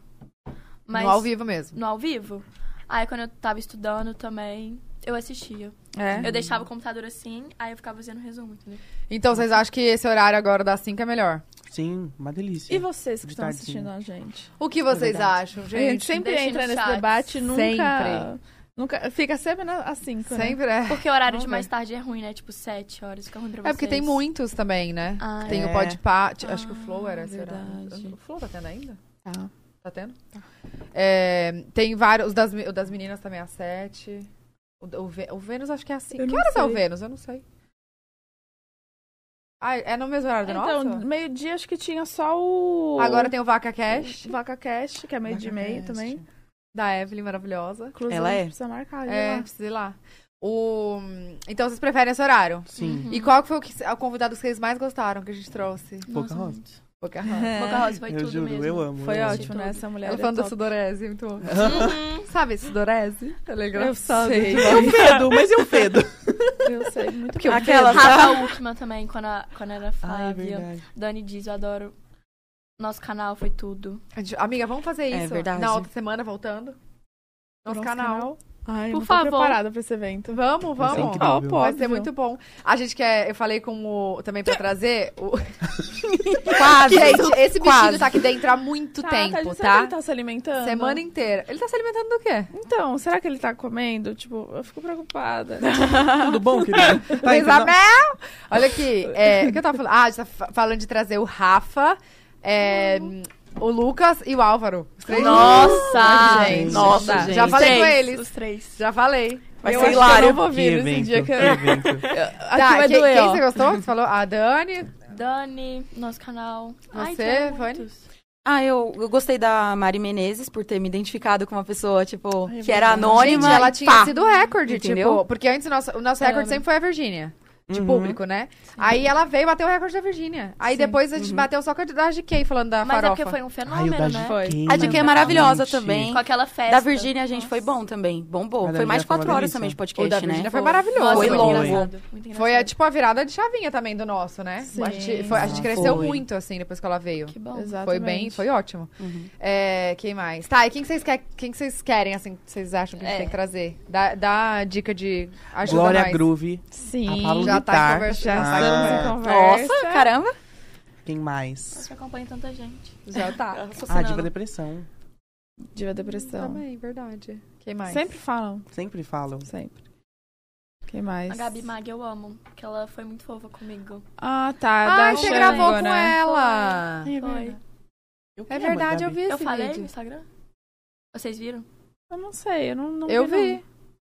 Mas No ao vivo mesmo. no ao vivo. Aí quando eu tava estudando também, eu assistia. É. Eu deixava o computador assim, aí eu ficava fazendo resumo, entendeu? Então vocês acham que esse horário agora das 5 é melhor? Sim, uma delícia. E vocês que estão Ditadinho. assistindo a gente? O que vocês Verdade. acham, A gente? gente sempre deixa entra no nesse chat. debate, nunca. Sempre. Nunca, fica sempre na- assim, né? Sempre é. Porque o horário de Vamos mais tarde é ruim, né? Tipo, 7 horas, fica ruim pra vocês. É porque tem muitos também, né? Ah, Tem É. o Podpah, t- acho que o Ah, Flow era, será? verdade. O Flow tá tendo ainda? Tá. Tá tendo? É, tem vários, o das, me- o das meninas também é às sete. O, o, Vê- o Vênus acho que é assim. Eu Que não horas é o sei. Vênus? Eu não sei. Ah, é no mesmo horário do Então, nosso? meio-dia acho que tinha só o. Agora tem o Vaca Cash, Vaca Cash, que é meio-dia e meio Podcast. também. da Evelyn, maravilhosa. Inclusive, Ela é? precisa marcar. É, É. precisa ir lá. O, então vocês preferem esse horário? Sim. E qual que foi o, que, o convidado que vocês mais gostaram que a gente trouxe? Uhum. Nossa, Pocahontas. muito. Pocahontas. Pocahontas foi É. eu tudo juro, mesmo. eu amo. Foi eu amo. ótimo, né? Essa mulher. Ela é falando da top. sudorese, muito bom. Sabe sudorese? Ela é Eu engraçada. sei, Eu fedo, mas eu fedo. eu sei muito Porque bem. o Aquela, Rafa Ultima também, quando, a, quando era Ai, é Flávia. verdade. Dani diz, eu adoro. Nosso canal foi tudo. A gente- Amiga, vamos fazer É isso verdade. na outra semana, voltando. Nosso, Nosso canal. Ai, eu não Por tô favor. preparada pra esse evento. Vamos, Vai ser vamos. incrível. Topo, Vai ser óbvio. muito bom. A gente quer. Eu falei com o. Também pra trazer. O... Quase. Gente, esse bichinho Quase. tá aqui dentro há muito Tá, tá, tempo, gente, será que tá? Ele tá se alimentando. Semana inteira. Ele tá se alimentando do quê? Então, será que ele tá comendo? Tipo, eu fico preocupada. Tipo, Tudo bom, querido? Tá, Luísa então, Mel! Olha aqui, é, o que eu tava falando? Ah, a gente tá fa- falando de trazer o Rafa, é, o Lucas e o Álvaro. Os três Nossa, juntos. gente. Nossa, Tá, gente. Já falei com Três, eles. Os três. Já falei. Vai eu ser acho que hilário. Eu não vou que vir nesse evento, dia que que eu... evento. Aqui tá, vai quem, doer, quem ó. você gostou? Você falou? A Dani. Dani, nosso canal. Ai, Você, tem Vani? muitos. Ah, eu, eu gostei da Mari Menezes por ter me identificado com uma pessoa, tipo, Ai, que era verdade. anônima. Gente, ela e tinha pá. sido recorde, Entendeu? tipo. Porque antes o nosso, o nosso Ela, recorde né? sempre foi a Virgínia. De Uhum. público, né? Aí ela veio e bateu o recorde da Virgínia. Aí Sim. depois a gente bateu só com a da GK falando da Mas é farofa. porque foi um Ai, o fenômeno, da né? Foi. GK, A de que é mano. maravilhosa Gente. também. Com aquela festa. Da Virgínia a gente Nossa. foi bom também. Bombou. A da Foi Virgínia mais de foi uma quatro horas delícia. também de O da podcast, Virgínia né? foi Nossa, maravilhoso. Foi muito longo. engraçado, muito Foi a, engraçado. tipo a virada de chavinha também do nosso, né? Sim. a gente, foi- a gente Ah, cresceu foi. muito, assim, depois que ela veio. Que bom. Exatamente. Foi bem, foi ótimo. Uhum. É, quem mais? Tá, e quem que vocês, quer, quem que vocês querem, assim, que vocês acham que a gente É. tem que trazer? Dá, dá dica de ajuda Glória nós. Groove. Sim. A Paula Já tá em Vittar. conversa- Já Ah. estamos em Ah. conversa. Nossa, caramba. Quem mais? Você acompanha tanta gente. Já tá. Ah, Diva Depressão. Diva Depressão. Também, verdade. Então. Quem mais? Sempre falam. Sempre falam. Sempre. Quem mais? A Gabi Mag eu amo, porque ela foi muito fofa comigo. Ah, tá. Ah, da você Xango, gravou com né? ela. É Foi. verdade. Eu É quero, verdade, eu Gabi. vi esse Eu falei no vídeo. Instagram? Vocês viram? Eu não sei, eu não, não Eu não. vi.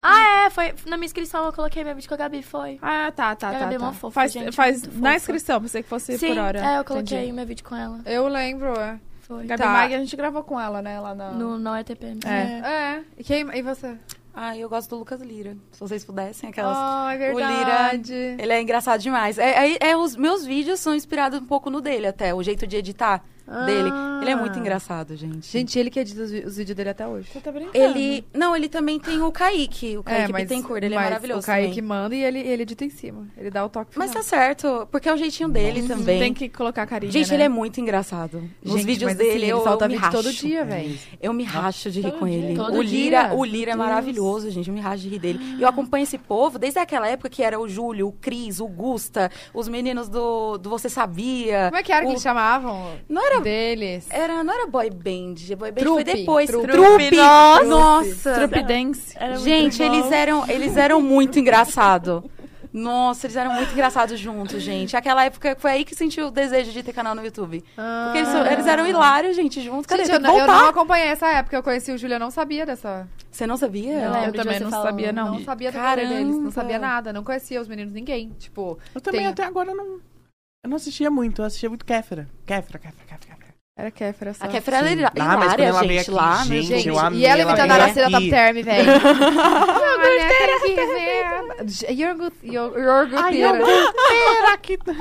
Ah, é, foi. Na minha inscrição eu coloquei meu vídeo com a Gabi, foi. Ah, tá, tá, A tá. Gabi é tá. mó fofa, faz gente, faz muito na fofa. inscrição, pensei que fosse Sim, por hora. é, eu coloquei Entendi. meu vídeo com ela. Eu lembro, é. Foi. Gabi Tá. Mag, a gente gravou com ela, né? Ela na... No Não ETP. É. É. E, quem, e você? Ah, eu gosto do Lucas Lira. Se vocês pudessem, aquelas. Ah, é o Lira- verdade. Ele é engraçado demais. É, é- é os meus vídeos são inspirados um pouco no dele até, o jeito de editar dele. Ele é muito engraçado, gente. Ah. Gente, ele que edita os, vi- os vídeos dele até hoje. Você tá brincando? ele, não, ele também tem o Kaique, o Kaique Bittencourt, ele é mas maravilhoso O Kaique também. manda e ele, ele edita em cima. Ele dá o toque final. Mas tá certo, porque é o jeitinho dele também. Tem que colocar carinho. Gente, né? ele é muito engraçado. Nos Gente, vídeos mas, assim, dele, ele eu, solta eu me vídeo racho. todo dia, velho. Eu me racho de rir Todo com dia. ele. Todo o Lira, dia. o Lira é maravilhoso, gente. Eu me racho de rir dele. E eu acompanho esse povo desde aquela época que era o Júlio, o Cris, o Gusta, os meninos do, do Você Sabia. Como é que era o- que eles chamavam? Não era, É. Deles. era, não era boy band, boy band Trupe, foi depois. trupe. Trupe, nossa! Trupe dance. Era muito Gente, bom. eles eram, eles eram muito engraçados. Nossa, eles eram muito engraçados juntos, gente. Aquela época foi aí que senti o desejo de ter canal no YouTube. Porque eles, eles eram hilários, gente, juntos. Cadê? Ah, Gente, Tem eu, que não- eu voltar. não acompanhei essa época. Eu conheci o Júlio, eu não sabia dessa. Você não sabia? Eu Eu, lembro de também você não falando, sabia, Não, não. sabia do rolê Caramba. deles. Não sabia nada. Não conhecia os meninos, ninguém. Tipo, Eu também Tem. até agora não. Eu não assistia muito, eu assistia muito Kéfera. Kéfera, Kéfera, Kéfera. Kéfera. Era Kéfera só. A Kéfera era Sim. Ah, hilá- mas quando hilária, ela veio gente, aqui, lá. né? gente, gente, eu amei e ela é ela imitando a veio Aracila Top aqui. Term, tá velho. tá Eu gostei Iorguteira.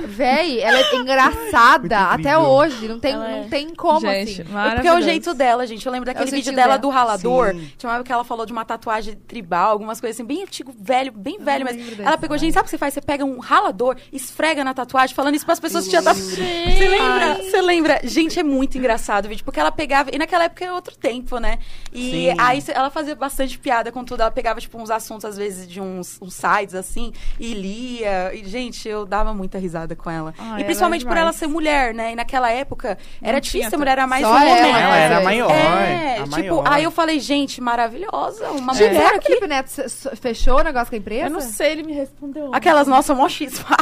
Véi, ela é Muito engraçada até incrível. hoje. Não tem, Ela é. não tem como, Gente, assim. Porque é o jeito dela, gente. Eu lembro daquele senti vídeo o dela dela. do ralador. Sim. Tinha uma época que ela falou de uma tatuagem tribal, algumas coisas assim, bem antigo, velho, bem velho. Mas lembro ela dessa, pegou, gente, sabe o que você faz? Você pega um ralador, esfrega na tatuagem, falando isso pras pessoas que já tá. Você lembra? Você lembra? Gente, é muito engraçado o vídeo, porque ela pegava. E naquela época era é outro tempo, né? E Sim. aí cê- ela fazia bastante piada com tudo. Ela pegava, tipo, uns assuntos, às vezes, de uns, uns sites, assim, e lia. E, gente, eu dava muita risada com ela. Ai, ela e é principalmente por demais. ela ser mulher, né? E naquela época Não era tinha difícil, a tanto. mulher era mais Só homem. ela, Ela era É, maior. É, a tipo, maior. aí eu falei, gente, maravilhosa, uma Gente, mulher será que o aqui. Felipe Neto se- se- fechou o negócio com a empresa? Eu não sei, ele me respondeu. Aquelas, nossa, mó chispa.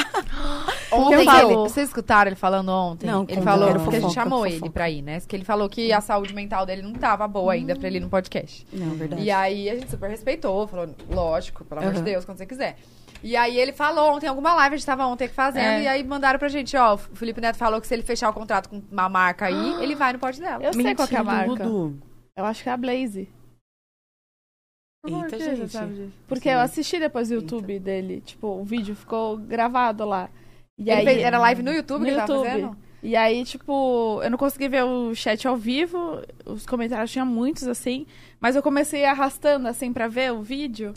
Ontem Quem ele, falou? vocês escutaram ele falando ontem? Não, ele conta, falou quero porque a gente fofoca, chamou fofoca. ele pra ir, né? Que ele falou que a saúde mental dele não tava boa ainda pra ele ir no podcast. Não, verdade. E aí a gente super respeitou, falou, lógico, pelo amor de Aham. Deus, quando você quiser. E aí ele falou ontem, alguma live a gente tava ontem aqui fazendo, É. e aí mandaram pra gente, ó, o Felipe Neto falou que se ele fechar o contrato com uma marca aí, ele vai no pod dela. Eu sei qual que é a marca. Tudo. Eu acho que é a Blaze. Eita, Por que gente. você sabe disso? Porque eu assisti depois o Então. YouTube dele. Tipo, o vídeo ficou gravado lá. E Ele aí, fez- era um live no YouTube no que ele tava YouTube. fazendo? E aí, tipo, eu não consegui ver o chat ao vivo, os comentários tinha muitos, assim, mas eu comecei arrastando, assim, pra ver o vídeo.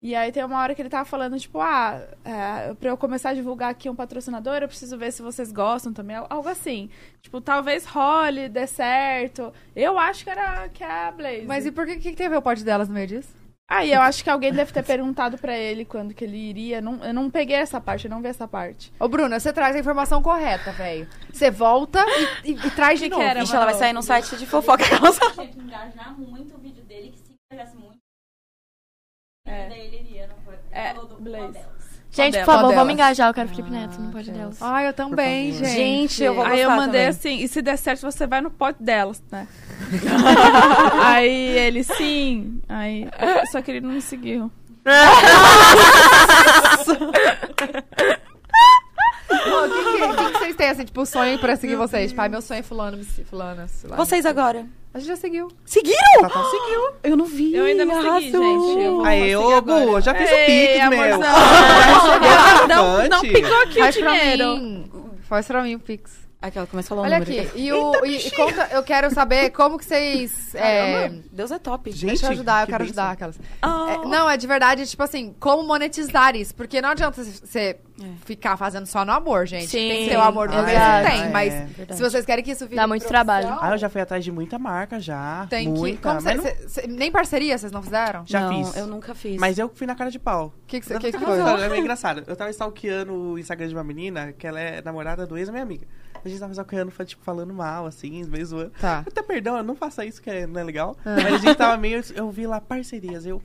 E aí tem uma hora que ele tava falando, tipo, ah, é, pra eu começar a divulgar aqui um patrocinador, eu preciso ver se vocês gostam também, al- algo assim. Tipo, talvez role, dê certo. Eu acho que era que é a Blaze. Mas e por que, que teve o pod delas no meio disso? Aí eu acho que alguém deve ter perguntado pra ele quando que ele iria. Não- eu não peguei essa parte, eu não vi essa parte. Ô, Bruna, você traz a informação correta, velho. Você volta e, e- e traz de Que que novo. era, Ixi, ela vai sair num site de fofoca. Nossa. tinha que engajar muito o vídeo dele, que se engajasse muito. É. Daí ele iria, não foi? Ele É, falou do Blaze. Delas. Gente, Pode por favor, delas. vamos engajar. Eu quero Felipe Neto, não pode delas. Ai, eu também, favor. gente. Gente, eu vou Aí eu gostar mandei também. assim, e se der certo, você vai no pote delas, né? Aí ele, sim. Aí, só que ele não me seguiu. O que, que- que que vocês têm, assim, tipo, sonho pra seguir vocês? Pai, meu sonho é fulano, me se- fulana, sei lá. Vocês agora. A gente já seguiu. Seguiram? Tatá Tá, seguiu. Eu não vi. Eu ainda não segui, arrasou. gente. Eu vou Aí, seguir ô, agora. Bu, eu já fiz o Ei, Pix, meu. amorzão. Não, Não, não pingou aqui Faz o pra dinheiro. mim. Faz pra mim o Pix. Aquela começou a falar o Olha número. aqui. E, o, e- e conta, eu quero saber como que vocês. é, Caramba, Deus é top. Gente, Deixa eu ajudar, eu que quero bênção. ajudar aquelas. É, não, é de verdade, tipo assim, como monetizar isso? Porque não adianta você É. ficar fazendo só no amor, gente. Sim. Tem que ter o amor do Ah, mesmo, é, tem. é, mas é se vocês querem que isso vire Dá muito profissão, trabalho. Ah, eu já fui atrás de muita marca já. Tem que. muita, Como mas cê, não- cê- cê- nem parceria vocês não fizeram? já não, fiz. eu nunca fiz. Mas eu fui na cara de pau. O que, que, cê- que, que foi? Não, é engraçado. Eu tava stalkeando o Instagram de uma menina, que ela é namorada do ex da minha amiga. A gente tava stalkeando, fa- tipo, falando mal, assim, meio zoando. Tá. Até perdão, eu não faça isso que é- não é legal. Ah. Mas a gente tava meio. Eu vi lá parcerias. Eu.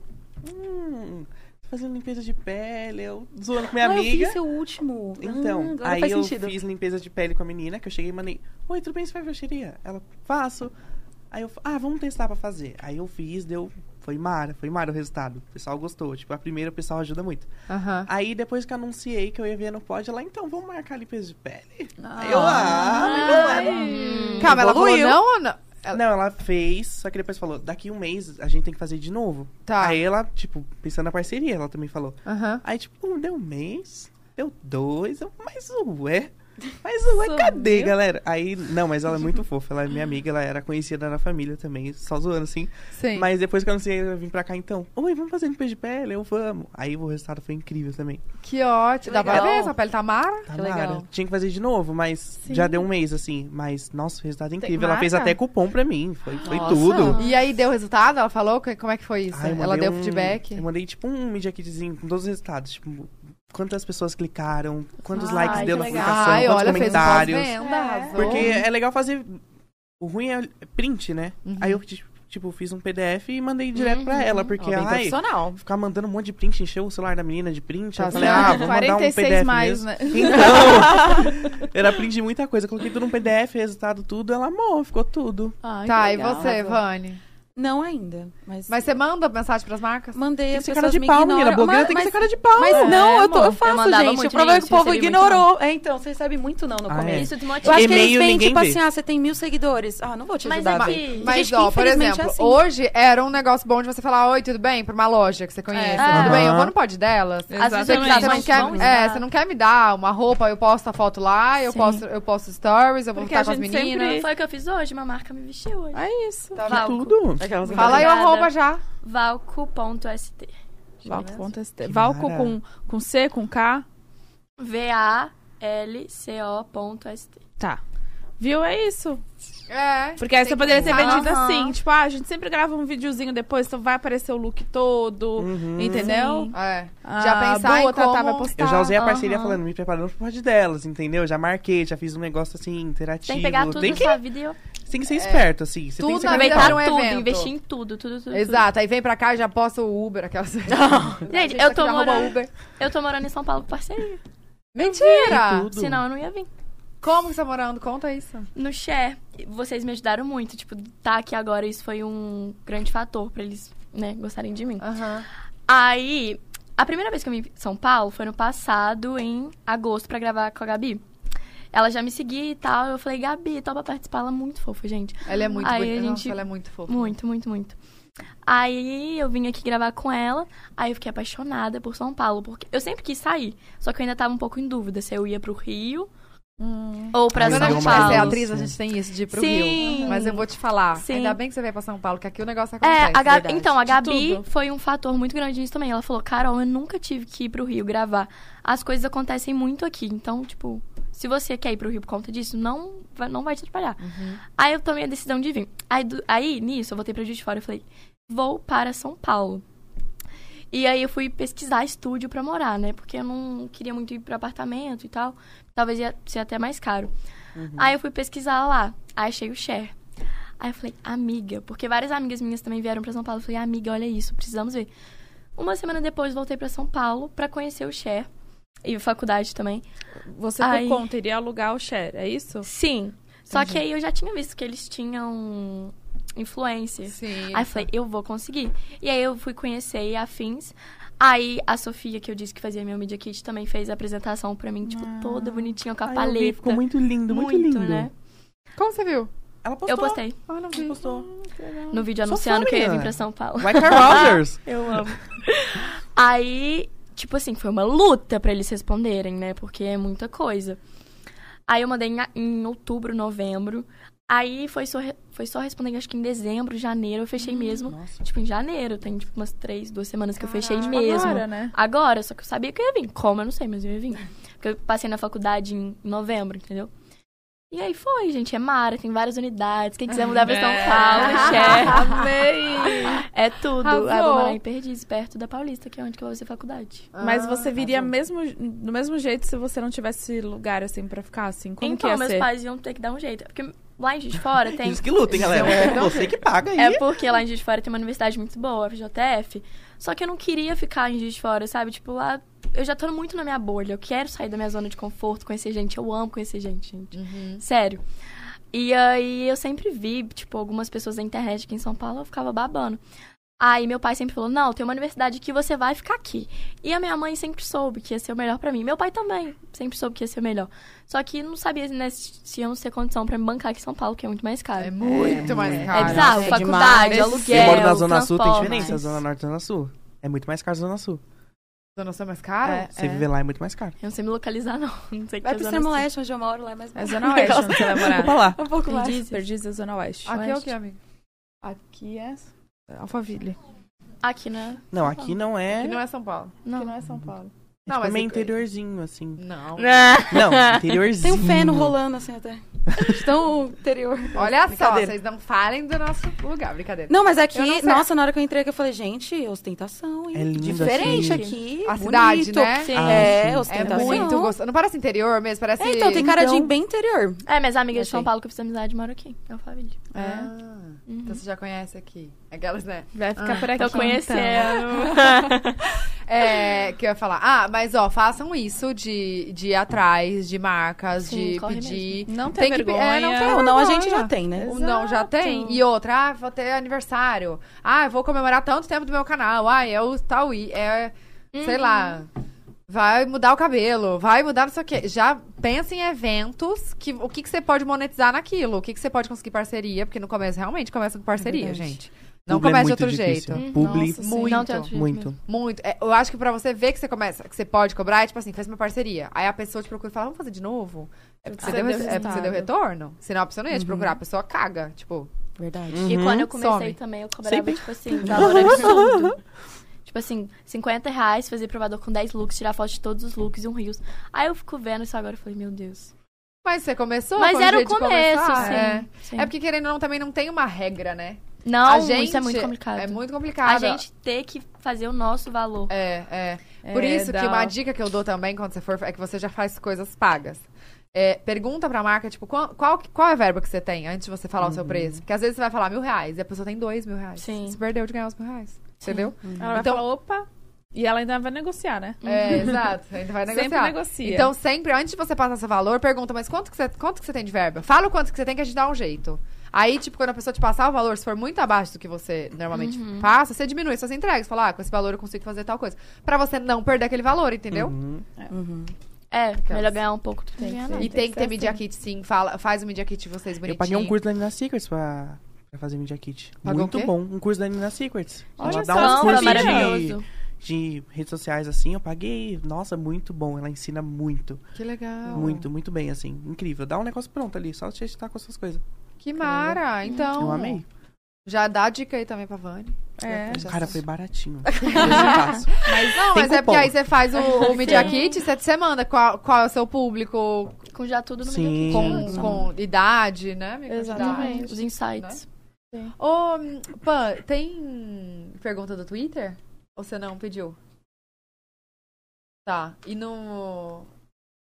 Hum. Fazendo limpeza de pele, eu zoando com minha Ah, amiga. eu fiz o último. Hum, Então, agora aí faz eu sentido. fiz limpeza de pele com a menina, que eu cheguei e mandei, oi, tudo bem, você faz bruxaria? Ela, faço. Aí eu, ah, vamos testar pra fazer. Aí eu fiz, deu, foi mara, foi mara o resultado. O pessoal gostou, tipo, a primeira o pessoal ajuda muito. Aham. Aí depois que eu anunciei que eu ia ver no pod, ela, então, vamos marcar limpeza de pele? Aí eu, ah, legal. Calma, ela falou Evoluiu. não ou não? Ela- Não, ela fez, só que depois falou, daqui um mês a gente tem que fazer de novo. Tá. Aí ela, tipo, pensando na parceria, ela também falou. Aham. Aí, tipo, deu um mês, deu dois, eu, mas ué, mas ué, cadê, Sumiu. galera? Aí, não, mas ela é muito fofa, ela é minha amiga, ela era conhecida na família também, só zoando assim. Sim. Mas depois que eu anunciei, eu vim pra cá então, oi, vamos fazer limpeza de pele? Eu, vamos. Aí o resultado foi incrível também. Que ótimo. Dá pra legal. ver? Sua pele tá mara. Tá Ah, Que mara. legal. Tinha que fazer de novo, mas já deu um mês assim, mas, nossa, o resultado é incrível. Ela fez marca? até cupom pra mim, foi, foi Nossa. tudo. E aí deu resultado? Ela falou? Que- Como é que foi isso? Ai, eu ela mandei deu um- feedback? Eu mandei tipo um media kitzinho com todos os resultados. Tipo, quantas pessoas clicaram, quantos Ai, likes que deu na legal. publicação, Ah, Ai, quantos olha, fez um comentários. pós-venda, É. arrasou. porque é legal fazer. O ruim é print, né? Uhum. Aí eu, ti- tipo, fiz um PDF e mandei direto pra ela, porque, Ó, bem ai, profissional. ficar mandando um monte de print, encheu o celular da menina de print. Tá eu falei, certo. ah, vou mandar um 46 PDF. mais, mesmo. né? Então, era print de muita coisa. Coloquei tudo num PDF, resultado tudo. Ela amou, ficou tudo. Ai, Tá, que e legal. você, Vani? Não ainda. Mas, Mas você manda mensagem pras marcas? mandei Tem que as ser pessoas cara de me pau, ignoram. menina. Blogueira Mas- tem que ser mas- cara de pau. Mas não, eu, tô, eu amor. Eu faço, mandava gente. muito, o problema é que gente, o povo recebi muito ignorou. É, então, vocês recebem muito não no Ah, começo. Isso desmotiva. Eu acho que E-mail eles vêm, ninguém tipo vê. assim, ah, você tem mil seguidores. Ah, não vou te Mas ajudar. é velho. que- Tem Mas, gente que, ó, por infelizmente, exemplo, é assim. hoje era um negócio bom de você falar, oi, tudo bem? Pra uma loja que você conhece. É. Tudo bem, eu vou Aham. no pod delas. Às Você, vezes Exatamente. você não Mas vão quer, é, usar. você não quer me dar uma roupa, eu posto a foto lá, eu, Sim. posto, eu posto stories, eu vou Porque ficar a com as gente meninas. sempre- Foi o que eu fiz hoje, uma marca me vestiu hoje. É isso. Tá Valco. Tudo. Aquelas- Fala aí o Obrigada. arroba já. Valco.st. Valco com, TST. Valco mara. com, com C, com K. V-A-L-C-O.st. Tá. Viu? É isso. É. Porque aí tem você poderia que ter usar. vendido Aham. assim. Tipo, ah, a gente sempre grava um videozinho depois, então vai aparecer o look todo, Uhum. entendeu? É. Ah, Já pensar em boa, Tatá como- vai postar. Eu já usei a parceria Aham. falando, me preparando pro pod delas, entendeu? Já marquei, já fiz um negócio assim, interativo. Tem que pegar tudo tem da que, sua vida e eu tem que ser esperto, assim. Você tem Tudo que ser na vida era aproveitar um tudo, evento. investir em tudo, tudo, tudo. Exato, aí vem pra cá e já posta o Uber, aquelas. Gente, eu tô já rouba morando- Uber. tudo. Eu tô morando em São Paulo com parceria. Mentira! tudo. Senão eu não ia vir. Como que você tá morando? Conta isso. No Cher, vocês me ajudaram muito. Tipo, tá aqui agora, isso foi um grande fator pra eles, né, gostarem de mim. Aham. Aí, a primeira vez que eu vim em São Paulo foi no passado, em agosto, pra gravar com a Gabi. Ela já me seguia e tal. Eu falei, Gabi, topa participar. Ela é muito fofa, gente. Ela é muito Aí a bonita. Nossa, gente- ela é muito fofa. Muito, muito, muito. Aí eu vim aqui gravar com ela. Aí eu fiquei apaixonada por São Paulo. Porque eu sempre quis sair. Só que eu ainda tava um pouco em dúvida se eu ia pro Rio ou pra Ai, Quando a São gente deu uma vai ser Paulo. é atriz, a gente tem isso de ir pro Sim. Rio. Mas eu vou te falar. Sim. Ainda bem que você veio pra São Paulo, que aqui o negócio acontece. É, a Gabi, verdade. então, a de Gabi tudo. foi um fator muito grande nisso também. Ela falou, Carol, eu nunca tive que ir pro Rio gravar. As coisas acontecem muito aqui. Então, tipo, se você quer ir pro Rio por conta disso, não vai, não vai te atrapalhar. Uhum. Aí eu tomei a decisão de vir. Aí, do- aí nisso, eu voltei pra Juiz de Fora e falei, vou para São Paulo. E aí eu fui pesquisar estúdio pra morar, né? Porque eu não queria muito ir pra apartamento e tal. Talvez ia ser até mais caro. Uhum. Aí eu fui pesquisar lá. Aí achei o Cher. Aí eu falei, amiga, porque várias amigas minhas também vieram pra São Paulo. Eu falei, amiga, olha isso, precisamos ver. Uma semana depois voltei pra São Paulo pra conhecer o Cher e faculdade também. Você Ai. por conta iria alugar o share, é isso? Sim. Uhum. Só que aí eu já tinha visto que eles tinham influencer. Sim. Aí eu falei, eu vou conseguir. E aí eu fui conhecer a Fins. Aí a Sofia, que eu disse que fazia meu Media Kit, também fez a apresentação pra mim, tipo, toda bonitinha, com a Ah. Ai, eu vi, paleta. Ficou muito lindo, muito, lindo. né? Como você viu? Ela postou. Eu postei Ah, não vi. Postou. no vídeo Sou anunciando fã, que eu ia vir menina. pra São Paulo. White Rogers. Eu amo. Aí, tipo assim, foi uma luta pra eles responderem, né? Porque é muita coisa. Aí eu mandei em, a- em outubro, novembro. Aí foi só, re- foi só responder, acho que em dezembro, janeiro, eu fechei mesmo. Nossa. Tipo, em janeiro, tem tipo umas três, duas semanas que eu fechei Caraca. mesmo. Agora, né? Agora, só que eu sabia que eu ia vir. Como, eu não sei, mas eu ia vir. Porque eu passei na faculdade em novembro, entendeu? E aí foi, gente. É Mara, tem várias unidades. Quem quiser mudar pra Então São É. Paulo, é chefe. Amei! É tudo. Arrasou. Aí eu vou morar em Perdiz, perto da Paulista, que é onde que eu vou fazer faculdade. Mas você viria mesmo, do mesmo jeito se você não tivesse lugar, assim, pra ficar, assim? Como que então, ia meus ser? pais iam ter que dar um jeito. Porque lá em Juiz de Fora tem... Eles que lutem, galera. É você que paga aí. É porque lá em Juiz de Fora tem uma universidade muito boa, a FJF. Só que eu não queria ficar em Juiz de Fora, sabe? Tipo, lá... Eu já tô muito na minha bolha. Eu quero sair da minha zona de conforto, conhecer gente. Eu amo conhecer gente, gente. Uhum. Sério. E aí, eu sempre vi, tipo, algumas pessoas da internet aqui em São Paulo, eu ficava babando. Aí meu pai sempre falou: "Não, tem uma universidade que você vai ficar aqui". E a minha mãe sempre soube que ia ser o melhor pra mim. Meu pai também sempre soube que ia ser o melhor. Só que não sabia né, se se iam ter condição pra me bancar aqui em São Paulo, que é muito mais caro. É É, muito mais caro. bizarro, é faculdade, demais. aluguel. Eu moro na Zona Sul, tem transporte. diferença. Zona Norte e Zona Sul. É muito mais caro a Zona Sul. Zona Sul é mais caro? É. Você viver lá é muito mais caro. Eu não sei me localizar não, não sei o que Vai é Zona pro extremo Sul. leste, onde eu moro, lá é mais É Zona Oeste onde você vai morar. Opa lá. Um pouco mais. Perdiz. Perdiz é Zona Oeste. Aqui é o Oeste. que, amigo? Aqui é Alphaville. Aqui, né? Não, aqui não é. Que não é São Paulo. Não. Que não é São Paulo. Não, tipo, mas meio é- interiorzinho, assim. Não. Não, interiorzinho. Tem um feno rolando, assim, até. De tão interior. Olha só, Brincadeira. vocês não falem do nosso lugar, brincadeira. Não, mas Eu não aqui, sei. nossa, na hora que eu entrei aqui, eu falei, gente, ostentação, hein? É lindo Diferente aqui. aqui. A bonito. cidade, né? Sim. Ah, sim. É, É É tá ostentação. muito gostoso. Não parece interior mesmo, parece... É, então, tem cara de Então- bem interior. É, minhas amigas de São Achei. Paulo que eu fiz amizade moram aqui. É o Favid. É. Ah, Uhum. Então você já conhece aqui. Aquelas, né? Vai ficar por aqui. então. Tô conhecendo. É, que eu ia falar. Ah, mas ó, façam isso de, de ir atrás, de marcas, Sim, de corre pedir. Não tem, Tem que- vergonha. é, não tem É, o não a gente vergonha. já tem, né? Ou Não, já tem. E outra, ah, vou ter aniversário. Ah, eu vou comemorar tanto tempo do meu canal. Ah, é o tal e é, sei lá. Vai mudar o cabelo, vai mudar não sei o quê. Já pensa em eventos, que, o que, que você pode monetizar naquilo, o que, que você pode conseguir parceria, porque no começo realmente começa com parceria, verdade. gente. Não Publi é começa de muito outro difícil. jeito. Publi, Nossa, Muito. Não tem outro jeito muito. mesmo. Muito. É, eu acho que pra você ver que você começa, que você pode cobrar, é tipo assim, fez uma parceria. Aí a pessoa te procura e fala, vamos fazer de novo? É porque você, Você deu, deu re- é porque você resultado. deu retorno. Senão a pessoa não ia Uhum. te procurar, a pessoa caga. Tipo, Verdade. E quando eu Uhum. comecei Some. também, eu cobrava, Sempre. tipo assim, um valor absurdo. tipo assim, 50 reais, fazer provador com 10 looks, tirar foto de todos os looks e um rios. Aí eu fico vendo isso agora e falei, meu Deus. Mas você começou? Mas foi um era o jeito de começo, começar? sim. É. sim. É porque, querendo ou não, também não tem uma regra, né? Não, a gente, isso é muito complicado. É muito complicado. A gente ter que fazer o nosso valor. É, é. Por É, isso que dá. uma dica que eu dou também quando você for é que você já faz coisas pagas. É, pergunta pra marca, tipo, qual, qual, que- qual é a verba que você tem antes de você falar o seu preço? Porque às vezes você vai falar mil reais e a pessoa tem dois mil reais. Uhum. Sim. Você perdeu de ganhar os mil reais. Entendeu? Ela Então- vai falar, opa. E ela ainda vai negociar, né? É, exato. Ainda vai negociar. Sempre negocia. Então, sempre, antes de você passar seu valor, pergunta, mas quanto que você, quanto que você tem de verba? Fala o quanto que você tem que a gente dá um jeito. Aí, tipo, quando a pessoa te passar o valor, se for muito abaixo do que você normalmente passa, você diminui suas entregas. Fala, ah, com esse valor eu consigo fazer tal coisa. Pra você não perder aquele valor, entendeu? Uhum. Uhum. É, Aquelas. melhor ganhar um pouco do que Tem que ganhar ser. nada. E Ah, tem que ter ser media assim. kit, sim. Fala, faz o media kit de vocês bonitinho. Eu paguei um curso da Nina Secrets pra, pra fazer Media Kit. Pagou Muito o quê? bom. Um curso da Nina Secrets. Olha ela só, dá uns Caramba, Caramba, cursos maravilhoso. de, de redes sociais, assim. Eu paguei. Nossa, muito bom. Ela ensina muito. Que legal. Muito, muito bem, assim. Incrível. Dá um negócio pronto ali. Só você estar com essas coisas. Que mara. Então. Eu amei. Já dá a dica aí também pra Vani. É. Já Cara, tá. foi baratinho. é Preço fácil. Não, Tem mas é cupom. porque aí você faz o, o media kit, você, você manda qual, qual é o seu público, Com já tudo no Sim. meio com, Sim. com idade, né? amiga? Exatamente. Né? Idade. Os insights. Ô, hum, Pan, tem pergunta do Twitter? Ou você não pediu? Tá. E no.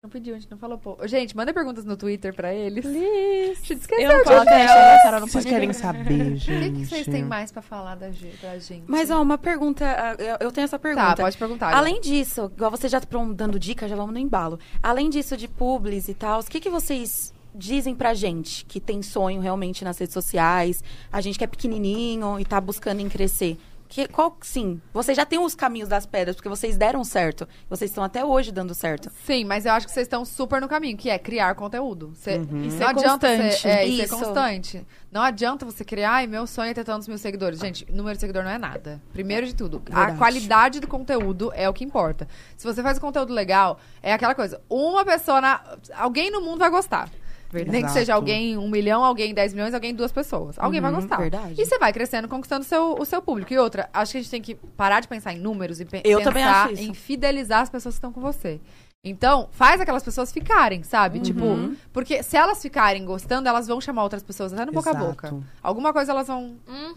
Não pediu, a gente não falou. Pô. Gente, manda perguntas no Twitter pra eles. Please. A gente esqueceu Eu de falo que ver. a Carol não Vocês pode. querem saber, O gente? que, que vocês têm mais pra falar da gente, pra gente? Mas, ó, uma pergunta. ah, eu- Eu tenho essa pergunta. Tá, pode perguntar. Além disso, igual vocês já estão dando dica, já vamos no embalo. Além disso de publis e tal, o que, que vocês dizem pra gente que tem sonho realmente nas redes sociais? A gente que é pequenininho e tá buscando em crescer. Que, qual, sim, vocês já têm os caminhos das pedras, porque vocês deram certo. Vocês estão até hoje dando certo. Sim, mas eu acho que vocês estão super no caminho, que é criar conteúdo. Cê, E ser Não adianta constante. Você, é, e ser Uhum. Isso. constante. Não adianta você criar, ai, meu sonho é ter tantos mil seguidores. Gente, número de seguidor não é nada. Primeiro de tudo, a Verdade. qualidade do conteúdo é o que importa. Se você faz um conteúdo legal, é aquela coisa. Uma pessoa, na, alguém no mundo vai gostar. Nem que Exato. seja alguém, um milhão, alguém, dez milhões, alguém, duas pessoas. Alguém vai Uhum, gostar. verdade. E você vai crescendo, conquistando seu, o seu público. E outra, acho que a gente tem que parar de pensar em números e pe Eu também pensar acho isso. em fidelizar as pessoas que estão com você. Então, faz aquelas pessoas ficarem, sabe? Tipo, Uhum. porque se elas ficarem gostando, elas vão chamar outras pessoas, até no boca a boca. Exato. Alguma coisa elas vão,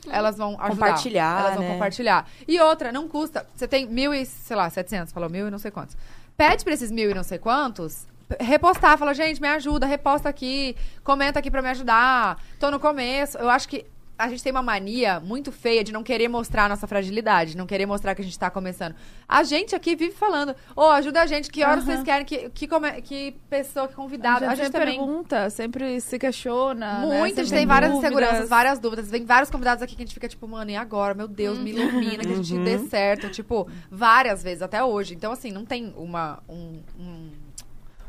elas vão ajudar. Compartilhar, Elas vão né? compartilhar. E outra, não custa. Você tem mil e, sei lá, 700, falou mil e não sei quantos. Pede pra esses mil e não sei quantos p- repostar. Fala, gente, me ajuda, reposta aqui, comenta aqui pra me ajudar. Tô no começo. Eu acho que a gente tem uma mania muito feia de não querer mostrar a nossa fragilidade, não querer mostrar que a gente tá começando. A gente aqui vive falando, ô, ajuda a gente, que horas vocês querem, que, que, come- que pessoa, que convidado. A A gente, gente sempre também pergunta, sempre se questiona. né? muito, a gente Sempre tem várias dúvidas. inseguranças, várias dúvidas. Vem vários convidados aqui que a gente fica tipo, mano, e agora? Meu Deus, me Uhum. ilumina, que a gente dê certo. Tipo, várias vezes até hoje. Então, assim, não tem uma, um- um-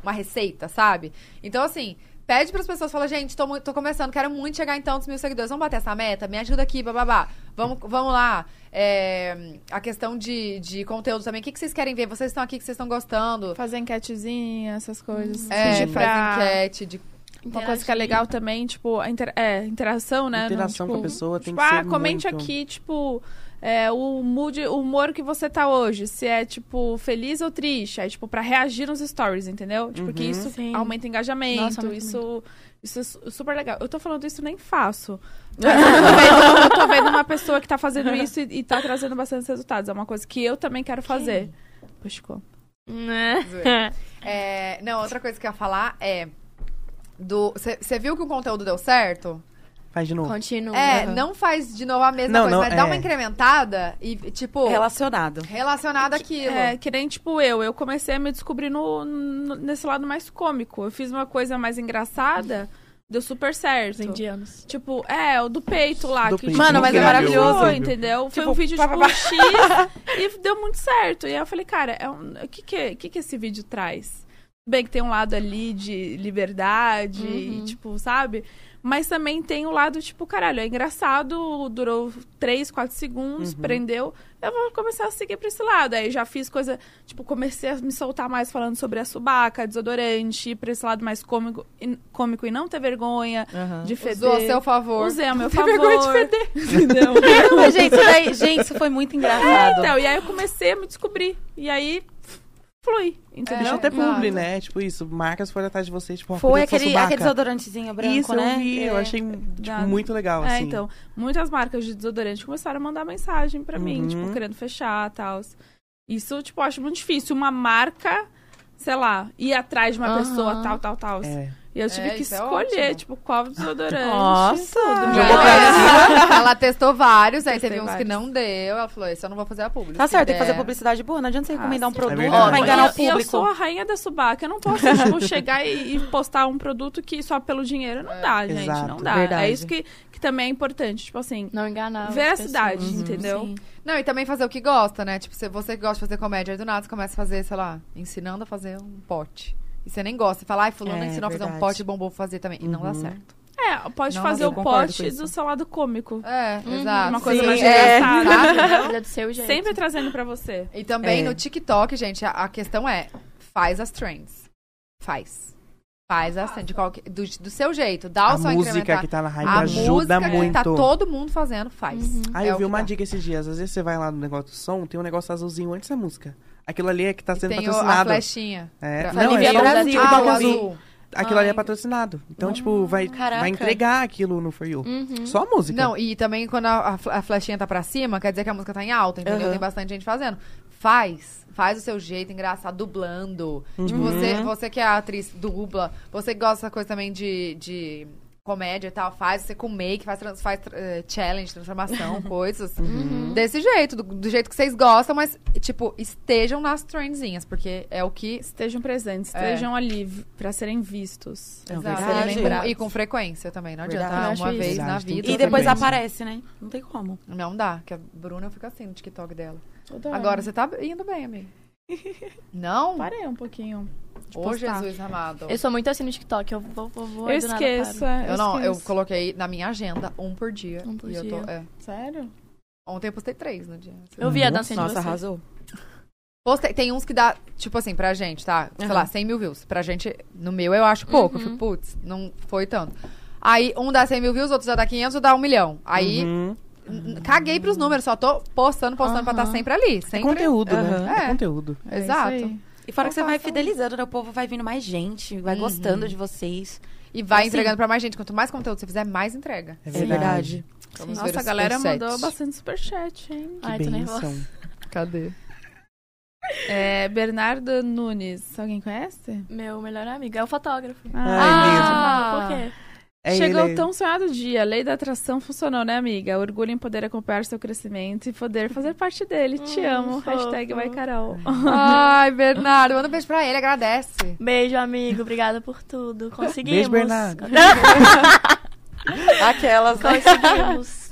uma receita, sabe? Então, assim. Pede pras pessoas, fala, gente, tô, muito- tô começando, quero muito chegar em tantos mil seguidores, vamos bater essa meta? Me ajuda aqui, bababá. Vamos, vamos lá. É, a questão de, de conteúdo também, o que, que vocês querem ver? Vocês estão aqui, o que vocês estão gostando? Fazer enquetezinha, essas coisas. É, Pedir um pra- faz enquete de Uma coisa que é legal também, tipo, a inter- é, interação, né? Não, Interação tipo, com a pessoa tem Tipo, que ser ah, comente muito... aqui, tipo, é, o mood, o humor que você tá hoje, se é, tipo, feliz ou triste. Aí, tipo, pra reagir nos stories, entendeu? Tipo, Uhum. que isso Sim. aumenta engajamento, Nossa, aumenta isso, isso é su- super legal. Eu tô falando isso e nem faço. Mas eu tô vendo, eu tô vendo uma pessoa que tá fazendo isso e, e tá trazendo bastante resultados. É uma coisa que eu também quero fazer. Poxa, como? Né? É, não, outra coisa que eu ia falar é. Você viu que o conteúdo deu certo? Faz de novo. Uhum. Continua. É, não faz de novo a mesma Não, coisa, não, mas dá é. uma incrementada e, tipo, Relacionado. relacionada àquilo. É, que nem tipo eu. Eu comecei a me descobrir no, no- nesse lado mais cômico. Eu fiz uma coisa mais engraçada, deu super certo. Os indianos. Tipo, é, o do peito lá. Do que, peito, tipo, Mano, mas é viralizou, maravilhoso. entendeu? Foi Tipo, um vídeo, pá, tipo, pá, pá. X e deu muito certo. E aí eu falei, cara, é um- o que que, é- o que que esse vídeo traz? Tudo Bem que tem um lado ali de liberdade, e, tipo, sabe? Mas também tem o lado, tipo, caralho, é engraçado, durou 3, 4 segundos, prendeu. Eu vou começar a seguir pra esse lado. Aí já fiz coisa, tipo, comecei a me soltar mais falando sobre a subaca, desodorante, pra esse lado mais cômico e, cômico e não ter vergonha de feder. Usou a seu favor. Usei a meu Tem favor. vergonha de Entendeu? Mas, gente, isso daí, gente, isso foi muito engraçado. então, e aí eu comecei a me descobrir. E aí flui, entendeu? Deixa até Exato. publi, né? Tipo isso, marcas foram atrás de você, tipo, ó, Foi cuida do seu aquele, subaca. aquele desodorantezinho branco, Isso, né? eu vi, eu É, achei tipo, da- muito legal, É, assim. então, muitas marcas de desodorante começaram a mandar mensagem pra mim, Uhum. tipo, querendo fechar e tal. Isso, tipo, eu acho muito difícil. Uma marca, sei lá, ir atrás de uma Aham. pessoa, tal, tal, tal. É. E eu tive É, que isso é escolher, ótimo. É. tipo, qual desodorante. Nossa! Jogou Ela- pra Ela testou vários, aí Testei teve uns que vários. não deu. Ela falou: esse eu não vou fazer a publi. Tá Se certo, tem que der- fazer publicidade boa. Não adianta você recomendar um sim. produto É que verdade. vai Ó, enganar o e eu, e eu público. sou a rainha da subaca. Eu não posso, tipo, chegar e, e postar um produto que só pelo dinheiro não dá, gente. Exato. Não dá. É, Verdade. É isso que, que também é importante. Tipo assim, Não enganar. as Veracidade, pessoas. entendeu? Sim. Não, e também fazer o que gosta, né? Tipo, se você que gosta de fazer comédia, aí do nada você começa a fazer, sei lá, ensinando a fazer um pote. E você nem gosta. Você fala, ai, fulano É, ensinou a fazer um verdade. pote bom, vou fazer também. E não dá certo. é, pode Não, fazer eu o concordo com pote isso. do seu lado cômico. É, exato. Uhum, Uma coisa Sim, mais é. engraçada. Mas é do seu jeito. Sempre trazendo pra você. E também É. no TikTok, gente, a, a questão é: faz as trends. Faz. Faz as trends. de qualquer- do, do seu jeito. Dá A o som música incrementar. que tá na hype né? a ajuda música muito. que tá todo mundo fazendo, faz. Aí É eu o vi que uma dá. dica esses dias. Às vezes você vai lá no negócio do som, tem um negócio azulzinho antes da música. Aquilo ali é que tá E sendo tem o- a patrocinado. flechinha. É. Pra- Não, Alivia é só Brasil. Ah, o o bagulho azul. azul. Aquilo ali é Ai. patrocinado. Então, tipo, vai, Caraca. vai entregar aquilo no For You. Uhum. Só a música. Não, e também quando a, a fl- a flechinha tá pra cima, quer dizer que a música tá em alta, entendeu? Aham. Tem bastante gente fazendo. Faz. Faz o seu jeito, engraçado, dublando. Tipo, você, você que é atriz, dubla. Você que gosta dessa coisa também de, de comédia e tal, faz. Você com make, faz, trans- faz eh, challenge, transformação, coisas. Desse jeito, do, do jeito que vocês gostam, mas, tipo, estejam nas trendzinhas, porque é o que... Estejam presentes, É. estejam ali v- pra serem vistos. É Exato. verdade. E com- E com frequência também, não adianta. ah, Verdade. Uma Eu acho vez isso. na Verdade, tem vida. que E depois Exatamente. aparece, né? Não tem como. Não dá, que a Bruna fica assim no TikTok dela. Toda hora. Agora você tá indo bem, amiga. Não? Parei um pouquinho. de Ô, postar. Jesus amado. Eu sou muito assim no TikTok. Eu vou, vou, vou. Eu e do nada paro. esqueço, é, Eu não, eu esqueço. coloquei na minha agenda um por dia. Um por e eu tô- é. Sério? Ontem eu postei três no dia. Eu vi a dança de Nossa, vocês. arrasou. Postei, tem uns que dá, tipo assim, pra gente, tá? Sei lá, 100 mil views. Pra gente, no meu eu acho pouco. Eu fico, putz, não foi tanto. Aí um dá 100 mil views, outro já dá 500, outro dá 1 milhão. Aí Uhum. n- n- caguei pros números, só tô postando, postando pra estar sempre ali. É Sempre. conteúdo, né? É. É conteúdo. É isso Exato. aí. E fora que você Então vai façam. fidelizando, né? O povo vai vindo mais gente, vai gostando de vocês. E vai Assim. entregando pra mais gente. Quanto mais conteúdo você fizer, mais entrega. É É verdade. verdade. Vamos ver Nossa, a os galera superchats. mandou bastante superchat, hein? Ai, que tô nervosa. benção. Cadê? É, Bernardo Nunes. Alguém conhece? Meu melhor amigo é o fotógrafo. Ah. Por quê? É Chegou ele, o tão sonhado dia. A lei da atração funcionou, né, amiga? Orgulho em poder acompanhar seu crescimento e poder fazer parte dele. Te Hum, amo. fofo. Hashtag vai Carol. Ai, Bernardo, manda um beijo pra ele, agradece. Beijo, amigo. Obrigada por tudo. Conseguimos. Beijo, Bernardo. Aquelas. né? Conseguimos.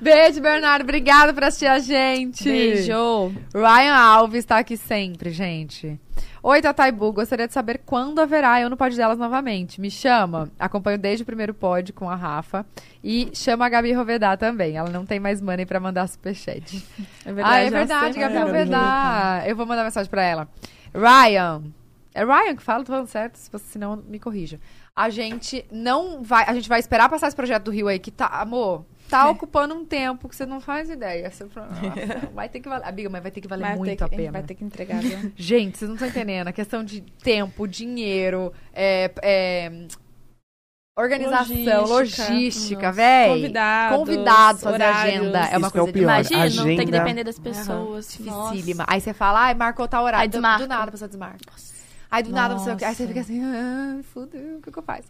Beijo, Bernardo, obrigado por assistir a gente. Beijo. Ryan Alves tá aqui sempre, gente. Oi, Tataibu, gostaria de saber quando haverá Eu no Pod Delas novamente. Me chama, acompanho desde o primeiro pod com a Rafa e chama a Gabi Rovedá também. Ela não tem mais money pra mandar superchat. É Ah, é já verdade, sei. Gabi Ai, Alvedar. Eu vou mandar mensagem pra ela. Ryan. É Ryan que fala, tô falando certo? Se você não, me corrija. A gente não vai. A gente vai esperar passar esse projeto do Rio aí, que tá. Amor, É. tá ocupando um tempo que você não faz ideia. Você fala, "Nossa, vai ter que valer. Amiga, mas vai ter que valer Vai ter muito que- a pena. Vai ter que entregar, viu? Gente, vocês não estão entendendo. A questão de tempo, dinheiro, é, é, organização, Logística. logística, véi. Convidados. Convidados fazer horários. agenda. É Isso uma que é o coisa pior. demais. Imagina, não tem que agenda. depender das pessoas. Nossa. Dificílima. Aí você fala, ai, marcou tal horário. Aí do, desmarca. do nada a pessoa desmarca. Aí do nada você. Aí você fica assim, ah, fudeu, o que, que eu faço?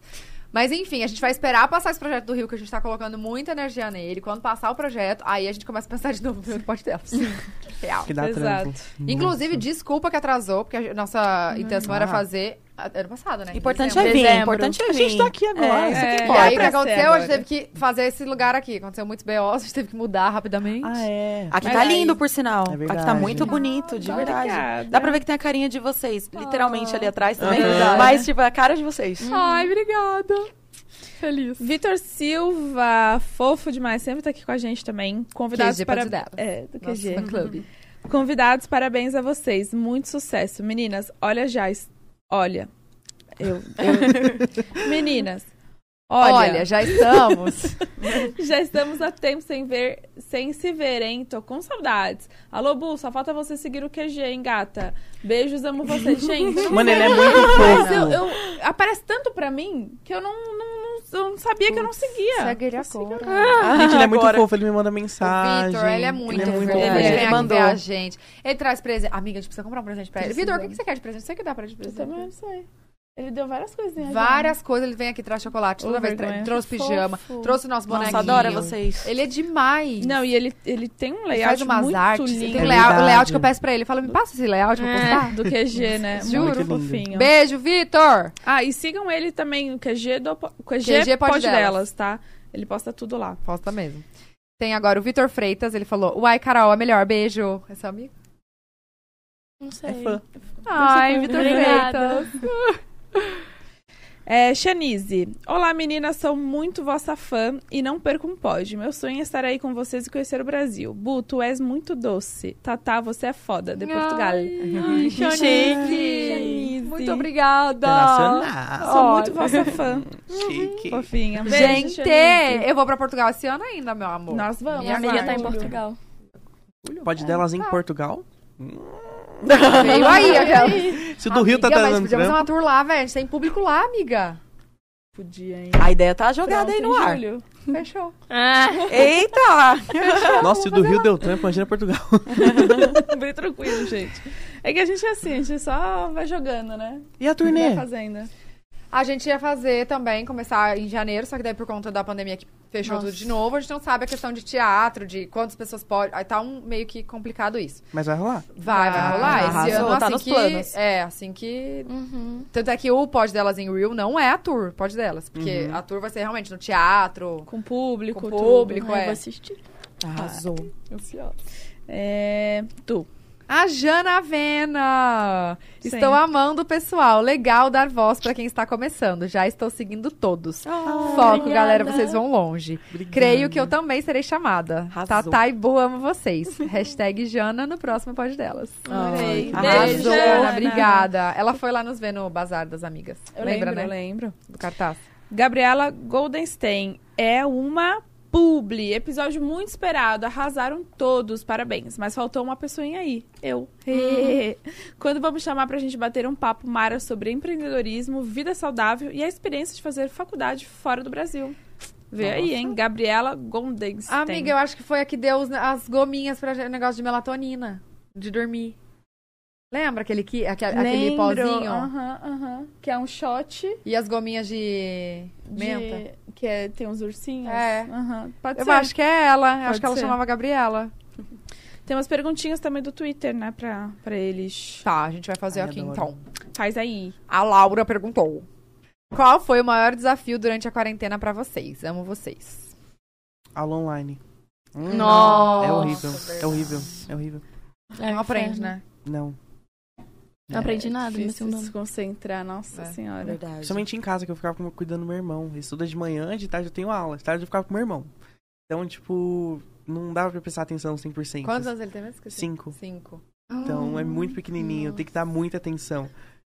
Mas enfim, a gente vai esperar passar esse projeto do Rio, que a gente tá colocando muita energia nele. Quando passar o projeto, aí a gente começa a pensar de novo no pote dela. Real. Que dá Exato. trampo. Inclusive, desculpa que atrasou, porque a nossa intenção era fazer a- ano passado, né? Em Importante é dezembro. vir, Dezembro. importante é A vir. gente tá aqui agora. É, isso aqui é. E importa. aí, o que Era pra ser aconteceu? A gente agora. teve que fazer esse lugar aqui. Aconteceu muitos BOs, a gente teve que mudar rapidamente. Ah, é. Aqui Mas tá aí- lindo, por sinal. É Aqui tá verdade. muito bonito, de verdade. obrigada. Dá pra ver que é. tem a carinha de vocês, literalmente ali atrás também. Aham. Mas, tipo, a cara de vocês. Ai, obrigada. Feliz. Vitor Silva, fofo demais, sempre tá aqui com a gente também. Convidados QG para pode dela. É, do Nosso QG. fã clube. Convidados, parabéns a vocês. Muito sucesso. Meninas, olha já. es- Olha. Eu. eu- Meninas, Olha, Olha, já estamos. já estamos há tempo sem ver, sem se ver, hein? Tô com saudades. Alô, Bu, só falta você seguir o QG, hein, gata? Beijos, amo você, gente. Mano, ele é muito Mas eu, fofo. eu- aparece tanto pra mim que eu não, não, não- eu não sabia que eu não seguia. Segue ele agora. Gente, ele é muito Agora. fofo, ele me manda O mensagem. Vitor, ele é muito Ele é muito fofo. fofo. Ele, Ele vem aqui mandou. ver a gente. Ele traz presente. Amiga, a gente precisa comprar um presente pra ele. Vitor, o que, que você quer de presente? Você que dá pra ele de Eu presente. também não sei. Ele deu várias coisinhas. Várias coisas, ele vem aqui traz chocolate. Toda Ô, vez tra- vergonha. trouxe Que pijama, fofo. trouxe o nosso bonequinho. Nossa, adora vocês. Ele é demais. Não, e ele, ele tem um ele layout faz umas muito artes. Ele lindo Tem É. um É layout, verdade. layout que eu peço pra ele. Fala, me passa esse layout pra eu postar. do QG, né? Juro. Muito Muito lindo. fofinho. Beijo, Vitor! Ah, e sigam ele também, o QG, do, o QG, QG pode, Pode delas. Delas. tá? Ele posta tudo lá. Posta mesmo. Tem agora o Vitor Freitas, ele falou: Uai, Carol, é melhor, beijo. É seu amigo? Não sei. É fã. Ai, Vitor Obrigada. Freitas. É, Shanize. Olá, meninas, sou muito vossa fã e não perco um pod. Meu sonho é estar aí com vocês e conhecer o Brasil. Bu, tu és muito doce. Tatá, você é foda, de Portugal. Ai, Chique. Shanice. Shanice. Muito obrigada. Internacional. Sou Ó. muito vossa fã. Chique. Fofinha. Beijo, Gente, Shanice. eu vou pra Portugal esse ano ainda, meu amor. Nós vamos. Minha Minha amiga tá em Aguarde. Portugal. Pode delas em Tá. Portugal? Veio aí, aquela. Se o do Rio tá Amiga, mas dando Podia fazer trampo. uma tour lá, velho. A gente tem público lá, amiga. Podia, hein? A ideia tá jogada aí no Pronto, em ar. julho. Fechou. Eita! Nossa, se o do Rio deu trampo, imagina Portugal. Bem tranquilo, gente. É que a gente é assim, a gente só vai jogando, né? E a Vai turnê? fazendo. A gente ia fazer também, começar em janeiro, só que daí por conta da pandemia que fechou tudo de novo, a gente não sabe a questão de teatro, de quantas pessoas podem. Aí tá um, meio que complicado isso. Mas vai rolar. Vai, vai Ah, rolar. Esse arrasou, ano, tá assim nos que. planos. É, assim que. Uhum. Tanto é que o Pod Delas em Real não é a tour, Pod Delas. Porque a tour vai ser realmente no teatro. Com o público, Com o tudo. né? público. Público, Ai, é. Eu vou assistir. Arrasou. Ansiosa. É, tu. A Jana Avena! Sim. Estou amando o pessoal. Legal dar voz pra quem está começando. Já estou seguindo todos. Então, Foco, obrigada. galera, vocês vão longe. Obrigado. Creio que eu também serei chamada. Arrasou. Tatá e Boa, amo vocês. Hashtag Jana no próximo Pode Delas. Adorei. Arrasou, Beijo, Jana, Jana. Obrigada. Ela foi lá nos ver no Bazar das Amigas. Eu Lembra, lembro, né? eu lembro. Do cartaz. Gabriela Goldenstein é uma publi. Episódio muito esperado. Arrasaram todos, parabéns. Mas faltou uma pessoinha aí. Eu. Uhum. Quando vamos chamar pra gente bater um papo mara sobre empreendedorismo, vida saudável e a experiência de fazer faculdade fora do Brasil. Vê aí, hein? Gabriela Goldenstein. Amiga, eu acho que foi a que deu os- as gominhas pra gente- negócio de melatonina. De dormir. Lembra aquele, que, aque- aquele Lembro. pozinho? Aham, aham. Que é um shot E as gominhas de de- menta? que é- tem uns ursinhos. É. Aham. Pode Eu ser. acho que é ela. Eu acho que ela ser. chamava Gabriela. Tem umas perguntinhas também do Twitter, né? Pra, pra eles. Tá, a gente vai fazer Ai, aqui adoro. então. Faz aí. A Laura perguntou: Qual foi o maior desafio durante a quarentena pra vocês? Amo vocês. Aula online. Hum, Nossa. É horrível. É horrível. É horrível. É, Não aprende, né? Não. Não aprendi nada, mas É Difícil eu não. se concentrar, nossa É. senhora. Verdade. Principalmente em casa, que eu ficava com- cuidando do meu irmão. Ele Estuda de manhã, de tarde eu tenho aula. De tarde eu ficava com meu irmão. Então, tipo, não dava pra prestar atenção 100%. Quantos anos ele tem mesmo? Esqueci. assim. Cinco. Cinco. Então, é muito pequenininho. Tem que dar muita atenção.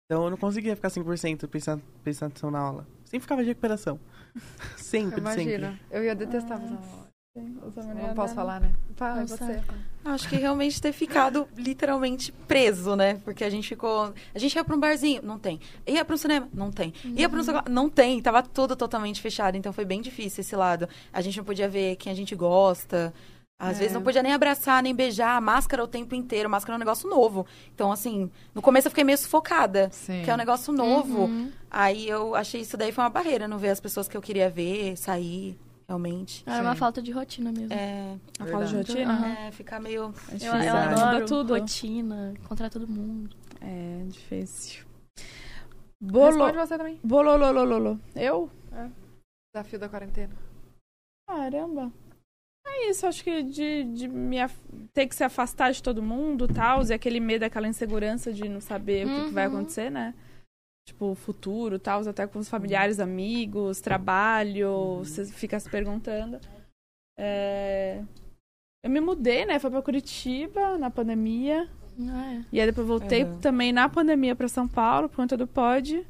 Então, eu não conseguia ficar 100% prestando prestando atenção na aula. Sempre ficava de recuperação. sempre, Ah, Imagina. sempre. Eu ia detestar fazer uma aula. Não posso falar, né? é Fala, você. Acho que realmente ter ficado literalmente preso, né? Porque a gente ficou. A gente ia pra um barzinho, não tem. Ia pra um cinema, não tem. Ia Uhum. pra um cinema, não tem. Tava tudo totalmente fechado. Então foi bem difícil esse lado. A gente não podia ver quem a gente gosta. Às vezes não É. podia nem abraçar, nem beijar. Máscara o tempo inteiro. Máscara é um negócio novo. Então, assim, no começo eu fiquei meio sufocada. Sim. Uhum. Que é um negócio novo. Uhum. Aí eu achei isso daí foi uma barreira, não ver as pessoas que eu queria ver, sair, realmente. Era uma falta de rotina mesmo. É, A fala de Verdade. rotina? é, ficar meio. Eu, eu Verdade. adoro Muda tudo. rotina, encontrar todo mundo. É difícil. Responde Bolo... você também. Bolololololo. Eu? Desafio da quarentena. Caramba. É isso, acho que de, de me af- ter que se afastar de todo mundo e tal, e aquele medo, aquela insegurança de não saber o que, que vai Uhum. acontecer, né? Tipo, o futuro tal, até com os familiares, amigos, trabalho, você fica se perguntando. É, Eu me mudei, né? Foi pra Curitiba na pandemia. Ah, é. E aí depois voltei Aham. também na pandemia pra São Paulo, por conta do pod.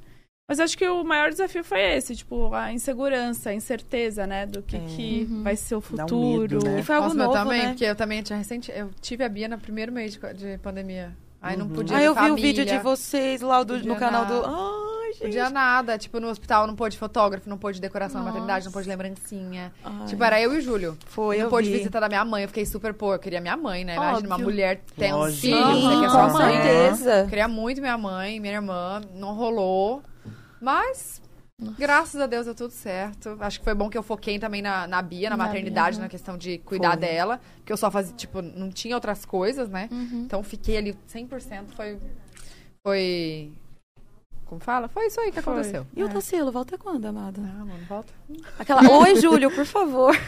Mas acho que o maior desafio foi esse, tipo, a insegurança, a incerteza, né? Do que, É. que Uhum. vai ser o Dá um futuro. medo, né? E foi algo Nossa, novo, eu também, né? porque eu também tinha recente. Eu tive a Bia no primeiro mês de, co- de pandemia. Aí não Uhum. podia. Ah, eu vi família, o vídeo de vocês lá do- Podia no canal do... nada. Ai, gente. Podia nada. Tipo, no hospital não pôde fotógrafo, não pôde decoração na maternidade, não pôde lembrancinha. Ai, Tipo, era eu e o Júlio. foi, Eu eu não pôde vi. visita da minha mãe, eu fiquei super pô. Eu queria minha mãe, né? Imagina, uma Óbvio. mulher tem um Lógico. filho, você Sim, quer Uhum. sua com mãe. É. certeza. Eu certeza. Queria muito minha mãe, minha irmã, não rolou. Mas, graças a Deus, deu tudo certo. Acho que foi bom que eu foquei também na, na Bia, na, Na maternidade, Bia, na questão de cuidar Foi. dela. Porque eu só fazia, tipo, não tinha outras coisas, né? Uhum. Então, fiquei ali 100%. Foi. Foi. Como fala? Foi isso aí que Foi. aconteceu. E o Tassilo, volta quando, amada? Não, mano, volta. Aquela, oi, Júlio, por favor.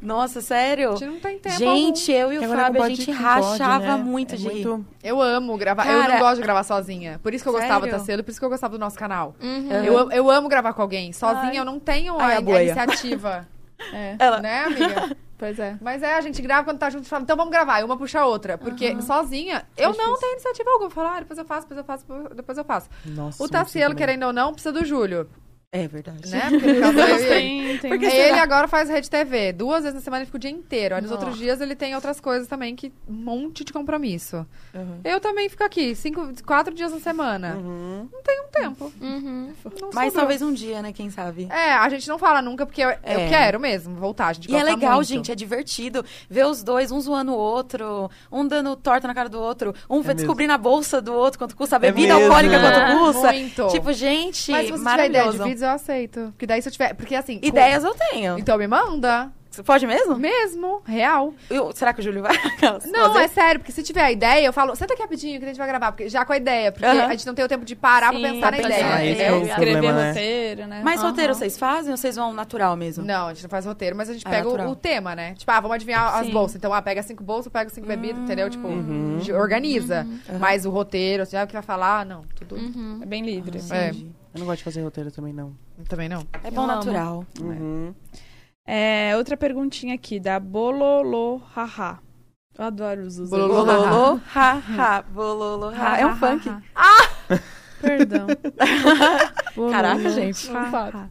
Nossa, sério? A gente não Tipo, tem tempo. Gente, eu e o Agora é Fábio, a com gente body que pode, rachava né? muito É de rir. muito... algum. Eu amo gravar. eu não Cara- gosto de gravar sozinha. Por isso que eu gostava da Sério? cedo, por isso que eu gostava do nosso canal. Uhum. Aham. Eu, am- eu amo gravar com alguém. Sozinha Ai. eu não tenho Ai, a, a a boia. iniciativa. É, Ela, né, amiga? pois é. Mas é, a gente grava quando tá junto e fala, então vamos gravar, e uma puxa a outra. Porque sozinha, eu não tenho iniciativa alguma. Falar, ah, depois eu faço, depois eu faço, depois eu faço. Nossa, o muito Tassielo, também. querendo ou não, precisa do Júlio, é verdade. né? Porque ele casou eu e ele. Tem, tem. Porque Ele será? agora faz rede TV. Duas vezes na semana ele fica o dia inteiro. Aí nos Nossa. outros dias ele tem outras coisas também, que um monte de compromisso. Uhum. Eu também fico aqui, cinco, quatro dias na semana. Uhum. Um tempo. Uhum. Não Hum. Mas sobrou. talvez um dia, né? Quem sabe? É, a gente não fala nunca, porque eu, eu É. quero mesmo voltar. A gente E é gosta legal, muito. gente, é divertido ver os dois, um zoando o outro, um dando torta na cara do outro, um É mesmo. descobrindo a bolsa do outro, quanto custa a bebida mesmo. né? alcoólica, É, quanto custa. muito. Tipo, gente, Mas se você tiver ideia de maravilhoso. vídeos, eu aceito. Porque daí se eu tiver. Porque assim. com- Ideias eu tenho. Então me manda. Você Pode mesmo? Mesmo, real. Eu- será que o Júlio vai? Não, fazer? é sério, porque se tiver a ideia, eu falo, senta aqui rapidinho que a gente vai gravar, porque já com a ideia, porque Aham. a gente não tem o tempo de parar Sim, pra pensar na pra ideia. pensar. Ah, esse é o entendeu? um Escrever problema, né? roteiro, né? Mas Aham. roteiro vocês fazem ou vocês vão natural mesmo? Não, a gente não faz roteiro, mas a gente É pega o, natural. o tema, né? Tipo, ah, vamos adivinhar as Sim. bolsas. Então, ah, pega cinco bolsas, pega cinco bebidas, entendeu? Tipo, Uhum. de- organiza. Mas o roteiro, assim, ah, o que vai falar? Não, tudo. Uhum. É bem livre. É. Entendi. Eu não gosto de fazer roteiro também, não. Também não. É bom Eu amo. natural. Uhum. É, outra perguntinha aqui, da Bololo Haha. Eu adoro os usos. Bololo Bololo, haha, bololo, Ah, ha. É um funk. Perdão. Bololo, Caraca, gente. ha, Fato. ha.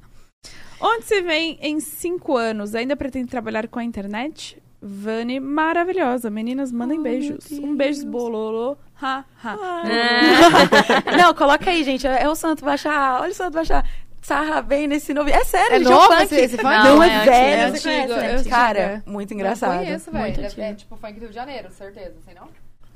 um Onde se vem em cinco anos? Ainda pretende trabalhar com a internet? Vani, maravilhosa. Meninas, mandem Oh, meu beijos. Um Deus. beijo, bololo. Ha, ha. Não, coloca aí, gente. É o Santo Baixar. Olha o Santo Baixar. Sarra bem nesse novo. É sério, É gente, novo é um funk. esse- esse funk? Não, Não, é, é antigo, velho. é você antigo, conhece, é né? antigo. Cara, muito Eu engraçado. conheço, velho. Muito Deve- É antigo. tipo funk do Rio de Janeiro, certeza, sei não?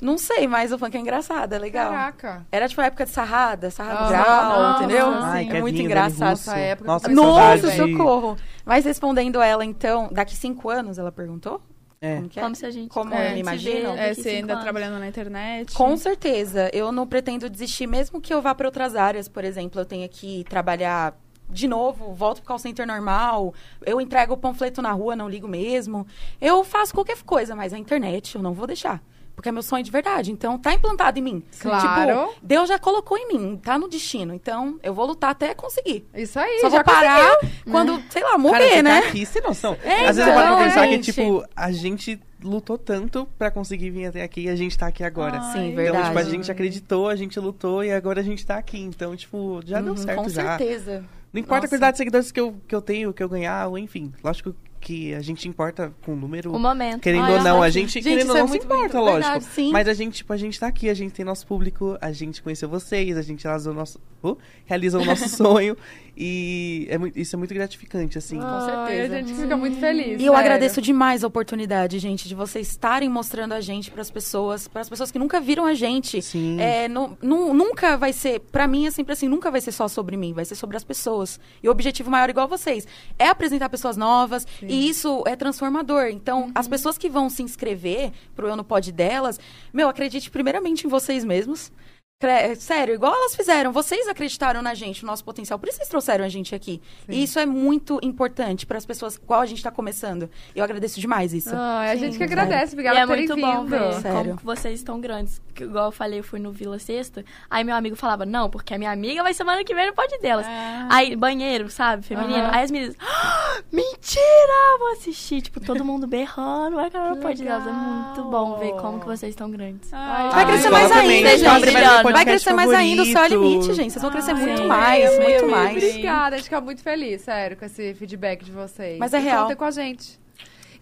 Não sei, mas o funk é engraçado, é legal. Caraca. Era tipo a época de sarrada, sarrada Ah, do grau, nossa, entendeu? sim. Ai, é muito Kevinho, engraçado. É Dani Essa época Nossa, foi Nossa, saudade. socorro! Mas respondendo ela, então, daqui cinco anos, ela perguntou? É. Como que é? Como se a gente Como é, eu me imagino. se vê É, daqui você cinco ainda anos. trabalhando na internet? Com certeza. Eu não pretendo desistir, mesmo que eu vá para outras áreas. Por exemplo, eu tenha que trabalhar de novo, volto pro call center normal, eu entrego o panfleto na rua, não ligo mesmo. Eu faço qualquer coisa, mas a internet eu não vou deixar. Porque é meu sonho de verdade. Então, tá implantado em mim. Claro. Tipo, Deus já colocou em mim, tá no destino. Então, eu vou lutar até conseguir. Isso aí, Só já vou parar quando, sei lá, morrer, Cara, você né? tá aqui, sem noção. É, Às vezes eu então, paro pra pensar gente. que, tipo, a gente lutou tanto pra conseguir vir até aqui e a gente tá aqui agora. Ai, Sim, Então, tipo, a Ah, verdade. gente acreditou, a gente lutou e agora a gente tá aqui. Então, tipo, já deu Uhum, certo Com já. certeza. Não importa Nossa. a quantidade de seguidores que eu, que eu tenho, que eu ganhar, ou enfim. Lógico que a gente importa com o número. O momento. Querendo Ai, ou não, nossa, a gente, Ah, Gente, querendo isso ou é não, se muito importa, bonito. lógico. Verdade, sim. Mas a gente, tipo, a gente tá aqui, a gente tem nosso público, a gente conheceu vocês, a gente realizou o nosso, uh, realizou o nosso sonho. E é mui- isso é muito gratificante, assim. Com certeza. certeza. a gente fica muito feliz. E eu sério. agradeço demais a oportunidade, gente, de vocês estarem mostrando a gente para as pessoas, para as pessoas que nunca viram a gente. Sim. É, nu- nu- nunca vai ser, para mim é sempre assim, nunca vai ser só sobre mim, vai ser sobre as pessoas. E o objetivo maior, igual vocês, é apresentar pessoas novas e isso é transformador. Então, as pessoas que vão se inscrever pro Eu No Pode Delas, meu, acredite primeiramente em vocês mesmos. Cre- é, Sério, igual elas fizeram, vocês acreditaram na gente, no nosso potencial, por isso vocês trouxeram a gente aqui. E isso é muito importante para as pessoas, igual a gente tá começando. Eu agradeço demais isso. Ai, a gente que agradece, E obrigada é por terem muito bom vindo. ver Sério. como que vocês estão grandes. Que, Igual eu falei, eu fui no Vila Sexta. Aí meu amigo falava, não, porque a minha amiga vai semana que vem no pode delas. Aí, banheiro, sabe, feminino. Aham. Aí as meninas, "Ah, mentira, vou assistir. Tipo, todo mundo berrando, vai acabar no Que pode delas. É muito legal. bom ver como que vocês estão grandes. Ai, Vai né? crescer Ai, mais fala pra é ainda, mim, gente. Abre mais um Brilhando. Vai podcast crescer mais ainda o seu favorito. limite, gente. Vocês vão crescer Ai, muito gente, mais, amei, muito amei, mais. amei. Obrigada, a gente fica muito feliz, sério, com esse feedback de vocês. Mas é E real. Contem com a gente.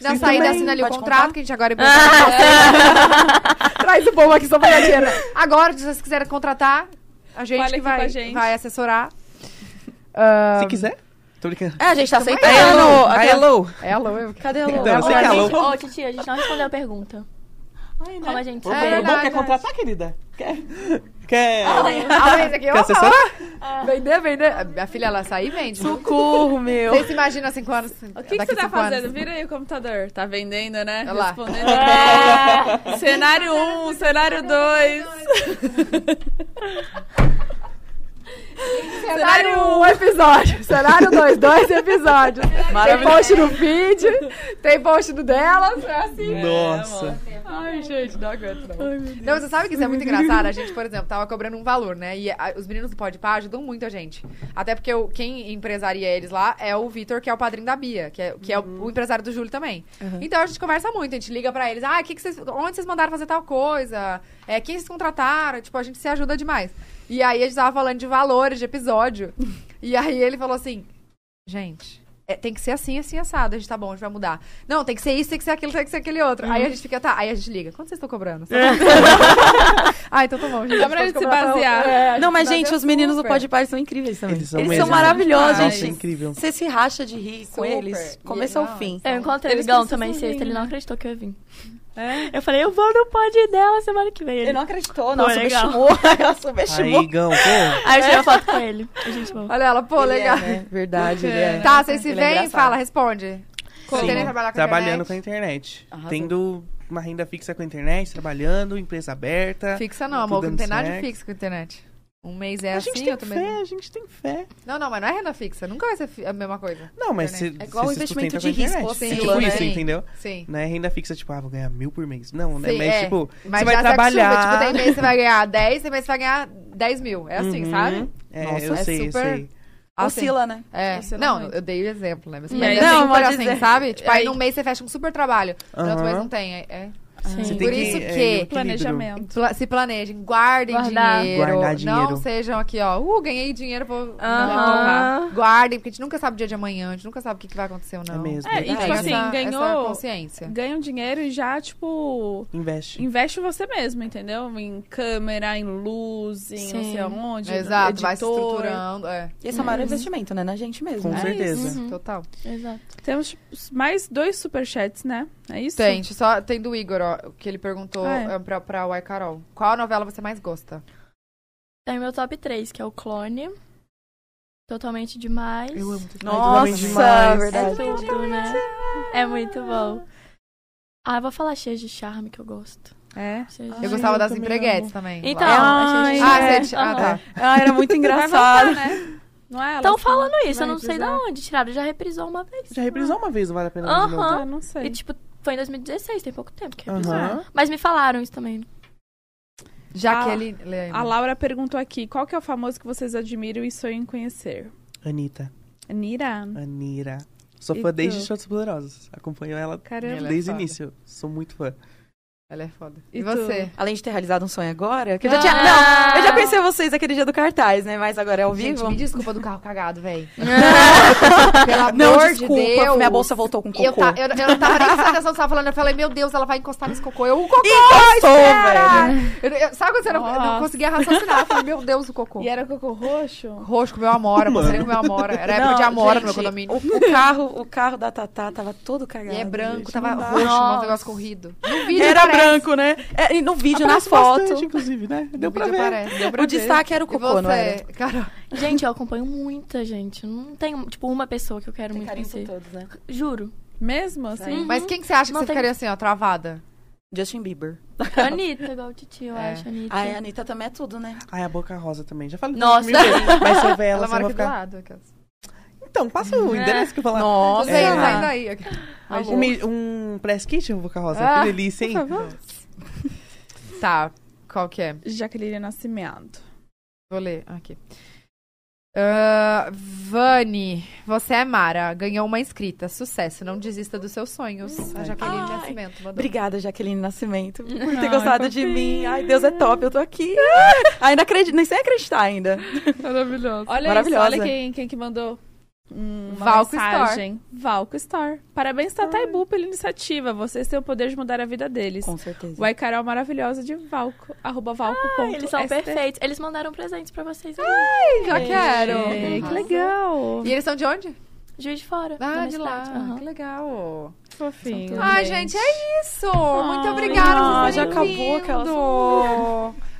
Na Vocês saída também. assina ali o Pode contrato, contar? que a gente agora... É. Traz o povo aqui só pra ganhar dinheiro. Agora, se vocês quiserem contratar, a gente Fala que aqui vai, com a gente. vai assessorar. Se quiser. Tô brincando. É, a gente tá aceitando. A Hello, a Hello. É, alô, eu... Cadê a Então, Lu? você Ó, que é gente- louco? Ó, titia, a gente não respondeu a pergunta. Como a gente... Ô, É bom, verdade. Ah, quer contratar, querida? Quer? Quer? Alô, esse aqui, Quer ó, assessorar? ó. Vender, vender. A minha filha, ela sai e vende. Socorro, meu. Vocês se imaginam cinco anos? O que, que você tá fazendo? Vira aí o computador. Tá vendendo, né? Olha lá. Respondendo. É. cenário 1, um, cenário 2. Cenário 1, um episódio. Cenário 2, dois episódios. Tem post no feed, tem post no delas, é assim. Nossa. Ai, gente, não aguento não. Não, você sabe que isso é muito engraçado. A gente, por exemplo, tava cobrando um valor, né? E a- os meninos do Podpah ajudam muito a gente. Até porque o, quem empresaria eles lá é o Vitor, que é o padrinho da Bia, que é, que é o, Uhum. o empresário do Júlio também. Então a gente conversa muito, a gente liga pra eles. Ah, que que vocês, onde vocês mandaram fazer tal coisa? É, quem vocês contrataram? Tipo, a gente se ajuda demais. E aí a gente tava falando de valores, de episódio. e aí ele falou assim, gente... é, tem que ser assim, assim, assado. A gente tá bom, a gente vai mudar. Não, tem que ser isso, tem que ser aquilo, tem que ser aquele outro. Aí a Uhum. gente fica, tá. Aí a gente liga. Quanto vocês estão cobrando? ah, então tá bom, gente. É. Dá pra pode gente se cobrar, basear. É, a Não, mas, se gente, baseia os meninos do super. Pode Par são incríveis também. Eles são mesmo. maravilhosos, Nossa, Nossa, é gente. incrível. Você se racha de rir com Super. eles. E- Começo não, ao fim. Eu encontrei o Eles Igão precisam também vir, sexta, ele né? não acreditou que eu ia vir. É? Eu falei, eu vou no pod dela semana que vem. Ele... Ele não acreditou, não, não. subestimou. Subestimou. Ela subestimou. Aí, Gão, pô. Aí eu tirei a foto com ele. A gente falou. Olha ela, é, pô, legal. é, né? né? Verdade, ele é. Tá, vocês se Ele é veem e engraçado. fala, responde. Sim, Querendo trabalhar com a trabalhando internet? com a internet. Arrasou. Tendo uma renda fixa com a internet, trabalhando, empresa aberta. Fixa não, Tudo amor, que não dando tem nada de certo. fixo com a internet. Um mês é a assim, gente tem outro mês. fé, a gente tem fé. Não, não, mas não é renda fixa. Nunca vai ser fi- a mesma coisa. Não, mas se, Internet. É igual se o investimento sustenta com a de risco, internet. assim, você É tipo pula, né? isso, entendeu? Sim. Não é renda fixa, tipo, ah, vou ganhar mil por mês. Não, né? Sim, Mas, é. tipo, Mas você vai já se acostuma, trabalhar. Tipo, tem mês que você vai ganhar 10, tem mês que você vai ganhar 10 mil. É assim, Uhum. sabe? É, Nossa, eu é sei, super- eu sei. Assim. Oscila, né? É. Oscila Não, muito. eu dei o exemplo, né? Mas, Hum. mas é Não, sempre pode assim, dizer. sabe? Tipo, aí Aí- num mês você fecha um super trabalho. No outro mês Aham. não tem. É, é. Você Sim. tem Por isso é, que- equilíbrio. Planejamento. Pla- Se planejem, guardem Guardar. dinheiro. Guardar Não dinheiro. sejam aqui, ó. Uh, ganhei dinheiro, vou. Não, Aham. não. Guardem, porque a gente nunca sabe o dia de amanhã, a gente nunca sabe o que, que vai acontecer ou não. É mesmo. É, e Tem tipo assim, essa- Essa ganhou, consciência. ganham dinheiro e já, tipo, Investe. investe você mesmo, entendeu? Em câmera, em luz, em não Sim. sei aonde. Exato, vai se editor. estruturando. É, Esse é o maior investimento, né? Na gente mesmo. Com né? certeza. Hum. total. Uhum. Exato. Temos tipo, mais dois superchats, né? É isso? Tem, deixa eu só tem do Igor, ó, que ele perguntou Ah, é? é, pra, pra Uai Carol. Qual novela você mais gosta? Tem o Tá meu top 3, que é o Clone. Totalmente demais. Eu amo. Nossa, Ai, do homem demais. É verdade. tudo, né? É muito bom. Ah, eu vou falar cheia de charme que eu gosto. É. Cheias de Eu Ai, Charme. gostava eu das também empreguetes também. Então, Ah, a gente... ah, é. você- ah, Aham. tá. Ah, era muito Vai engraçado. voltar, né? Não é? Estão Elas Então, falando vão- isso, vai eu não sei de reprisar. onde tiraram. Já reprisou uma vez. Já reprisou uma vez, vale a pena ver de novo. Aham. Ah, não sei. E, tipo, foi em 2016, tem pouco tempo que reprisou. Aham. Mas me falaram isso também. Jaqueline. Ah, A lembra? Laura perguntou aqui, qual que é o famoso que vocês admiram e sonham em conhecer? Anitta. Nira. Anira. Sou E fã tu? desde Shots Poderosos. Acompanho ela Caramba. Ela é desde o foda. início. Sou muito fã. Ela é foda. E E tu? você? Além de ter realizado um sonho agora, que eu já Ah! tinha. Não, eu já pensei em vocês aquele dia do cartaz, né? Mas agora é ao Gente, vivo. me desculpa do carro cagado, véi. Pelo amor não, de desculpa. Deus. Minha bolsa voltou com E eu, cocô. ta- eu, eu não tava nem sabendo você tava falando. Eu falei, meu Deus, ela vai encostar nesse cocô. Eu, o cocô! Encostou, espera! velho. Eu- eu- sabe quando você não, Nossa. não conseguia raciocinar? Eu falei, meu Deus, o cocô. E era cocô roxo? é Roxo comeu amora, passarinho comeu amora. Era época Não, de amora no meu gente, condomínio. O, o carro, o carro da Tatá tava todo cagado. E é branco, gente. tava Não dá. roxo, um Nossa. negócio corrido. No vídeo Era parece. branco, né? É, e no vídeo, na Aparece foto. bastante, inclusive, né? Deu No pra vídeo ver. parece. Deu pra o ver. destaque era o E cocô, não é? você, era? Carol? Gente, eu acompanho muita gente. Não tem, tipo, uma pessoa que eu quero muito conhecer. todos, né? Juro. Mesmo assim? Uhum. Mas quem que você acha que Não você tem- ficaria assim, ó, travada? Justin Bieber. Anitta, igual o Titi, eu É. acho, Anitta. Ai, a Anitta também é tudo, né? Ai, a Boca Rosa também. Já falei. Nossa. mil vezes, Mas se eu ver ela, Ela mora você vai aqui do ficar... lado. aquelas. Então, passa o endereço que eu vou falar. Não Nossa. sei, É. saindo tá aí. Um, mi- um press kit, Boca Rosa. Ah, que delícia, hein? Tá, qual que é? Jaqueline Nascimento. Vou ler aqui. Ah, Vani, você é Mara, ganhou uma inscrita. Sucesso, não desista dos seus sonhos. A Jaqueline Ai. Nascimento mandou. Obrigada, Jaqueline Nascimento, por ter Ai, gostado de fofinha. mim. Ai, Deus é top, eu tô aqui. ainda acredito, nem sei acreditar ainda. Maravilhoso. Olha Maravilhosa. isso, olha quem, quem que mandou. Uma Valco mensagem. Valco Store. Parabéns, Tata e Bu, pela iniciativa. Vocês têm o poder de mudar a vida deles. Com certeza. O Aicarol maravilhosa de Valco. Arroba Valco. Ah, eles são perfeitos. Eles mandaram presentes pra vocês. ali. Ah! já quero. Que legal. E eles são de onde? Juiz de fora. da Ah, minha de lá. cidade. Aham. Que legal. Fofinho. Ai, gente, é isso. Muito Ai, obrigada. ah, vocês já terem acabou vindo.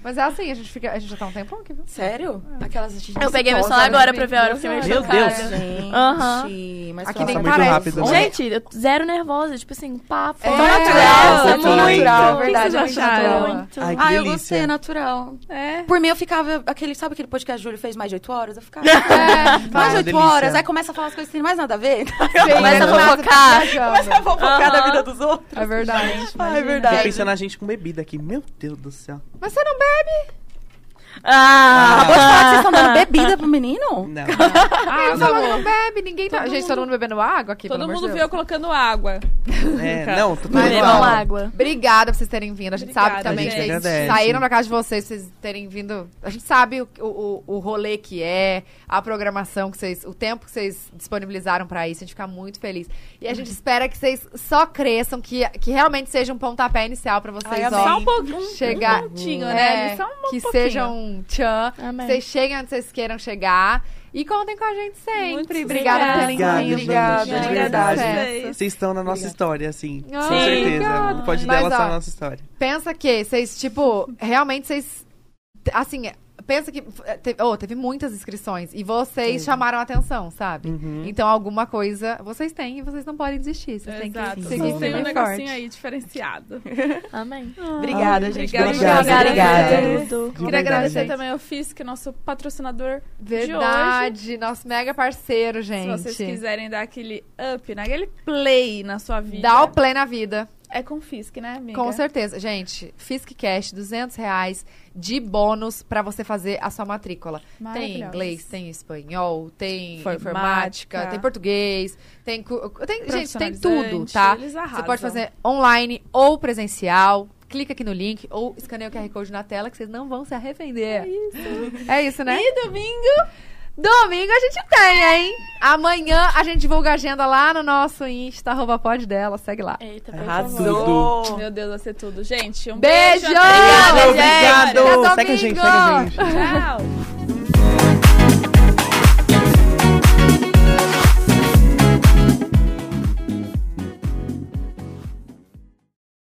Mas é assim, a gente, fica, a gente já tá um tempão aqui, viu? Sério? Aquelas né? Eu peguei meu celular agora pra ver a hora, eu fiquei meio Meu chocada. Deus. Gente, Aham. mas Aqui nem Passa fala pra Tá, muito parece. rápido, né? Gente, eu tô zero nervosa, tipo assim, um papo. É, Tão natural, é é tão muito. natural, O que verdade, vocês é muito acharam? natural. Muito. mim. Ai, que Ah, eu delícia. gostei, é natural. É. Por mim, eu ficava. Aquele, sabe aquele podcast que a Júlia fez mais de 8 horas? Eu ficava. É, mais de 8 delícia. horas, aí começa a falar as coisas que tem mais nada a ver. Ah, Começa a fofocar. Começa a fofocar da vida dos outros. É verdade. Ah, é Fiquei verdade. pensando na gente com bebida aqui. Meu Deus do céu. Mas você não bebe? Ah, Acabou de falar que vocês estão dando bebida pro menino? Não. Ah, eu falando que não bebe, ninguém tá. Todo gente, todo mundo bebendo água aqui, Todo pelo amor de mundo viu Deus. eu colocando água. É, não, tô tudo Mas bebam vamos igual. lá. água. Obrigada por vocês terem vindo. A gente Obrigada, sabe também gente. que vocês Agradece. saíram da casa de vocês, vocês terem vindo. A gente sabe o, o, o rolê que é, a programação que vocês. O tempo que vocês disponibilizaram pra isso. A gente fica muito feliz. E a gente espera que vocês só cresçam, que, que realmente seja um pontapé inicial pra vocês. Ai, amém. ó, Só um pouquinho. chegar- Um pontinho, É, né? Eles são um que pouquinho. sejam tchan, que Amém. vocês cheguem onde vocês queiram chegar. E contem com a gente sempre. Muito obrigada por terem obrigada, vindo. gente. Obrigada, Gente, de verdade. sucesso. Vocês estão na nossa história, assim. Ai, com certeza. obrigada. Não pode Mas, dela só ó, na nossa história. Pensa que vocês, tipo, realmente vocês. Assim, pensa que. Teve, oh, teve muitas inscrições e vocês chamaram a atenção, sabe? Uhum. Uhum. Então, alguma coisa vocês têm e vocês não podem desistir. Vocês têm Exato. que Vocês seguir têm um firme e negocinho forte. aí diferenciado. Amém. Obrigada, Ai, gente. obrigada, Obrigada, obrigada. Tudo. obrigada. De Queria verdade, agradecer gente. também ao Fisk, nosso patrocinador. Verdade, nosso mega parceiro, Se vocês gente. quiserem dar aquele up, né? aquele play na sua vida. Dá o play na vida. É com Fisk, né, amiga? Com certeza. Gente, FiskCast, 200 reais de bônus pra você fazer a sua matrícula. Tem Maravilhosa. inglês, tem espanhol, tem Informática. informática, tem português, tem, cu- tem gente, tem tudo, Profissionalizante, tá? eles Você arrasam. pode fazer online ou presencial. Clica aqui no link ou escaneia o QR Code na tela que vocês não vão se arrepender. É isso. né? E domingo, Domingo a gente tem, hein? Amanhã a gente divulga a agenda lá no nosso Insta, arroba pod dela, segue lá. Eita, Arrasou. Oh, meu Deus, vai ser tudo. Gente, um Beijo! beijo. até Obrigada, domingo. gente. Até Segue a gente, domingo. segue a gente. Tchau.